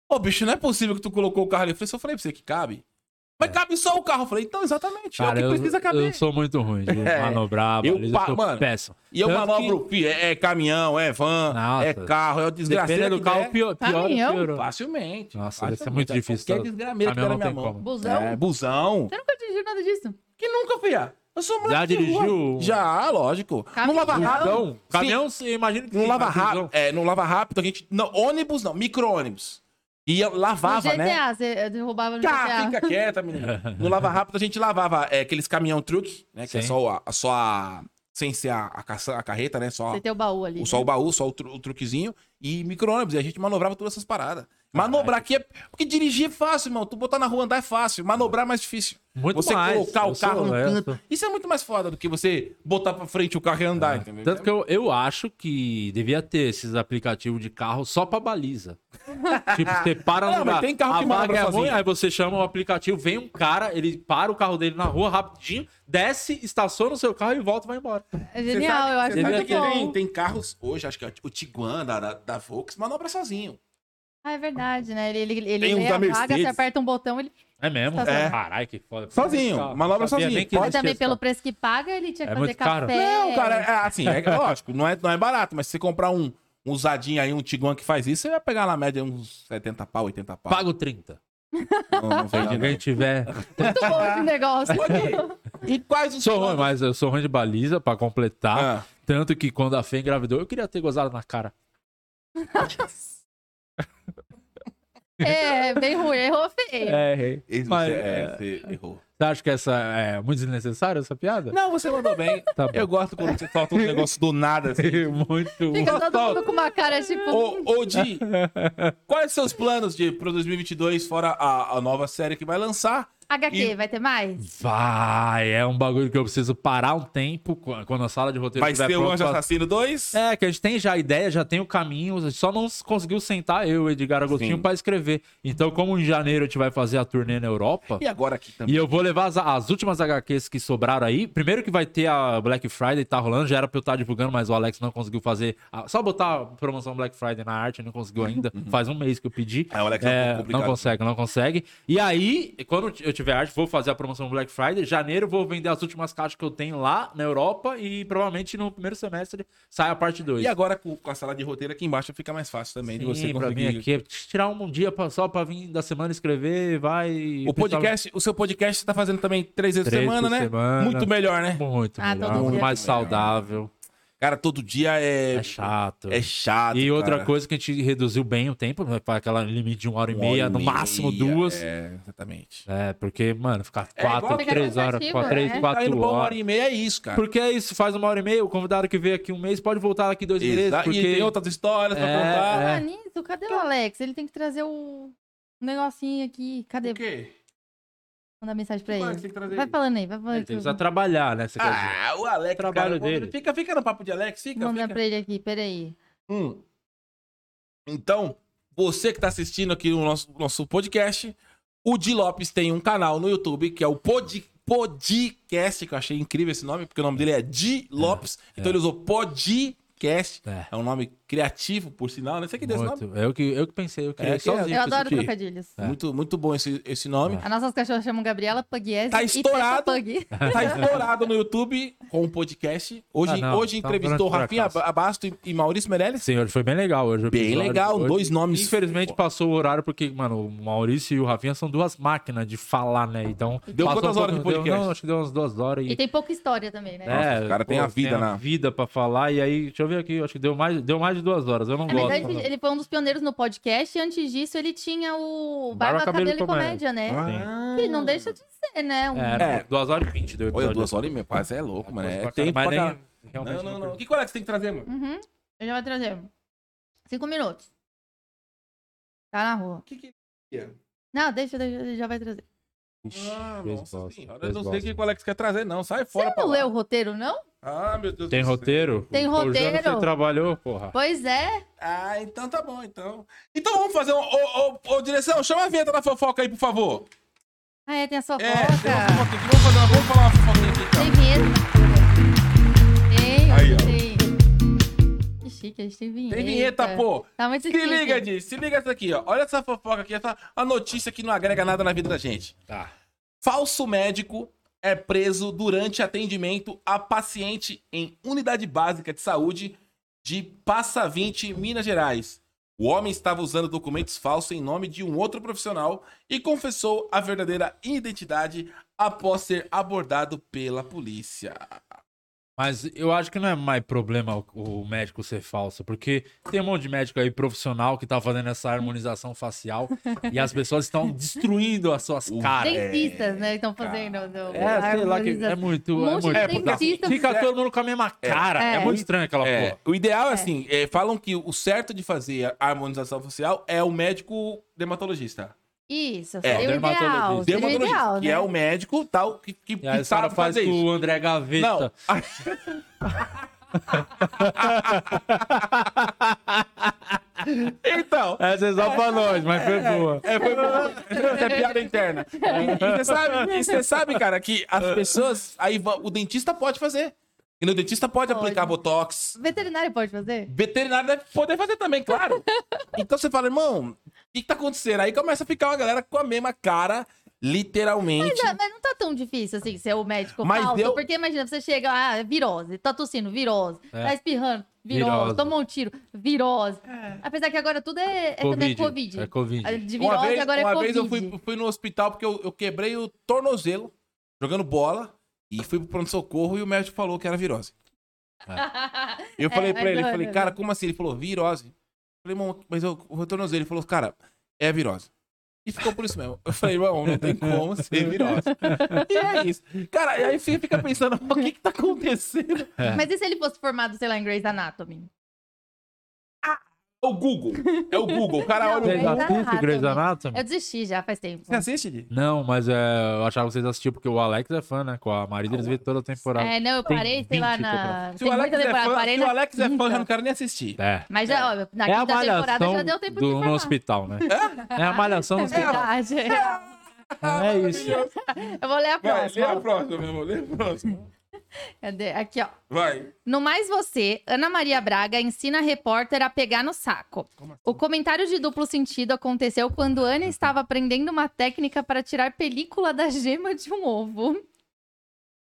B: Ô, bicho, não é possível que tu colocou o carro ali. Eu falei: Se eu falei pra você que cabe, mas cabe só o carro. Eu falei: Então, exatamente. é o
D: É. Cara,
B: que
D: eu,
B: precisa caber.
D: eu sou muito ruim de
B: É.
D: manobrar,
B: Eu
D: baliza, eu,
B: pa-
D: sou
B: mano,
D: péssimo.
B: E eu
D: Tanto
B: manobro, fi, é, é caminhão, é van,
D: Nossa.
B: é carro, é o
D: que, dependendo
B: desgraceiro.
D: do carro, pior, pior,
C: Caminhão?
D: piorou.
B: Facilmente.
D: Nossa,
B: facilmente.
D: deve ser muito difícil.
B: Qualquer
D: tá?
B: desgrameiro que
D: Caminhão
B: tá na
D: não
B: minha
D: tem
B: mão.
D: como.
C: Busão.
B: É, busão.
C: Você nunca dirigiu nada disso?
B: Que nunca, fia. Eu sou moleque
D: Já
B: de rua.
D: dirigiu? um-
B: Já, lógico.
C: Caminhão?
B: No Lava Rápido.
D: Busão? Caminhão, você imagina que
B: No
D: sim,
B: Lava
D: mas busão.
B: Rápido. É, no Lava Rápido a gente. Não, ônibus não, micro-ônibus. E eu lavava,
C: no GTA,
B: né?
C: você eh, derrubava no
B: Cá,
C: GTA.
B: fica quieta, menina. No Lava Rápido a gente lavava é, aqueles caminhão truque, né? Que é
D: Sim.
B: só a, só a. Sem ser a, a, caça- a carreta, né? Só,
C: Você tem o baú ali.
B: o, só o
C: né?
B: baú, só o, tru- o truquezinho. E micro-ônibus. E a gente manobrava todas essas paradas. Manobrar aqui é. Porque dirigir é fácil, irmão. Tu botar na rua andar é fácil. Manobrar é mais difícil.
D: Muito
B: você
D: mais,
B: colocar
D: eu
B: o
D: sou
B: carro no
D: honesto.
B: canto. Isso é muito mais foda do que você botar pra frente o carro e andar, entendeu?
D: Tanto que eu, eu acho que devia ter esses aplicativos de carro só pra baliza. tipo, você para
B: Não,
D: no
B: mas
D: lugar,
B: tem carro
D: a
B: que
D: vaga
B: manobra
D: é ruim,
B: sozinho.
D: aí você chama o aplicativo, vem um cara, ele para o carro dele na rua rapidinho, desce, estaciona o seu carro e volta e vai embora.
E: É
B: Você
E: genial,
B: sabe-
E: eu acho
B: você sabe
E: muito
B: que
E: bom.
B: Tem, tem carros hoje, acho que é o Tiguan da, da, da Volks manobra sozinho.
E: Ah, é verdade, né? Ele, ele, ele
B: Tem uns
E: lê
B: da
E: a vaga,
B: Mercedes.
E: você aperta um botão, ele...
D: É mesmo?
E: Estaciona.
D: Caralho, que foda.
B: Sozinho,
D: Não
B: manobra
D: sabia
B: sozinho,
D: nem que
E: Mas
B: pode-
D: existia
E: Tá também
D: esse
E: pelo
D: carro.
E: preço que paga, ele tinha que
D: É
E: fazer
D: muito caro.
E: café.
B: Não, cara, é, assim, é lógico, não é, não é barato, mas se você comprar um, um usadinho aí, um Tiguan que faz isso, você vai pegar na média uns 70 pau, 80 pau.
D: Pago 30.
B: Não, não vem,
D: Se
B: não.
D: ninguém tiver...
E: Muito bom esse um negócio.
B: E quais os
D: Sou ruim, mas eu sou ruim de baliza pra completar.
B: Ah,
D: Tanto que quando a Fê engravidou, eu queria ter gozado na cara.
E: É, bem ruim, errou feio.
D: É, errei.
B: esse
D: Mas-
B: você, é, você errou.
D: Você acha que essa é muito desnecessária, essa piada?
B: Não, você mandou bem.
D: Tá bom.
B: Eu gosto quando você solta um negócio do nada, assim.
D: muito.
E: Fica todo mundo com uma cara, tipo...
B: Ô, ô Di, quais seus planos de pro 2022, fora a, a nova série que vai lançar?
E: HQ,
B: E-
E: vai ter mais?
D: Vai, é um bagulho que eu preciso parar um tempo qu- quando a sala de roteiro
B: Vai
D: estiver
B: ser o
D: pronta
B: Anjo
D: pra-
B: Assassino 2?
D: É, que a gente tem já a ideia, já tem o caminho, a gente só não s- conseguiu sentar eu, Edgar Agostinho,
B: Sim.
D: pra escrever. Então, como em janeiro a gente vai fazer a turnê na Europa,
B: E agora aqui também.
D: e eu vou levar as, as últimas HQs que sobraram aí. Primeiro que vai ter a Black Friday, tá rolando, já era pra eu estar divulgando, mas o Alex não conseguiu fazer. a- só botar a promoção Black Friday na arte, ele não conseguiu ainda. Faz um mês que eu pedi.
B: Ah, o Alex Uhum. é um pouco
D: é,
B: complicado.
D: não consegue, não consegue. E aí, quando eu tiver arte, vou fazer a promoção Black Friday. Janeiro eu vou vender as últimas caixas que eu tenho lá na Europa e provavelmente no primeiro semestre sai a parte 2.
B: E agora com, com a sala de roteiro aqui embaixo fica mais fácil também de você
D: Sim, pra
B: conseguir.
D: vir aqui, tirar um dia pra- só pra vir da semana escrever, vai.
B: O podcast, o seu podcast você tá fazendo também três vezes por
D: Três
B: semana,
D: por
B: né?
D: semana.
B: Muito melhor, né?
D: Muito,
E: Ah,
D: melhor,
E: todo
D: muito
E: dia.
D: mais
B: Muito
D: saudável.
B: Cara, todo dia é,
D: É chato.
B: é chato,
D: E outra
B: cara.
D: coisa que a gente reduziu bem o tempo, né, para aquela limite de uma hora e
B: Uma
D: meia,
B: hora e
D: no
B: meia,
D: máximo duas. É.
B: É, exatamente.
D: porque, mano, ficar
B: É igual
D: quatro,
B: fica
D: três horas,
E: cansativo,
D: quatro, três,
E: né?
B: Tá indo
D: quatro
B: pra uma hora
D: horas.
B: e meia é isso, cara.
D: Porque é isso, faz uma hora e meia, o convidado que veio aqui um mês pode voltar daqui dois meses.
B: Exa-
D: Porque...
B: E tem outras histórias pra
D: É,
B: contar.
E: Ah, nisso, cadê o Alex? Ele tem que trazer o um negocinho aqui. Cadê?
B: O quê?
E: Mandar mensagem pra
B: Que parte
E: ele.
B: você tem que trazer
E: Vai
B: ele?
E: falando aí, vai falando
D: Ele
E: aí. que
D: tem
E: eu
D: que usar trabalhar, né? Você quer dizer.
B: Ah, o Alex. cara,
D: Trabalho dele.
B: Fica, fica no papo de Alex, fica.
E: Vou mandar
B: fica.
E: pra ele aqui, peraí.
B: Hum. Então, você que tá assistindo aqui o nosso, nosso podcast, o Di Lopes tem um canal no YouTube que é o Pod, Podcast, que eu achei incrível esse nome, porque o nome dele é Di Lopes, então ele usou Podcast.
D: É.
B: É um nome criativo, por sinal, né? Você que deu esse nome?
D: Muito. Eu que, eu que pensei, eu criei
B: É, que é-
D: sozinho.
E: Eu adoro
D: esse tipo.
E: trocadilhos.
B: Muito, muito bom esse, esse nome.
E: As nossas cachorras chamam Gabriela, Pugiese
B: Tá
E: e
B: estourado.
E: Peppa Pug.
B: Tá estourado no YouTube com o podcast. Hoje,
D: Ah, não.
B: hoje
D: Tá
B: entrevistou
D: grande por
B: Rafinha
D: acaso.
B: Abasto e- e Maurício Meirelles.
D: Sim, hoje foi bem legal. Hoje o
B: Bem
D: episódio
B: legal,
D: hoje.
B: dois nomes.
D: Infelizmente passou o horário porque, mano, o Maurício e o Rafinha são duas máquinas de falar, né? Então.
B: Deu
D: passou
B: quantas
D: um
B: horas de
D: pouco- deu-
B: podcast?
D: não, acho que deu umas duas horas e.
E: E tem pouca história também, né?
B: Nossa, o cara tem a vida né?
D: na
B: na-
D: vida pra falar. E aí, deixa eu ver aqui, acho que deu mais, deu mais de duas horas. Eu não
E: É
D: gosto.
E: verdade, que ele foi um dos pioneiros no podcast e antes disso ele tinha o
D: Barba,
E: Barba, Cabelo, e Comédia, né?
D: Sim.
E: Que não deixa de ser, né? Um-
D: É,
B: É.
D: duas horas e vinte deu o
B: Olha,
D: episódio.
B: duas horas e meia, quase é louco, mano.
D: Coisa
B: É
D: pra
B: tempo pra
D: caralho, mas
B: caralho.
D: nem- realmente
B: Não, não, não. O
D: curti.
B: que é que o Alex tem que trazer, mano?
E: Uhum. Eu já vou trazer. Cinco minutos. Tá na rua.
B: que que ele quer?
E: Não, deixa, deixa, ele já vai trazer. é?
D: Ixi,
B: Ah,
D: fez
B: nossa
D: bosta,
B: senhora, eu
D: fez
B: não sei o
D: bosta.
B: que que o Alex quer trazer, não. Sai
E: Você
B: fora,
E: não
B: lá.
E: leu o roteiro, não?
B: Ah, meu Deus
D: Tem
B: do céu.
D: roteiro?
E: Tem
D: O Jano,
E: roteiro?
D: Você trabalhou, porra.
E: Pois é.
B: Ah, então tá bom, então. Então vamos fazer um... Ô, ô, ô, direção, chama a vinheta da fofoca aí, por favor.
E: Ah, é, tem a fofoca.
B: É, tem uma fofoca aqui. Vamos fazer uma... Vamos falar uma fofoquinha aqui, então.
E: Tem vinheta. Tem,
B: Aí, ó.
E: tem. Que chique, a gente tem vinheta.
B: Tem vinheta, pô.
E: Tá muito
B: Se
E: chique.
B: liga, Di. Se liga essa aqui, ó. Olha essa fofoca aqui. Essa a notícia que não agrega nada na vida da gente.
D: Tá.
B: Falso médico é preso durante atendimento a paciente em unidade básica de saúde de Passa 20, Minas Gerais. O homem estava usando documentos falsos em nome de um outro profissional e confessou a verdadeira identidade após ser abordado pela polícia.
D: Mas eu acho que não é mais problema o- o médico ser falso, porque tem um monte de médico aí profissional que tá fazendo essa harmonização facial e as pessoas estão destruindo as suas
B: O
D: caras.
E: Dentistas, né? Estão fazendo. do-
D: Ah, É, sei lá, que é muito.
E: Um
D: é
E: monte
D: muito-
E: de
D: é, porque
E: dentista-
D: Fica todo mundo com a mesma cara. É,
E: É.
D: muito estranho aquela
B: É,
D: porra.
B: o ideal é assim, é, falam que o certo de fazer a harmonização facial é o médico dermatologista.
C: Isso,
B: É,
C: seria o ideal.
D: dermatologista.
C: Seria o
B: Dermatologista,
C: ideal,
B: que
C: né?
B: é o médico tal, que, que,
D: E aí
B: que
D: os caras
B: sabe
D: fazem
B: fazer
D: com
B: isso.
D: o André
B: Não.
D: Gaveta.
B: então,
D: Essa é só pra nós, mas foi boa.
B: É, foi bom. É piada interna. Ah. E você sabe, e você sabe, cara, que as pessoas. Aí va- o dentista pode fazer. E no dentista pode,
C: Pode.
B: aplicar botox.
C: Veterinário pode fazer?
B: Veterinário deve poder fazer também, claro. Então você fala, irmão, o que, que tá acontecendo? Aí começa a ficar uma galera com a mesma cara, literalmente.
C: Mas, mas não tá tão difícil assim ser o médico
B: Mas
C: falso.
B: eu-
C: Porque imagina, você chega, ah, virose, tá tossindo, virose,
D: É.
C: tá espirrando, virose,
D: Virose.
C: tomou um tiro, virose. Apesar que agora tudo é é- é Covid.
D: É Covid.
C: A De virose
B: Uma vez,
C: agora
B: uma
C: é Covid.
B: vez eu fui, fui no hospital porque eu, eu quebrei o tornozelo jogando bola e fui pro pronto-socorro e o médico falou que era virose. Eu
C: É,
B: falei pra
C: mas
B: ele,
C: não,
B: falei,
C: não,
B: cara, como assim? Ele falou, virose. Eu falei, irmão, mas eu, o tornozelo. Ele falou, cara, é virose. E ficou por isso mesmo. Eu falei, irmão, não tem como ser virose. E é isso. Cara, e aí você fica pensando, o que que tá acontecendo?
D: É.
C: Mas e se ele fosse formado, sei lá, em Grey's Anatomy?
B: É o Google. É o Google. O cara olha o
D: Vocês
C: Não,
B: Google.
C: tá
D: assistem
C: errado,
D: Grey's
C: né?
D: Anatomy? É.
C: Eu desisti já faz tempo.
B: Você assiste, Di?
D: Não, mas é, eu achava que vocês assistiam porque o Alex é fã, né? Com a Marília, eles viram toda a temporada.
C: É, não, eu
D: Tem
C: parei, sei lá,
D: 20
C: na.
B: Se o
C: Tem
B: Alex
C: muita
B: é
C: temporada,
B: fã,
C: parei
B: se o
C: na.
B: Alex é fã, eu já
C: quinta.
B: não quero nem assistir.
D: É.
C: Mas já, ó, na
D: É
C: Tá
D: a
C: quinta temporada já
D: malhação
C: deu tempo
D: do,
C: de
D: no
C: formar.
D: hospital, né? É a malhação no hospital.
C: Verdade.
D: É isso.
C: Eu vou ler a
B: Vai, lê a
C: próxima.
B: próxima, meu amor. Lê a próxima.
C: Cadê? Aqui, ó.
B: Vai.
C: No Mais Você, Ana Maria Braga ensina a repórter a pegar no saco.
B: assim?
C: O comentário de duplo sentido aconteceu quando Ana estava aprendendo uma técnica para tirar película da gema de um ovo.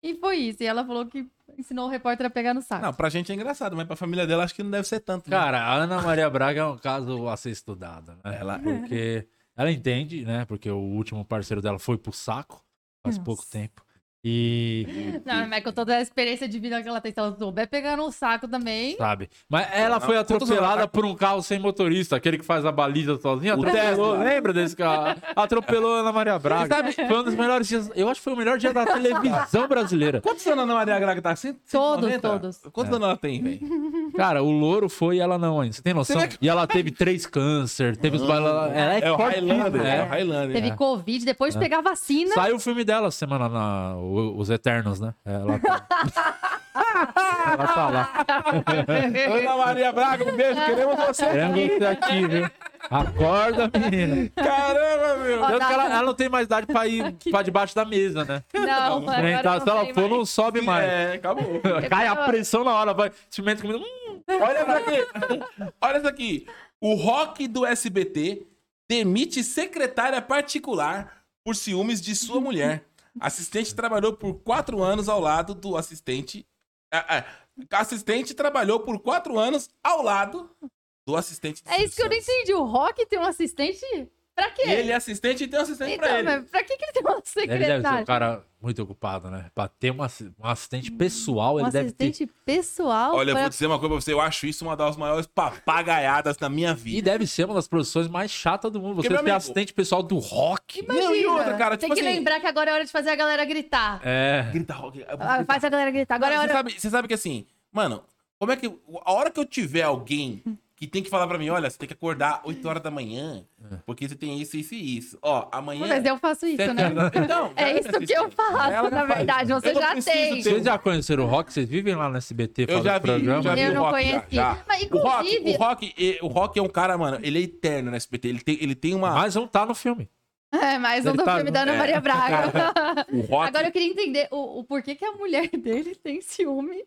C: E foi isso. E ela falou que ensinou o repórter a pegar no saco.
B: Não, pra gente é engraçado, mas pra família dela acho que não deve ser tanto. né?
D: Cara, a Ana Maria Braga é um caso a ser estudado, né? Ela, porque ela entende, né? Porque o último parceiro dela foi pro saco faz
C: Nossa.
D: pouco tempo. E,
C: Não, mas com toda a experiência de vida que ela tem, se ela souber pegar no saco também.
D: sabe? Mas ela foi
B: Quantos anos ela
D: atropelada
B: tá
D: por um carro sem motorista, aquele que faz a baliza sozinho. Atropelou,
B: Tesla.
D: lembra desse carro? Atropelou a Ana Maria Braga. Foi um dos melhores dias. Eu acho que foi o melhor dia da televisão brasileira.
B: Quantos anos a Ana Maria Braga tá? Cento-
C: Todos,
B: 190?
C: todos.
B: Quantos anos ela tem, velho?
D: Cara, o louro foi ela não ainda. Você tem noção?
B: Será que-
D: E ela teve três câncer, teve os ela, ela é,
B: o
D: fortíssima,
B: Highlander.
D: né?
B: É, o Highlander.
C: Teve Covid, depois de pegar a vacina.
D: Saiu o filme dela essa semana na o- Os Eternos, né? Ela tá, ela tá lá.
B: Ana Maria Braga, um beijo, queremos você.
D: Queremos você aqui, viu? Acorda, menina.
B: Caramba, meu.
D: Tanto que ela, ela não tem mais idade pra ir pra debaixo da mesa, né?
C: Não, agora
D: Nem tá-
C: não
D: se ela
C: tem
D: for,
C: mais.
D: não sobe mais.
B: É, acabou.
D: Cai a pressão na hora, vai. Simplesmente comida. Hum,
B: Olha essa aqui. Olha essa aqui. O rock do SBT demite secretária particular por ciúmes de sua mulher. Assistente trabalhou por quatro anos ao lado do assistente. Ah, ah, assistente trabalhou por quatro anos ao lado do assistente. do
C: É isso que eu não
B: Silvio Santos.
C: entendi. O Rock tem um assistente? Pra quê?
B: E ele é assistente e tem um assistente
C: Então,
B: pra ele.
C: mas pra que, que ele tem uma
D: ele deve ser um
C: secretária?
D: cara muito ocupado, né? Pra ter um, assi- um assistente pessoal,
C: Um
D: ele deve ter.
C: assistente pessoal.
B: Olha, eu
C: pra...
B: vou dizer uma coisa pra você. Eu acho isso uma das maiores papagaiadas da minha vida.
D: E deve ser uma das profissões mais chatas do mundo.
B: Porque,
D: Você
B: meu
D: ter
B: amigo-
D: assistente pessoal do rock.
B: Não, e outra, cara,
C: Tem
B: tipo
C: que
B: assim-
C: lembrar que agora é hora de fazer a galera gritar.
D: É.
B: Grita, rock.
C: Ah, Faz a galera gritar. Agora é
B: você,
C: hora.
B: sabe, você sabe que assim, mano, como é que. A hora que eu tiver alguém que tem que falar pra mim, olha, você tem que acordar 8 horas da manhã, porque você tem isso, isso e isso. Ó, amanhã.
C: Mas eu faço isso,
B: sete
C: né?
B: horas da- Então,
C: É isso que eu
B: Ela
C: faço,
B: já
C: na
B: faz.
C: verdade. Você
B: Eu não
C: já
B: preciso
C: tem.
B: ter-
D: Vocês já conheceram o rock? Vocês vivem lá no SBT
B: Eu
D: fazendo
B: já vi,
D: programa?
B: já vi
C: Eu
B: o
C: não
B: rock,
C: conheci.
B: já, já.
C: Mas,
B: O rock,
C: inclusive-
B: o rock, e- o rock é um cara, mano, ele é eterno no SBT. Ele tem, ele tem uma.
D: Mas não tá no filme.
C: É, mais um
D: Ele
C: do
D: tá-
C: filme da Ana
B: é.
C: Maria Braga.
B: O rock.
C: Agora eu queria entender o, o porquê que a mulher dele tem ciúme.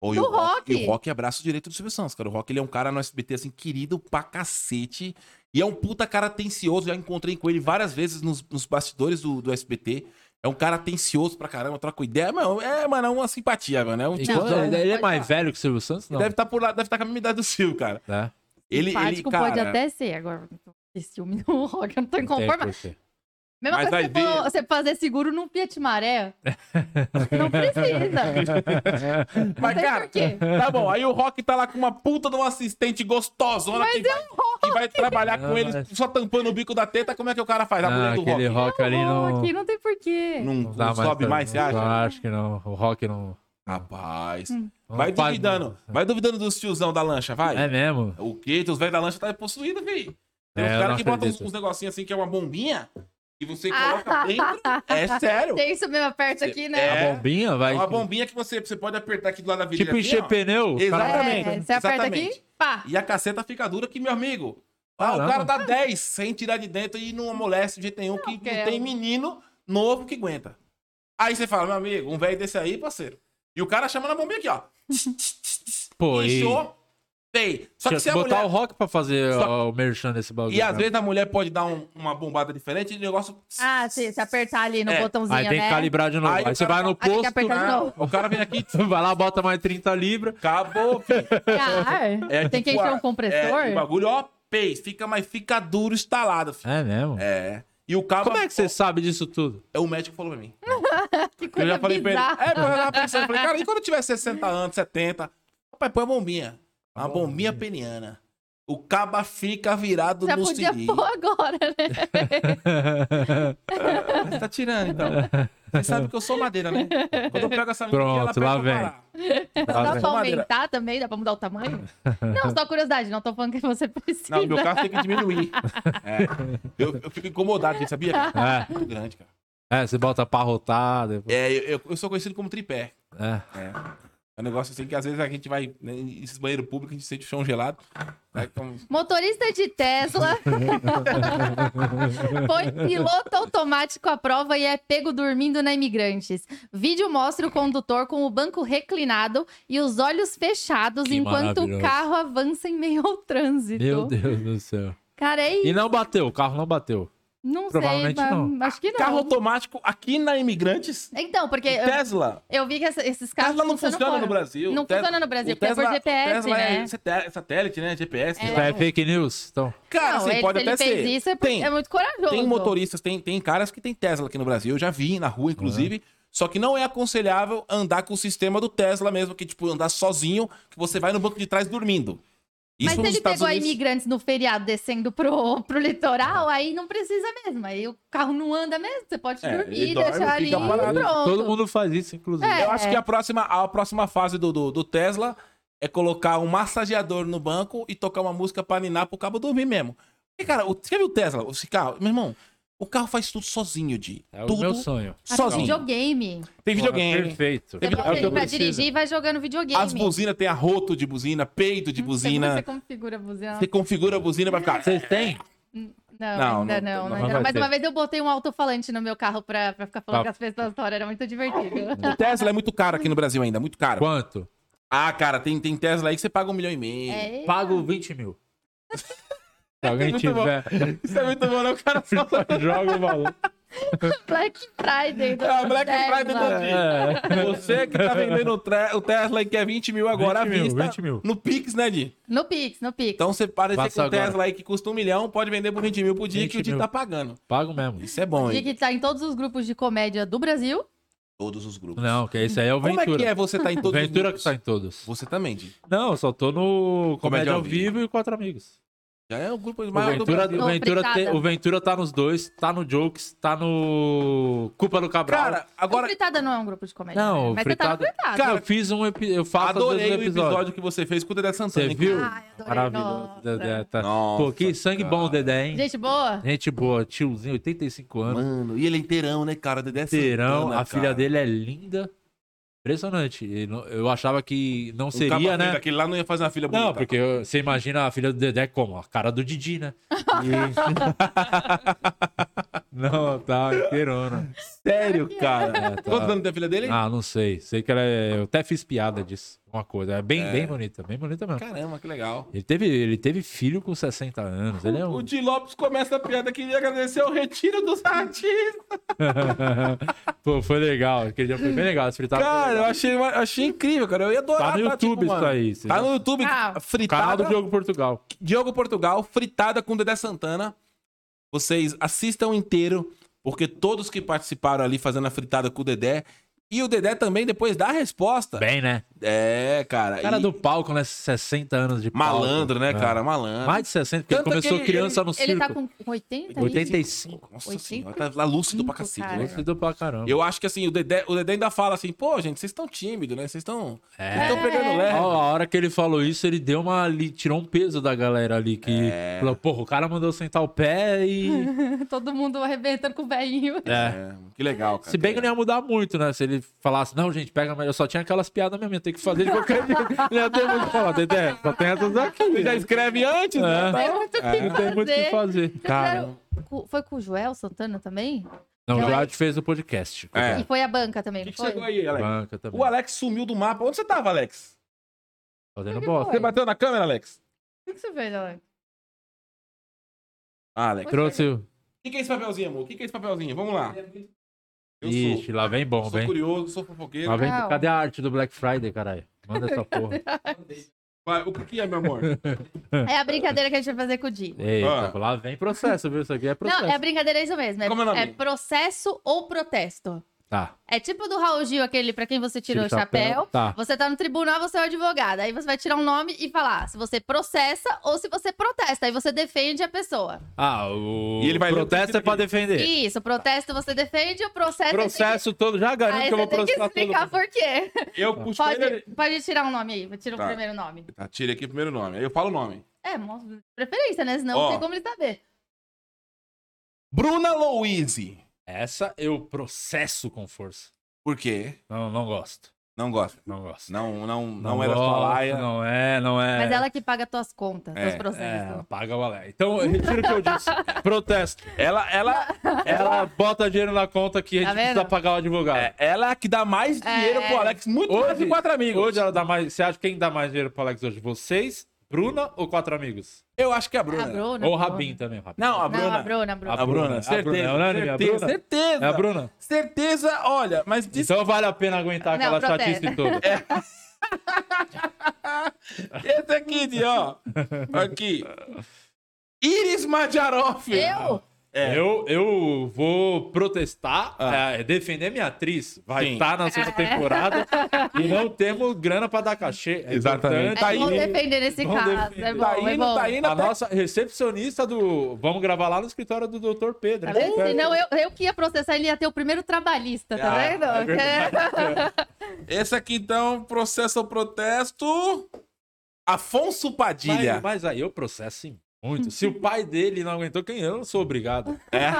B: Ou
C: do
B: o rock.
C: rock.
B: E o rock é braço direito do Silvio Santos, cara. O rock ele é um cara no SBT, assim, querido pra cacete. E é um puta cara atencioso. Já encontrei com ele várias vezes nos, nos bastidores do, do SBT. É um cara atencioso pra caramba, troca ideia. Mano, é, mano, é uma simpatia, mano. É um tipo.
D: Enquanto-
C: não,
D: ele é
C: pode
D: mais
C: falar.
D: velho que o Silvio Santos? Não.
B: Deve estar por lá, deve estar com a mesma idade do Silvio, cara.
D: Né?
B: Ele, ele
C: Simpático
B: cara,
C: pode até ser. Agora, esse ciúme do rock, eu não tô
D: Tem
C: inconformada.
D: que ter.
C: Mesma
B: Mas
C: coisa que
B: vai
C: você
B: ver-
C: for- você fazer seguro num Fiat Maré. Não precisa.
B: Mas,
C: tem
B: cara,
C: porquê.
B: tá bom. Aí o Rock tá lá com uma puta de uma assistente gostosona que,
C: é
B: vai, que vai trabalhar
D: Não,
B: com ele
D: mas-
B: só tampando o bico da teta. Como é que o cara faz? A
D: Ah,
B: mulher do
D: aquele
B: Rock.
D: rock ali não.
C: Aqui não tem porquê.
B: Não,
D: não dá
B: não sobe
D: pra-
B: mais, você
D: não-
B: acha?
D: Acho que não. O rock não.
B: Rapaz.
D: não
B: Vai
D: faz-
B: duvidando. Vai duvidando dos tiozão da lancha, vai.
D: É mesmo?
B: O quê? Os velhos da lancha tá possuído, filho. Tem uns
D: É, eu
B: caras
D: não
B: que botam uns,
D: acredito.
B: uns negocinhos assim que é uma bombinha e você
F: Ah.
B: coloca dentro. É sério.
C: Tem isso mesmo aperto aqui, né?
B: É.
D: A bombinha vai.
B: É uma bombinha que você, você pode apertar aqui do lado da virilha.
D: Tipo
B: aqui,
D: encher
B: ó.
D: pneu. o cara-
B: Exatamente.
C: É, você aperta
B: exatamente.
C: aqui, pá.
B: E a caceta fica dura que, meu amigo. ah, o
D: Caramba.
B: cara dá 10 sem tirar de dentro e não amolece de jeito nenhum, que não
C: quero.
B: tem menino novo que aguenta. Aí você fala, meu amigo, um velho desse aí, parceiro. E o cara chama na bombinha aqui, ó.
D: Pô, e...
B: Inchou, feio. Só que se
D: Tinha
B: a
D: que botar
B: mulher...
D: o rock pra fazer
B: Só-
D: ó, o merchan desse bagulho. né?
B: E às
D: mesmo.
B: vezes a mulher pode dar um- uma bombada diferente e o negócio...
C: Ah, sim, se apertar ali no
B: É.
C: botãozinho,
D: Aí tem
C: né?
D: que calibrar de novo.
B: Aí
D: Aí,
B: o
D: você
B: cara-
D: vai no
C: Aí tem que
D: posto, né?
C: apertar de novo.
B: O cara vem aqui,
D: vai lá, bota mais 30 libras.
B: acabou, filho.
C: Ah,
B: É
C: tem que
B: tipo,
C: encher
B: ah,
C: um compressor?
B: É, o bagulho, ó, peixe, fica, mas fica duro, estalado, filho.
D: É mesmo?
B: É. E o cara.
D: Como é que você sabe disso tudo?
B: O médico falou pra mim.
C: que É coisa
B: Eu já falei pra ele.
C: bizarra.
B: É, pô, eu tava pensando, eu falei, cara, e quando eu tiver 60 anos, 70? Rapaz, põe a bombinha. Uma bombinha peniana. O caba fica virado
C: Já
B: no
C: podia
B: sininho.
C: pôr agora, né?
B: Você tá tirando, então. Você sabe que eu sou madeira, né? Quando eu pego essa menina,
D: Pronto,
B: ela pega
D: lá
B: pra
D: vem.
B: parar.
D: Tá
C: Dá
D: vendo?
C: pra
B: Madeira.
C: aumentar também? Dá pra mudar o tamanho? Não, só curiosidade, não tô falando que você precisa.
B: Não, meu carro tem que diminuir. É. Eu, eu fico incomodado, gente, sabia? cara?
D: É,
B: Muito grande, cara.
D: é, você bota pra rotar. depois-
B: É, eu- eu- eu sou conhecido como tripé.
D: É.
B: É um negócio assim que às vezes a gente vai né, esses banheiro público, a gente sente o chão gelado. né, Aí, como-
C: Motorista de Tesla põe piloto automático à prova e é pego dormindo na Imigrantes. Vídeo mostra o condutor com o banco reclinado e os olhos fechados
D: Que
C: enquanto o
D: maravilhoso.
C: carro avança em meio ao trânsito.
D: Meu Deus do céu.
C: Cara, é
D: E
C: isso.
D: não bateu, o carro não bateu.
C: Não sei,
D: provavelmente
C: mas
D: não.
C: acho que não.
B: Carro automático aqui na Imigrantes?
C: Então, porque eu,
B: Tesla?
C: eu vi que essa- esses carros
B: Tesla não
C: funcionam
B: funciona
C: fora.
B: no Brasil.
C: Não
B: Te-
C: funciona no Brasil, porque é por GPS,
B: Tesla
C: né?
B: é sete- satélite, né? GPS.
D: Isso é fake news? Então,
B: Cara,
C: não,
B: assim,
C: ele,
B: pode
C: se
B: até
C: ele fez
B: ser.
C: isso é, porque
B: tem,
C: é muito corajoso.
B: tem motoristas, tem, tem caras que tem Tesla aqui no Brasil. Eu já vi na rua, inclusive. Só que não é aconselhável andar com o sistema do Tesla mesmo, que tipo, andar sozinho, que você vai no banco de trás dormindo.
C: Mas se
B: nos
C: ele
B: Estados
C: pegou
B: Unidos-
C: imigrantes no feriado descendo pro, pro litoral, aí não precisa mesmo. Aí o carro não anda mesmo, você pode
B: É,
C: dormir,
B: ele dorme,
C: deixar ali e
B: fica parado.
C: pronto.
D: Tá todo mundo faz isso, inclusive.
C: É.
B: Eu acho que a próxima, a próxima fase do, do, do Tesla é colocar um massageador no banco e tocar uma música pra ninar pro cabo dormir mesmo. Porque, cara, o, você viu o Tesla? Esse carro, meu irmão, o carro faz tudo sozinho, Di.
D: É o
B: tudo
D: meu sonho.
C: Até
B: sozinho.
C: videogame.
B: Tem
D: Porra,
B: videogame.
D: Perfeito.
C: Você
B: Tem
C: bota
B: videogame. É o que
C: ele
B: eu
C: pra
D: preciso.
C: dirigir e vai jogando videogame.
B: As buzinas tem arroto de buzina, peito de
C: Como
B: buzina.
C: Você configura a buzina?
B: Você configura a buzina pra ficar.
D: Vocês têm?
C: Não,
B: Não,
C: ainda
B: não-
C: não.
B: não
C: ainda
D: vai
C: não. Mas
D: ter.
C: uma vez eu botei um alto-falante no meu carro pra, pra ficar
B: Tá.
C: falando
D: Ah.
C: com as pessoas fora, era muito divertido.
B: O Tesla é muito caro aqui no Brasil ainda, muito caro.
D: Quanto?
B: Ah, cara, tem, tem Tesla aí que você paga um milhão e meio.
C: É,
D: Pago 20 mil. Se alguém
B: Muito bom.
D: tiver,
B: Isso é muito bom, não, cara? Só...
D: joga o valor.
C: Black Friday. do
B: Ah, Black
C: Tesla.
B: Friday do dia.
D: É.
B: Você que tá vendendo o, tre- o Tesla e quer 20 mil agora
D: 20
B: à
D: mil,
B: vista.
D: 20 mil.
B: No Pix, né, Di?
C: No Pix, no Pix.
B: Então você parecer com
D: Passa
B: o Tesla
D: agora.
B: aí que custa um milhão, pode vender por 20 mil por dia que o
D: 20
B: Di
D: mil.
B: tá pagando.
D: Pago mesmo.
B: Isso é bom,
C: Dia
B: hein?
C: que tá em todos os grupos de comédia do Brasil.
B: Todos os grupos.
D: Não, que isso aí é o
B: Como é
D: Ventura.
B: que é você tá em todos
D: Ventura que
B: os grupos?
D: tá em todos.
B: Você também, Di.
D: Não, eu só tô no Comédia ao Vivo, e Quatro Amigos.
B: Já é o grupo
D: O
B: maior do
D: Ventura,
B: Brasil.
D: o, Ventura
C: Não,
D: te-
C: fritada.
D: o Ventura tá nos dois, tá no Jokes, tá no Culpa do Cabral.
B: Cara,
C: Agora...
B: agora...
C: Fritada não é um grupo de comédia.
D: não,
C: né?
D: o
C: mas
D: Fritada.
C: você tá no fritada.
D: Cara, eu fiz um epi... eu faço
B: Adorei
D: todos
B: o
D: os
B: episódio.
D: episódios.
B: que você fez com o Dedé Santana.
D: Você
B: hein?
D: viu?
C: Ai, adorei,
D: Maravilhoso.
C: nossa.
D: Dedé, tá.
B: Nossa,
D: Pô, que sangue
B: cara.
D: bom, Dedé, hein?
C: Gente boa.
D: Gente boa, tiozinho, 85 anos.
B: Mano, e ele é inteirão, né, cara? O Dedé Santana,
D: Terão, a
B: cara.
D: filha dele é linda. Impressionante. E não- Eu achava que não
B: O caba
D: seria,
B: feio
D: né?
B: Daquele lá não ia fazer uma filha bonita.
D: Não, porque eu- você imagina a filha do Dedé como? A cara do Didi, né? E- não, tá inteirona.
B: Sério, cara.
D: É, tá.
B: Quantos anos tem a filha dele?
D: Ah, não sei. Sei que ela é... Eu até fiz piada disso. Uma coisa. É bem,
B: É.
D: bem bonita, bem bonita mesmo.
B: Caramba, que legal.
D: Ele teve, ele teve filho com 60 anos. Ele é um...
B: O Di Lopes começa a piada que agradecer o retiro dos
D: Tá
B: artistas.
D: Pô, foi legal. Aquele dia foi bem legal. As fritadas foi
B: Cara, eu
D: legal.
B: achei, eu achei incrível, cara. Eu ia adorar.
D: Tá
B: tipo,
D: no YouTube isso
B: mano,
D: aí, você
B: Tá
D: já-
B: no YouTube.
C: Ah,
B: fritada.
D: Canal do Diogo Portugal.
B: Diogo Portugal, fritada com Dedé Santana. Vocês assistam inteiro, porque todos que participaram ali fazendo a fritada com o Dedé. E o Dedé também depois dá a resposta.
D: Bem, né?
B: É, cara.
D: Cara
B: e-
D: do palco, né? 60 anos de palco.
B: Malandro, né,
D: É.
B: cara? Malandro.
D: Mais de 60, porque ele
B: Tanto
D: começou
B: que
D: criança no circo.
C: Ele tá com 80?
D: 85.
B: Nossa
C: 85,
B: senhora, tá lúcido pra cacete.
C: cara.
B: né?
D: Ele deu pra caramba.
B: Eu acho que assim, o Dedé, o Dedé ainda fala assim, pô, gente, vocês estão tímidos, né? Vocês estão
D: É.
B: vocês estão pegando leve.
D: Ó, a hora que ele falou isso, ele deu uma. ali- tirou um peso da galera ali. Que
B: É.
D: falou, porra, o cara mandou sentar o pé e.
C: Todo mundo arrebentando com o velhinho.
B: É,
D: é.
B: que legal, cara.
D: Se bem que não ia mudar muito, né? Se ele falasse, não, gente, pega melhor. Eu só tinha aquelas piadas mesmo, eu tenho que fazer de qualquer jeito. Não ia ter muito o que falar, Dedé, só tem essas aqui.
B: Você já escreve antes, né?
D: É.
B: Tá-
C: É muito o
D: Não tem muito o que fazer. Cara,
C: Fizeram- cu- Foi com o Joel Santana também?
D: não,
C: Não,
D: já
C: é-
D: te fez o podcast.
B: É.
C: E foi a banca também,
B: O que,
C: não
B: que
C: foi?
B: chegou aí, Alex?
D: Banca também.
B: O Alex sumiu do mapa. Onde você tava, Alex?
D: Fazendo
C: Onde
D: bosta.
B: Você bateu na câmera, Alex?
C: O que que você fez, Alex?
B: Ah, Alex. O
D: Trouxe o.
B: que, que é esse papelzinho, amor? O que, que é esse papelzinho? Vamos lá. Eu sou-
D: Ixi, lá vem
B: sou,
D: bomba, hein? Tá
B: curioso, sou fofoqueiro.
D: Lá vem...
C: Não.
D: Cadê a arte do Black Friday, caralho? Manda essa porra.
B: Vai, o que que é, meu amor?
C: É a brincadeira que a gente vai fazer com o Di.
D: Eita,
B: Ah.
D: lá vem processo, viu? Isso aqui é processo.
C: Não, é a brincadeira é isso mesmo. É,
B: Como é o nome?
C: é processo ou protesto.
D: Tá.
C: É tipo do Raul Gil, aquele pra quem você tirou o
D: Tira o
C: chapéu.
D: chapéu, tá.
C: Você tá no tribunal, você é o advogado. Aí você vai tirar um nome e falar se você processa ou se você protesta. Aí você defende a pessoa.
D: Ah, o
B: E ele vai ler o
D: protesto é pra defender.
C: Isso, protesto você defende, o processo.
D: Processo todo, já
C: Tem que...
D: garanto
C: Aí
D: que eu
C: você
D: vou
C: Ah, tem que
D: processar todo
C: explicar
D: mundo.
C: por quê.
B: Eu puxo ele...
C: Pode, pode tirar um nome aí, tira o
B: Tá.
C: primeiro nome.
B: Tá, tira aqui o primeiro nome. Aí eu falo o nome.
C: É, mostra preferência, né? Senão
B: Ó.
C: não tem como ele saber.
B: Bruna Louise.
D: Essa eu processo com força.
B: Por quê?
D: Não, não gosto.
B: Não gosta.
D: Não gosto.
B: Não, não, não, era sua
D: gosto,
B: laia.
D: Não é, não é.
C: Mas ela que paga tuas contas,
B: É,
C: seus
D: É,
C: processos.
D: ela paga o alé. Então, eu retiro o que eu disse. Protesto.
B: Ela, ela,
D: Ela bota dinheiro na conta que a gente
C: Tá vendo?
D: precisa pagar o advogado.
B: é, ela é que dá mais dinheiro pro Alex. Muito mais
D: Hoje,
B: que quatro amigos.
D: hoje ela dá mais. Você acha quem dá mais dinheiro pro Alex hoje? Vocês, Bruna ou quatro amigos?
B: Eu acho que é a Bruna.
C: A Bruna.
D: ou o Rabin também, o Rabin.
B: Não, a Bruna.
C: Não, a Bruna, a Bruna.
B: A Bruna,
D: A Bruna,
B: certeza.
D: é unânime, a
B: certeza,
D: Bruna?
B: certeza.
D: É a Bruna?
B: Certeza, olha, mas diz-
D: Então vale a pena aguentar
C: Não,
D: aquela
C: protesta.
D: chatice toda.
B: É, esse aqui, de, ó. Aqui. Iris Madjaroff.
C: Eu?
B: É. Ah.
D: Eu, eu vou protestar, é, defender minha atriz. Vai
B: Sim.
D: estar na
C: É.
D: sexta temporada e não temos grana pra dar cachê. É
B: Exatamente.
D: importante.
B: Tá
C: é bom
B: indo.
C: defender nesse
D: Bom
C: caso.
D: defender.
C: É bom,
B: Tá
C: é
B: indo,
C: bom.
B: tá indo
D: A
B: até.
D: nossa recepcionista do. Vamos gravar lá no escritório do Dr. Pedro. Né?
C: Tá vendo? Senão eu, eu que ia processar, ele ia ter o primeiro trabalhista, tá
B: Ah,
C: vendo?
D: é
B: Esse aqui, então, processo ou protesto. Afonso Padilha.
D: mas, mas aí eu processo sim, muito. Se o pai dele não aguentou, quem eu não sou obrigado. É.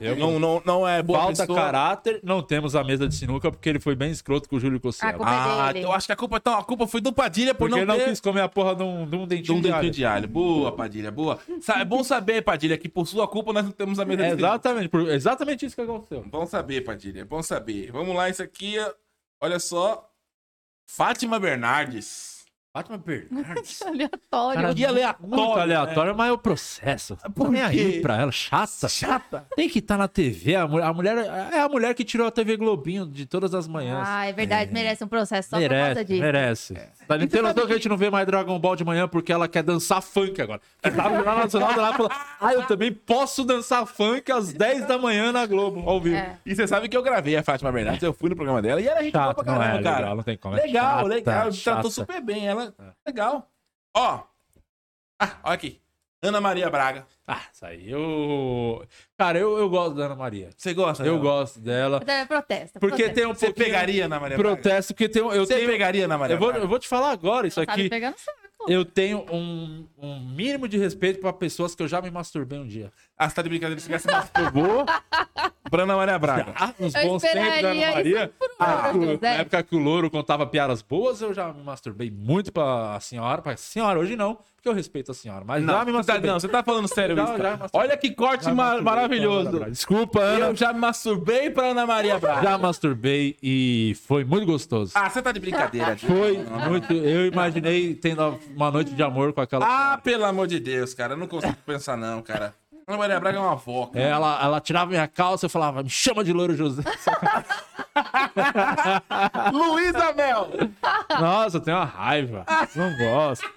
D: eu
B: Não, não, não é boa
D: Falta
B: pessoa.
D: caráter, não temos a mesa de sinuca porque ele foi bem escroto com o Júlio
C: A
D: Cossielo.
C: culpa- é
B: Ah,
C: dele.
B: eu acho que a culpa, então, a culpa foi do Padilha por
D: porque ele
B: não
D: não
B: ter...
D: quis comer a porra de um, de um
B: De
D: dentinho
B: um
D: de alho.
B: dentinho de alho. Boa, Padilha, boa. Sa- É bom saber, Padilha, que por sua culpa nós não temos a mesa
D: É
B: de sinuca.
D: exatamente, por- exatamente isso que aconteceu.
B: Bom saber, Padilha, bom saber. Vamos lá, isso aqui, ó. olha só. Fátima Bernardes.
D: Fátima
E: É
D: Bernardes.
C: Aleatório.
D: Cara,
B: E aleatório,
D: Muito aleatório, né? mas eu processo.
B: Por
D: Tô nem
B: quê?
D: aí pra ela, chata.
B: Chata.
D: Tem que estar na TV. A mulher, a mulher- é a mulher que tirou a TV Globinho de todas as manhãs.
C: Ah, é verdade, merece um processo só por causa
D: merece,
C: disso.
D: merece. Tá ligado? Tem noção que a gente não vê mais Dragon Ball de manhã porque ela quer dançar funk agora. Porque tá no Jornal Nacional ela fala, ah, eu também posso dançar funk às 10 da manhã na Globo, ao vivo.
C: É.
B: E você sabe que eu gravei a Fátima Bernardes, eu fui no programa dela e era gente boa
D: Chato,
B: pra
D: não
B: caramba,
D: é
B: cara.
D: legal, não tem como. é
B: Legal,
D: chata,
B: legal. Tratou
D: chata. É.
B: super bem ela. Legal. Ó. Ah, olha aqui. Ana Maria Braga.
D: Ah, isso aí eu... Cara, eu, eu gosto da Ana Maria.
B: Você gosta?
D: Eu
B: dela?
D: gosto dela.
C: Então, é Protesta.
D: Porque
C: protesta.
D: tem um
B: Você
D: pouquinho
B: pegaria Ana Maria Braga?
D: protesto, porque tem, um- eu
B: Você
D: tenho...
B: pegaria Ana Maria
D: Eu vou,
B: Braga?
D: eu vou te falar agora isso
C: Sabe
D: aqui.
C: pegar no saco.
D: Eu tenho um, um mínimo de respeito pra pessoas que eu já me masturbei um dia.
B: Ah, você tá de brincadeira, você quer se masturbou pra Ana Maria Braga.
D: Ah, nos
C: Eu
D: bons tempos da Ana
C: esperaria
D: Maria. Ah,
C: outros,
D: na
C: é.
D: época que o Louro contava piadas boas, eu já me masturbei muito pra senhora. Pra senhora, hoje não, porque eu respeito a senhora. Mas já
B: você
D: me
B: tá,
D: masturbei.
B: não, você tá falando sério
D: Já,
B: isso, cara.
D: já me masturbei.
B: Olha que corte
D: Já me
B: ma-
D: masturbei pra Ana
B: maravilhoso.
D: Braga. Desculpa, Ana.
B: Eu já me masturbei pra Ana Maria Braga.
D: Já masturbei e foi muito gostoso.
B: Ah, você tá de brincadeira. gente.
D: Foi muito. Eu imaginei tendo uma noite de amor com aquela.
B: Ah, pelo amor de Deus, cara. Eu não consigo pensar, não, cara. Ana Maria Braga é uma avó, cara.
D: Ela, ela tirava minha calça e eu falava, me chama de louro José.
B: Luísa Mel!
D: Nossa, eu tenho uma raiva. Não gosto.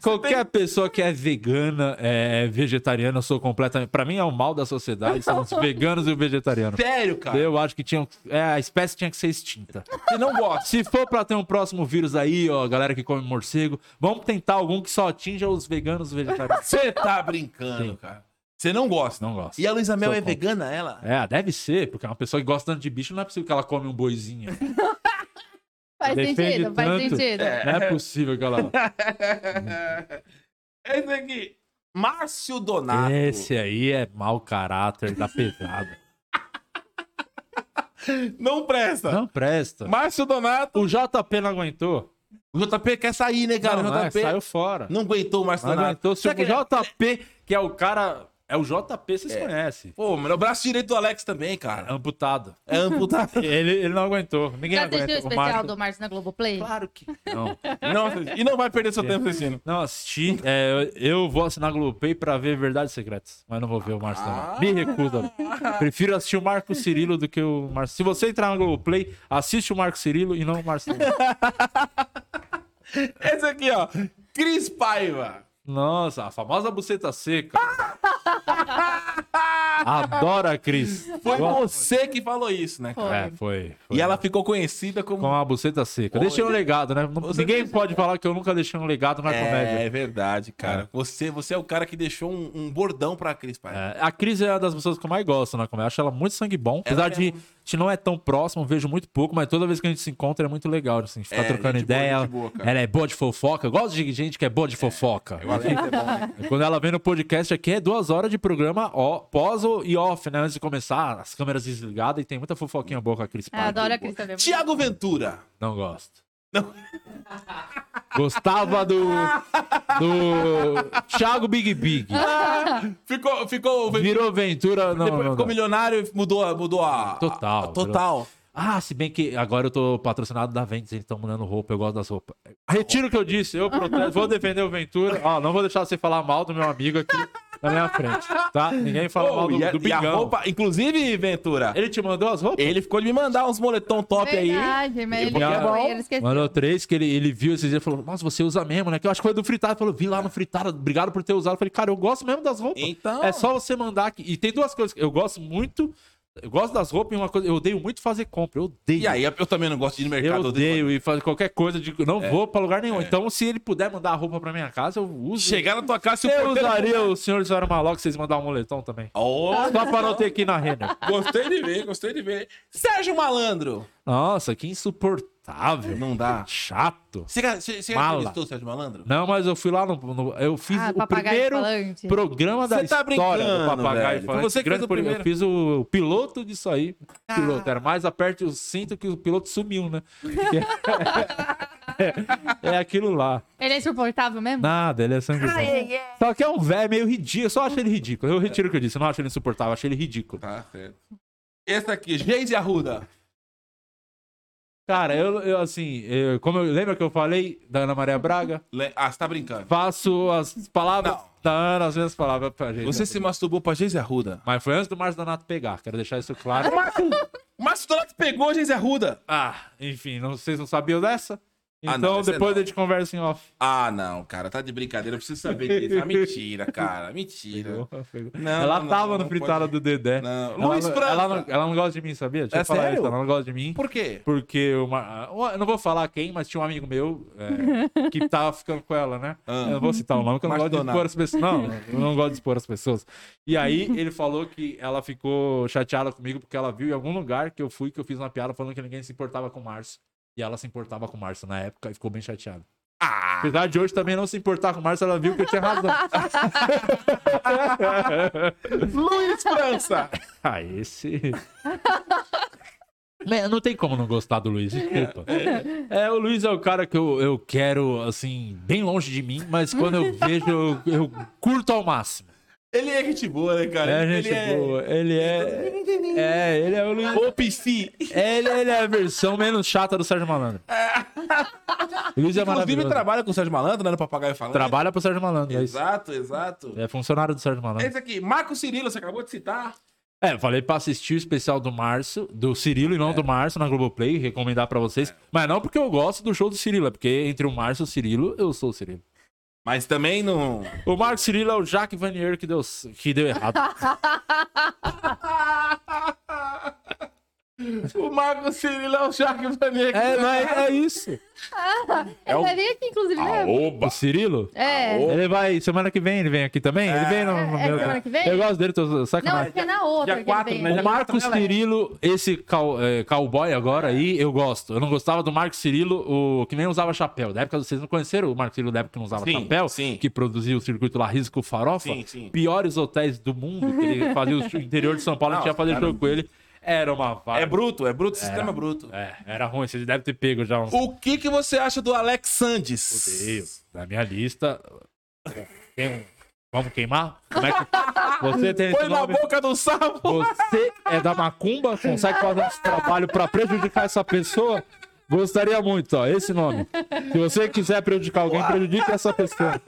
D: Qualquer pessoa que é vegana, é vegetariana, eu sou completamente. Pra mim é o mal da sociedade, são os veganos e o vegetariano.
B: Sério, cara.
D: Eu acho que tinha, é, a espécie tinha que ser extinta.
B: Você não gosta.
D: Se for pra ter um próximo vírus aí, ó, galera que come morcego, vamos tentar algum que só atinja os veganos e vegetarianos.
B: Você tá brincando,
D: Sim.
B: cara. Você não gosta.
D: Não gosto.
B: E a Luísa Mel
D: Sou
B: é
D: contra.
B: vegana, ela?
D: É, deve ser, porque é uma pessoa que gosta tanto de bicho, não é possível que ela come um boizinho.
E: Faz
D: Defende
E: sentido, faz
D: tanto.
E: sentido.
D: Não é possível que ela.
B: Esse aqui. Márcio Donato.
D: Esse aí é mau caráter da pesada.
B: Não presta.
D: Não presta.
B: Márcio Donato.
D: O JP não aguentou.
B: O JP quer sair, né, cara?
D: não,
B: o
D: é,
B: JP
D: saiu fora.
B: não aguentou o Márcio
D: Não
B: Donato.
D: aguentou. Se o
B: Será que ele-
D: JP, que é o cara. É o JP, vocês conhecem.
B: Pô, mano, é o braço direito do Alex também, cara.
D: Amputado.
B: É
D: Tá
B: amputado.
D: Ele, ele não aguentou. Ninguém
E: Já
D: aguenta.
E: assistiu o
D: O
E: especial
D: Márcio-
E: do Márcio na Globoplay?
D: Claro que não.
B: não, e não vai perder seu tempo assistindo.
D: Não assisti. É, eu vou assinar Globoplay pra ver Verdades Secretas. Mas não vou ver o Márcio
B: Ah.
D: Donato. Me recusa. Prefiro assistir o Marco Cirilo do que o Márcio. Se você entrar na Globoplay, assiste o Marco Cirilo e não o Márcio Donato.
B: Esse aqui, ó. Cris Paiva.
D: Nossa, a famosa buceta seca. Adora a Cris.
B: Foi
D: Gosto.
B: você que falou isso, né, cara?
D: É, foi. foi.
B: E ela ficou conhecida como.
D: Com a buceta seca. Deixei um legado, né? Não-
B: Você
D: Ninguém
B: deixa-
D: pode falar que eu nunca deixei um legado na
B: É,
D: comédia.
B: é verdade, cara. Você, você é o cara que deixou um, um bordão pra Cris Paiva.
D: É, a Cris é uma das pessoas que eu mais gosto na comédia. Eu acho ela muito sangue bom. Apesar de a gente não é tão próximo, eu vejo muito pouco, mas toda vez que a gente se encontra é muito legal. Assim, a gente fica
B: É,
D: trocando
B: gente boa,
D: ideia.
B: gente boa, cara.
D: ela é boa de fofoca. Eu gosto de gente que é boa de fofoca.
B: O Alex é bom, né?
D: Quando ela vem no podcast aqui, é duas horas de programa ó, pós e off, né? Antes de começar, as câmeras desligadas e tem muita fofoquinha boa com a Cris
E: Ah,
D: Paiva.
E: adoro a Cris também.
B: Tiago Ventura.
D: Não gosto.
B: Não.
D: Gostava do. Do. Thiago Big Big.
B: Ficou, ficou,
D: Virou Ventura. Não,
B: depois
D: não,
B: ficou
D: não.
B: milionário e mudou, a- mudou a.
D: Total,
B: a- a total.
D: Ah, se bem que agora eu tô patrocinado da Ventus, eles estão mudando roupa, eu gosto das roupas. Retiro o que eu disse, eu protesto, vou defender o Ventura. Ó, não vou deixar você falar mal do meu amigo aqui na minha frente, tá? Ninguém fala mal
B: Pô,
D: do,
B: Oh, e, a,
D: do
B: e a
D: Bigão.
B: roupa, inclusive, Ventura, ele,
D: Ele te mandou as roupas?
B: ele ficou de me mandar uns moletom top aí.
E: Verdade, mas ele,
D: Porque é
E: foi,
D: bom.
E: ele esqueceu.
D: Mandou três que ele, ele viu esses dias e falou: Nossa, você usa mesmo, né? Que eu acho que foi do Fritada. Ele falou: Vi lá no Fritada, obrigado por ter usado. Eu falei: Cara, eu gosto mesmo das roupas.
B: Então.
D: É só você mandar aqui. E tem duas coisas que eu gosto muito. Eu gosto das roupas e uma coisa. Eu odeio muito fazer compra. Eu odeio.
B: E aí, eu também não gosto de ir no
D: eu
B: mercado. É.
D: odeio e fazer qualquer coisa. De, não vou pra lugar nenhum. Então, se ele puder mandar a roupa pra minha casa, eu uso.
B: Chegar na tua casa e o
D: Eu
B: porteiro...
D: usaria o senhor e senhora Maló que vocês mandar um moletom também.
B: Ô,
D: Só pra não ter aqui na renda.
B: Ah, gostei de ver, gostei de ver. Sérgio Malandro.
D: Nossa, que insuportável.
B: Não dá.
D: Chato.
B: Você já você- você já
D: Mala.
B: entrevistou o Sérgio Malandro?
D: Não, mas eu fui lá no. no- eu fiz
E: Ah,
D: o
E: papagaio
D: primeiro
E: falante.
D: programa da
B: Você tá
D: história do
B: brincando,
D: papagaio
B: velho.
D: falante.
B: Foi você que
D: Grande
B: fez o
D: por-
B: primeiro.
D: Eu fiz o, o piloto disso aí.
E: Ah.
D: Piloto, era mais aperte o cinto que o piloto sumiu, né? é, é aquilo lá.
E: Ele é insuportável mesmo?
D: Nada, ele é sangue. bom. Só que é um velho meio ridículo. Eu só acho ele ridículo. Eu retiro o que eu disse. Eu não acho ele insuportável, eu acho ele ridículo.
B: Tá certo. Esse aqui, Geise Arruda.
D: Cara, eu, eu, assim, eu- como eu lembra que eu falei da Ana Maria Braga?
B: Le- Ah, você tá brincando.
D: Faço as palavras
B: Não.
D: da Ana, as minhas palavras pra gente.
B: Você se masturbou pra Geise Arruda.
D: Mas foi antes do Márcio Donato pegar, quero deixar isso claro.
B: O Márcio Donato pegou a Geise Arruda.
D: Ah, enfim, não, vocês não sabiam dessa?
B: Ah,
D: Então
B: não, essa
D: depois
B: não.
D: a gente conversa em off.
B: Ah, não, cara, tá de brincadeira. Eu preciso saber disso. Ah, mentira, cara, mentira. É. Não,
D: ela
B: não,
D: tava
B: não
D: no fritada
B: pode-
D: do Dedé.
B: Não.
D: Ela,
B: Luiz França.
D: ela, não, ela não gosta de mim, sabia? Deixa
B: É
D: eu falar
B: sério?
D: isso, ela não gosta de mim.
B: Por quê?
D: Porque uma. uma- Eu não vou falar quem, mas tinha um amigo meu é, que tava ficando com ela, né?
B: Ah.
D: Eu não vou citar o nome, porque eu não gosto de
B: Mastodonado.
D: expor as pessoas. Não, eu não gosto de expor as pessoas. E aí ele falou que ela ficou chateada comigo porque ela viu em algum lugar que eu fui, que eu fiz uma piada falando que ninguém se importava com o Márcio. E ela se importava com o Márcio na época e ficou bem chateada.
B: Ah,
D: Apesar de hoje também não se importar com o Márcio, ela viu que eu tinha razão.
B: Luiz França.
D: ah, esse. Man, Não tem como não gostar do Luiz, desculpa. É, o Luiz é o cara que eu, eu quero, assim, bem longe de mim, mas quando eu vejo, eu, eu curto ao máximo.
B: Ele é gente boa, né, cara?
D: É,
B: ele
D: gente boa. Ele é. É, ele é o Luiz.
B: O PC.
D: Ele, ele é a versão menos chata do Sérgio Malandro. O Luiz é
B: Inclusive,
D: maravilhoso.
B: trabalha com o Sérgio Malandro, né? No Papagaio Falando.
D: Trabalha pro Sérgio Malandro, é isso.
B: Exato, exato.
D: É funcionário do Sérgio Malandro.
B: Esse aqui, Marco Cirilo, você acabou de citar.
D: É, eu falei pra assistir o especial do Márcio, do Cirilo e
E: É.
D: não do Márcio na Globoplay, recomendar pra vocês. Mas não porque eu gosto do show do Cirilo, é porque entre o Márcio e o Cirilo, eu sou o Cirilo.
B: Mas também não.
D: O Marco Cirilo é o Jacques Vanier que deu, que deu errado.
B: O Marco Cirilo é o Jacques Vanier.
D: é, não, é, é isso.
E: Ele vai vir aqui, inclusive,
D: é?
E: né?
B: Oba!
D: O Cirilo?
E: É.
B: Aô.
D: Ele vai, semana que vem ele vem aqui também? Ele vem no...
E: É, é
D: meu-
E: semana que vem?
D: Eu gosto dele, tô
E: Não,
D: sacanagem.
E: acho que é na outra.
B: Dia
E: que ele
B: quatro,
E: vem. É,
B: né?
D: O Marcos Cirilo, esse cow- é, cowboy agora aí, eu gosto. Eu não gostava do Marcos Cirilo, o que nem usava chapéu. Da época, vocês não conheceram o Marcos Cirilo da época que não usava
B: Sim,
D: chapéu?
B: sim.
D: Que produzia o circuito lá Risco Farofa?
B: Sim, sim.
D: Piores hotéis do mundo, que ele fazia o interior de São Paulo, não,
B: Não,
D: tinha fazer
B: cara,
D: jogo com ele. Era uma vaga.
B: É bruto, é bruto, sistema bruto.
D: É, era ruim, vocês devem ter pego já uns...
B: O que, que você acha do Alex Sandes?
D: Odeio. Na minha lista... Tem um... Vamos queimar? Como é que... Você tem esse
B: Foi na
D: nome?
B: boca do sapo!
D: Você é da macumba? Consegue fazer esse trabalho pra prejudicar essa pessoa? Gostaria muito, ó, esse nome. Se você quiser prejudicar alguém, prejudique essa pessoa.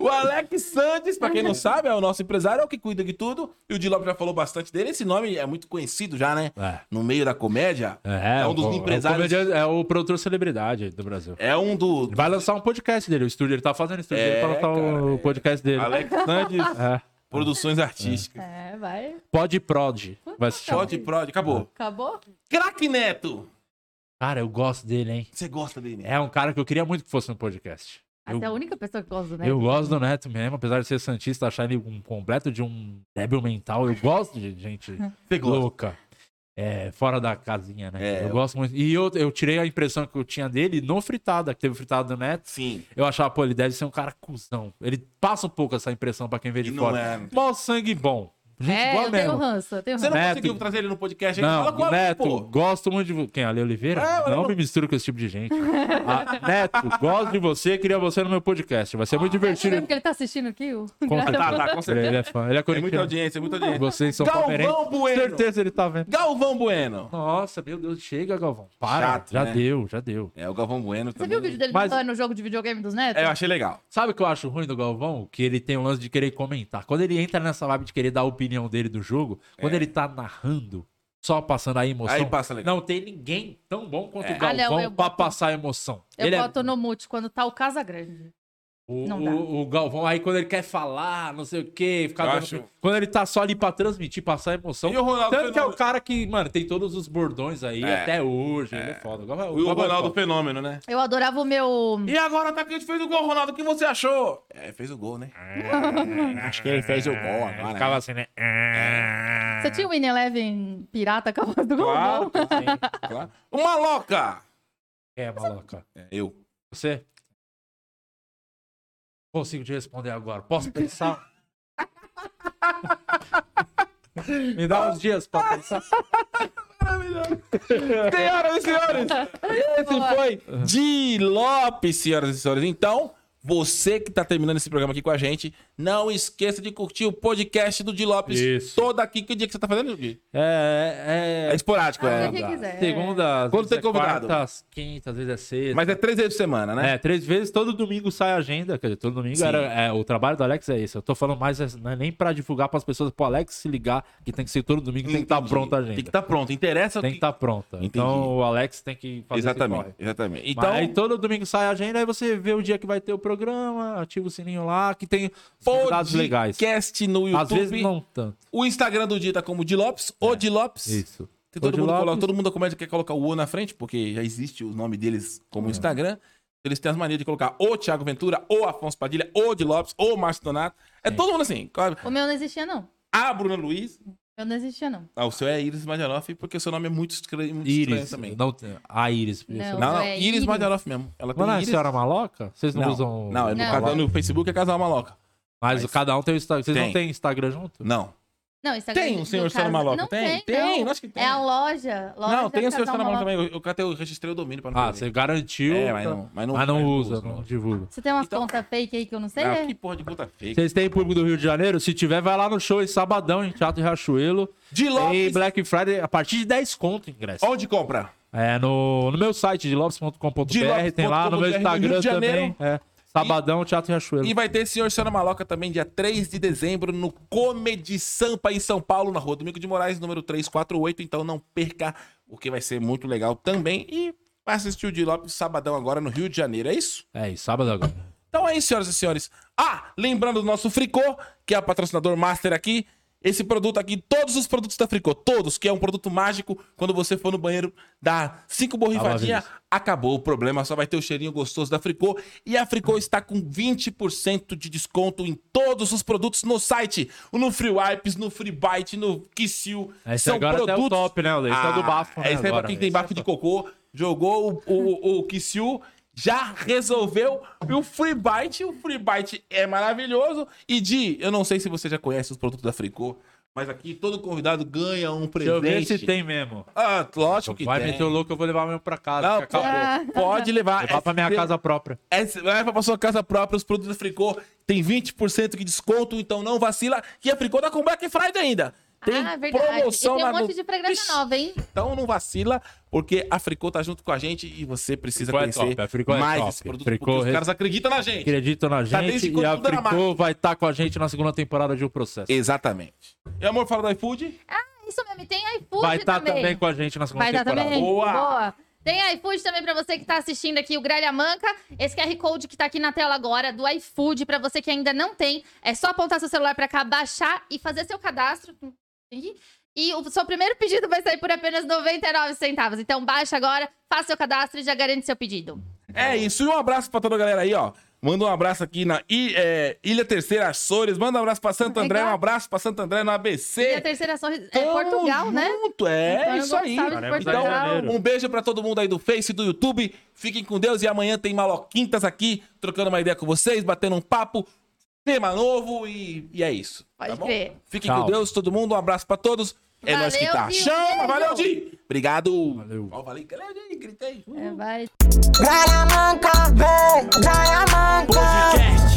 B: O Alex Sandes, pra quem não sabe, é o nosso empresário, é o que cuida de tudo. E o Dilop já falou bastante dele. Esse nome é muito conhecido já, né?
D: É.
B: No meio da comédia. É um dos
D: É o,
B: empresários.
D: comediante- é o produtor celebridade do Brasil.
B: É um do.
D: Ele vai lançar um podcast dele, o estúdio, ele tá fazendo o estúdio
B: É,
D: dele pra lançar
B: cara,
D: o
B: é.
D: podcast dele.
B: Alex Sandes,
D: É.
B: produções artísticas.
E: É, vai.
D: Pod Prod. Vai se chamar.
B: Pode, prod, acabou.
E: Acabou?
B: Craque Neto!
D: Cara, eu gosto dele, hein?
B: Você gosta dele? né?
D: É um cara que eu queria muito que fosse no podcast. Eu
E: Até a única pessoa que gosta né? do Neto.
D: Eu gosto do Neto mesmo, apesar de ser Santista, achar ele um completo de um débil mental. Eu gosto de gente
B: Você gosta.
D: louca. É, fora da casinha, né?
B: É,
D: eu
B: eu-
D: gosto muito. E eu, eu tirei a impressão que eu tinha dele no fritada, que teve o fritada do Neto.
B: Sim.
D: Eu achava, pô, ele deve ser um cara cuzão. Ele passa um pouco essa impressão pra quem vê de
B: E não
D: fora.
B: é.
D: Mó sangue bom. Gente
E: É,
D: boa
E: eu tenho
D: mesmo.
E: ranço, eu tenho
B: Você
E: ranço.
B: não
D: Neto.
B: conseguiu trazer ele no podcast? Ele
D: Não,
B: fala com o Alex,
D: Neto,
B: pô.
D: gosto muito de. vo- Quem? Ale Oliveira?
B: É, eu
D: não
B: não-
D: me misturo com esse tipo de gente. Ah, Neto, gosto de você, queria você no meu podcast. Vai ser muito divertido.
E: Porque ele tá assistindo aqui, o...
D: Com certeza.
E: Ah,
B: Tá, tá, com certeza.
D: Ele é fã. Ele é
B: É muita
D: corintiano.
B: audiência, é muita audiência.
D: Vocês são
B: Galvão
D: palmeirenses.
B: Bueno.
D: Certeza ele tá vendo.
B: Galvão Bueno.
D: Nossa, meu Deus, chega, Galvão. Para.
B: Chato,
D: já
B: né?
D: deu, já deu.
B: É, o Galvão Bueno
E: Você
B: também.
E: viu o vídeo dele
D: Mas-
E: falando no jogo de videogame dos Netos?
B: É, eu achei legal.
D: Sabe o que eu acho ruim do Galvão? Que ele tem o lance de querer comentar. Quando ele entra nessa vibe de querer dar a opinião dele do jogo, quando ele tá narrando, só passando a emoção.
B: É. Aí passa É. legal.
D: Não tem ninguém tão bom quanto o
E: Ah, não,
D: Galvão
E: eu
D: pra
E: boto-
D: passar a emoção.
E: Eu
D: ele é-
E: boto no mute quando tá o Casa Grande.
D: O,
E: Não dá.
D: o- o Galvão, aí quando ele quer falar, não sei o quê, ficar
B: Eu
D: dando-
B: acho-
D: Quando ele tá só ali pra transmitir, passar emoção.
B: E o Ronaldo
D: Tanto que é o
B: Fenômeno?
D: cara que, mano, tem todos os bordões aí
B: Tá É.
D: até hoje. Ele é foda. O Galvão-
B: E o
D: Galvão é
B: Ronaldo
D: foda.
B: Fenômeno, né?
E: Eu adorava o meu...
B: E agora o atacante fez o gol, Ronaldo. O que você achou? É, fez o gol, né? É, Acho que ele fez o gol
D: Ele
B: agora.
D: ficava assim, né?
E: Você tinha o In Eleven pirata com a voz do
B: Claro,
E: Galvão?
B: sim, claro. O Maloca!
D: É, maloca.
B: É, eu.
D: Você? Consigo te responder agora. Posso pensar? Me dá uns dias pra pensar.
B: Senhoras e senhores, esse foi Di Lopes, senhoras e senhores. Então, você que tá terminando esse programa aqui com a gente, não esqueça de curtir o podcast do Di Lopes.
D: Isso.
B: Toda aqui. Que dia que você tá fazendo, Di?
D: É,
B: É esporádico,
E: Ah,
B: é.
E: quem quiser.
D: Segunda, às
B: Quando
D: vezes
B: tem
D: é
B: convidado?
D: quarta, às quinta, às vezes é sexta.
B: Mas é três vezes por semana, né?
D: É, três vezes, todo domingo sai a agenda. Quer dizer, todo domingo
B: Sim.
D: era, é, o trabalho do Alex é esse. Eu tô falando mais, é, não é nem pra divulgar pras pessoas, pro Alex se ligar, que tem que ser todo domingo, tem que estar
B: Entendi.
D: pronta a agenda.
B: Tem que estar pronta. Interessa o
D: Tem que estar pronta.
B: Entendi.
D: Então o Alex tem que fazer Esse
B: Exatamente,
D: corre.
B: exatamente.
D: Então,
B: Então,
D: aí todo domingo sai a agenda, aí você vê o dia que vai ter o programa, ativa o sininho lá, que tem convidados legais.
B: podcast no
D: Às vezes
B: YouTube.
D: não tanto.
B: O Instagram do Dita como Di Lopes, o Di Lopes.
D: Isso.
B: Que Todo,
D: O Di
B: mundo
D: Lopes.
B: coloca, todo mundo da comédia quer colocar o O na frente, porque já existe o nome deles como Instagram. Eles têm as manias de colocar o Thiago Ventura, o Afonso Padilha, o Di Lopes, o Márcio Donato. É todo mundo assim.
E: O meu não existia, não.
B: A Bruna Luiz.
E: Eu não existia, não.
B: Ah, o seu é Iris Madjanoff, porque o seu nome é muito estranho, muito estranho
D: Iris.
B: também.
D: Não, tem- a Iris.
E: Não.
B: Não, não,
E: É
B: Iris,
E: Iris.
B: Madjanoff mesmo. Ela tem
D: Mas não é a
B: Iris.
D: senhora maloca? Vocês não,
B: não,
D: usam.
B: não, é no,
E: Não.
B: casal- no Facebook é casal maloca.
D: Mas
B: Mas-
D: cada um tem o Instagram. Vocês não
B: Tem.
D: têm Instagram junto?
B: Não.
E: Não, Instagram
B: Tem um
E: do
B: senhor
E: Casa-
B: Sara Maloca?
E: Não
B: Tem?
E: tem, não.
B: Tem, acho que tem.
E: É a loja. loja
B: Não, tem um o
E: Casa
B: seu Instagram
E: Maloca.
B: também. Eu, eu até registrei o domínio pra não
D: Ah,
B: perder.
D: você garantiu.
B: É, mas não- mas não-
D: mas não
B: mas não
D: usa,
B: usa,
D: não,
B: não.
D: divulga.
E: Você tem umas
B: Então-
E: contas fake aí que eu não sei?
B: Ah,
E: é?
B: que porra de puta feia.
D: Vocês têm público do Rio de Janeiro? Se tiver, vai lá no show em sabadão, em Teatro Riachuelo.
B: De
D: Tem
B: Lopes.
D: Black Friday a partir de 10 conto ingresso.
B: Onde compra?
D: É, no, no meu site, dilopes.com.br, tem lá, no meu
B: dilopes.com.br,
D: Instagram
B: Rio de Janeiro.
D: também. É, sabadão, Teatro Riachuelo.
B: E vai ter Senhor e Senhora Maloca também, dia 3 de dezembro, no Comedy Sampa, em São Paulo, na Rua Domingo de Moraes, número 348. Então não perca, o que vai ser muito legal também. E vai assistir o Di Lopes sabadão agora no Rio de Janeiro, é isso?
D: É, e sábado agora.
B: Então é isso, senhoras e senhores. Ah, lembrando do nosso Fricô, que é o patrocinador master aqui. Esse produto aqui, todos os produtos da Fricô, todos, que é um produto mágico. Quando você for no banheiro, dá cinco borrifadinhas, acabou o problema, só vai ter o cheirinho gostoso da Fricô. E a Fricô está com 20% de desconto em todos os produtos no site. No Free Wipes, no Free Bite, no Kissil.
D: É, Esse agora até o top, né, o Esse é do bafo, né,
B: Esse é pra
D: agora.
B: quem tem bafo de cocô, jogou o, o, o Kissil, já resolveu. E o Free Bite, o Free Bite é maravilhoso. E Di, eu não sei se você já conhece os produtos da Fricô, mas aqui todo convidado ganha um
D: Deixa eu
B: presente.
D: ver se tem mesmo.
B: Ah, lógico que
D: Vai
B: tem.
D: meter o louco, eu vou levar o meu pra casa.
B: Não,
D: que acabou.
B: pô,
C: Ah.
B: pode levar.
D: Levar pra minha
B: seu-
D: casa própria.
B: é, vai pra sua casa própria, os produtos da Fricô tem 20% de desconto, então não vacila. E a Fricô tá com Black Friday ainda. Tem
C: ah, verdade.
B: promoção
C: e tem um
B: lá
C: monte
B: no-
C: de programa
B: Ixi,
C: nova, hein?
B: Então não vacila, porque a Fricô tá junto com a gente e você precisa
D: Fricô é
B: conhecer
D: top, a Fricô é
B: mais
D: top.
B: esse produto,
D: Fricô
B: porque
D: res-
B: os caras acreditam na gente.
D: Acreditam na
B: Tá desde
D: gente e
B: quando
D: a
B: tudo era
D: Fricô vai estar com a gente na segunda temporada de O Processo.
B: Exatamente. E amor, fala do iFood?
E: Ah,
C: Isso mesmo, e tem iFood
D: Vai
B: tá
D: estar
C: também.
D: também. com a gente na segunda
C: Vai dar
D: temporada.
C: também.
B: Boa!
C: Tem iFood também pra você que tá assistindo aqui o Gralha Manca. Esse QR Code que tá aqui na tela agora do iFood, pra você que ainda não tem, é só apontar seu celular pra cá, baixar e fazer seu cadastro. Ih, E o seu primeiro pedido vai sair por apenas 99 centavos. Então baixa agora, faça seu cadastro e já garante seu pedido.
B: É isso. E um abraço pra toda a galera aí, ó. Manda um abraço aqui na I- é, Ilha Terceira Açores. Manda um abraço pra Santo André.
C: Legal.
B: Um abraço pra Santo André no
C: E
B: ABC.
C: a terceira só é Portugal,
B: Tamo
C: né?
B: junto, É,
C: Então,
B: isso aí.
C: Gonçalo de
D: Faremos aí em
C: Portugal.
D: janeiro.
B: Um beijo pra todo mundo aí do Face, do YouTube. Fiquem com Deus e amanhã tem Maloquintas aqui, trocando uma ideia com vocês, batendo um papo, tema novo e, e é isso.
C: Pode crer.
B: Fiquem
D: Tchau.
B: com Deus, todo mundo. Um abraço pra todos. É
C: Valeu,
B: nóis que tá.
C: Di, um
B: Chama,
C: beijo.
B: valeu, Di. Obrigado.
D: Valeu.
B: Ó, valeu, valeu, Di, gritei.
C: É, vai
A: Gralha manca, vem, gralha manca.
B: Podcast.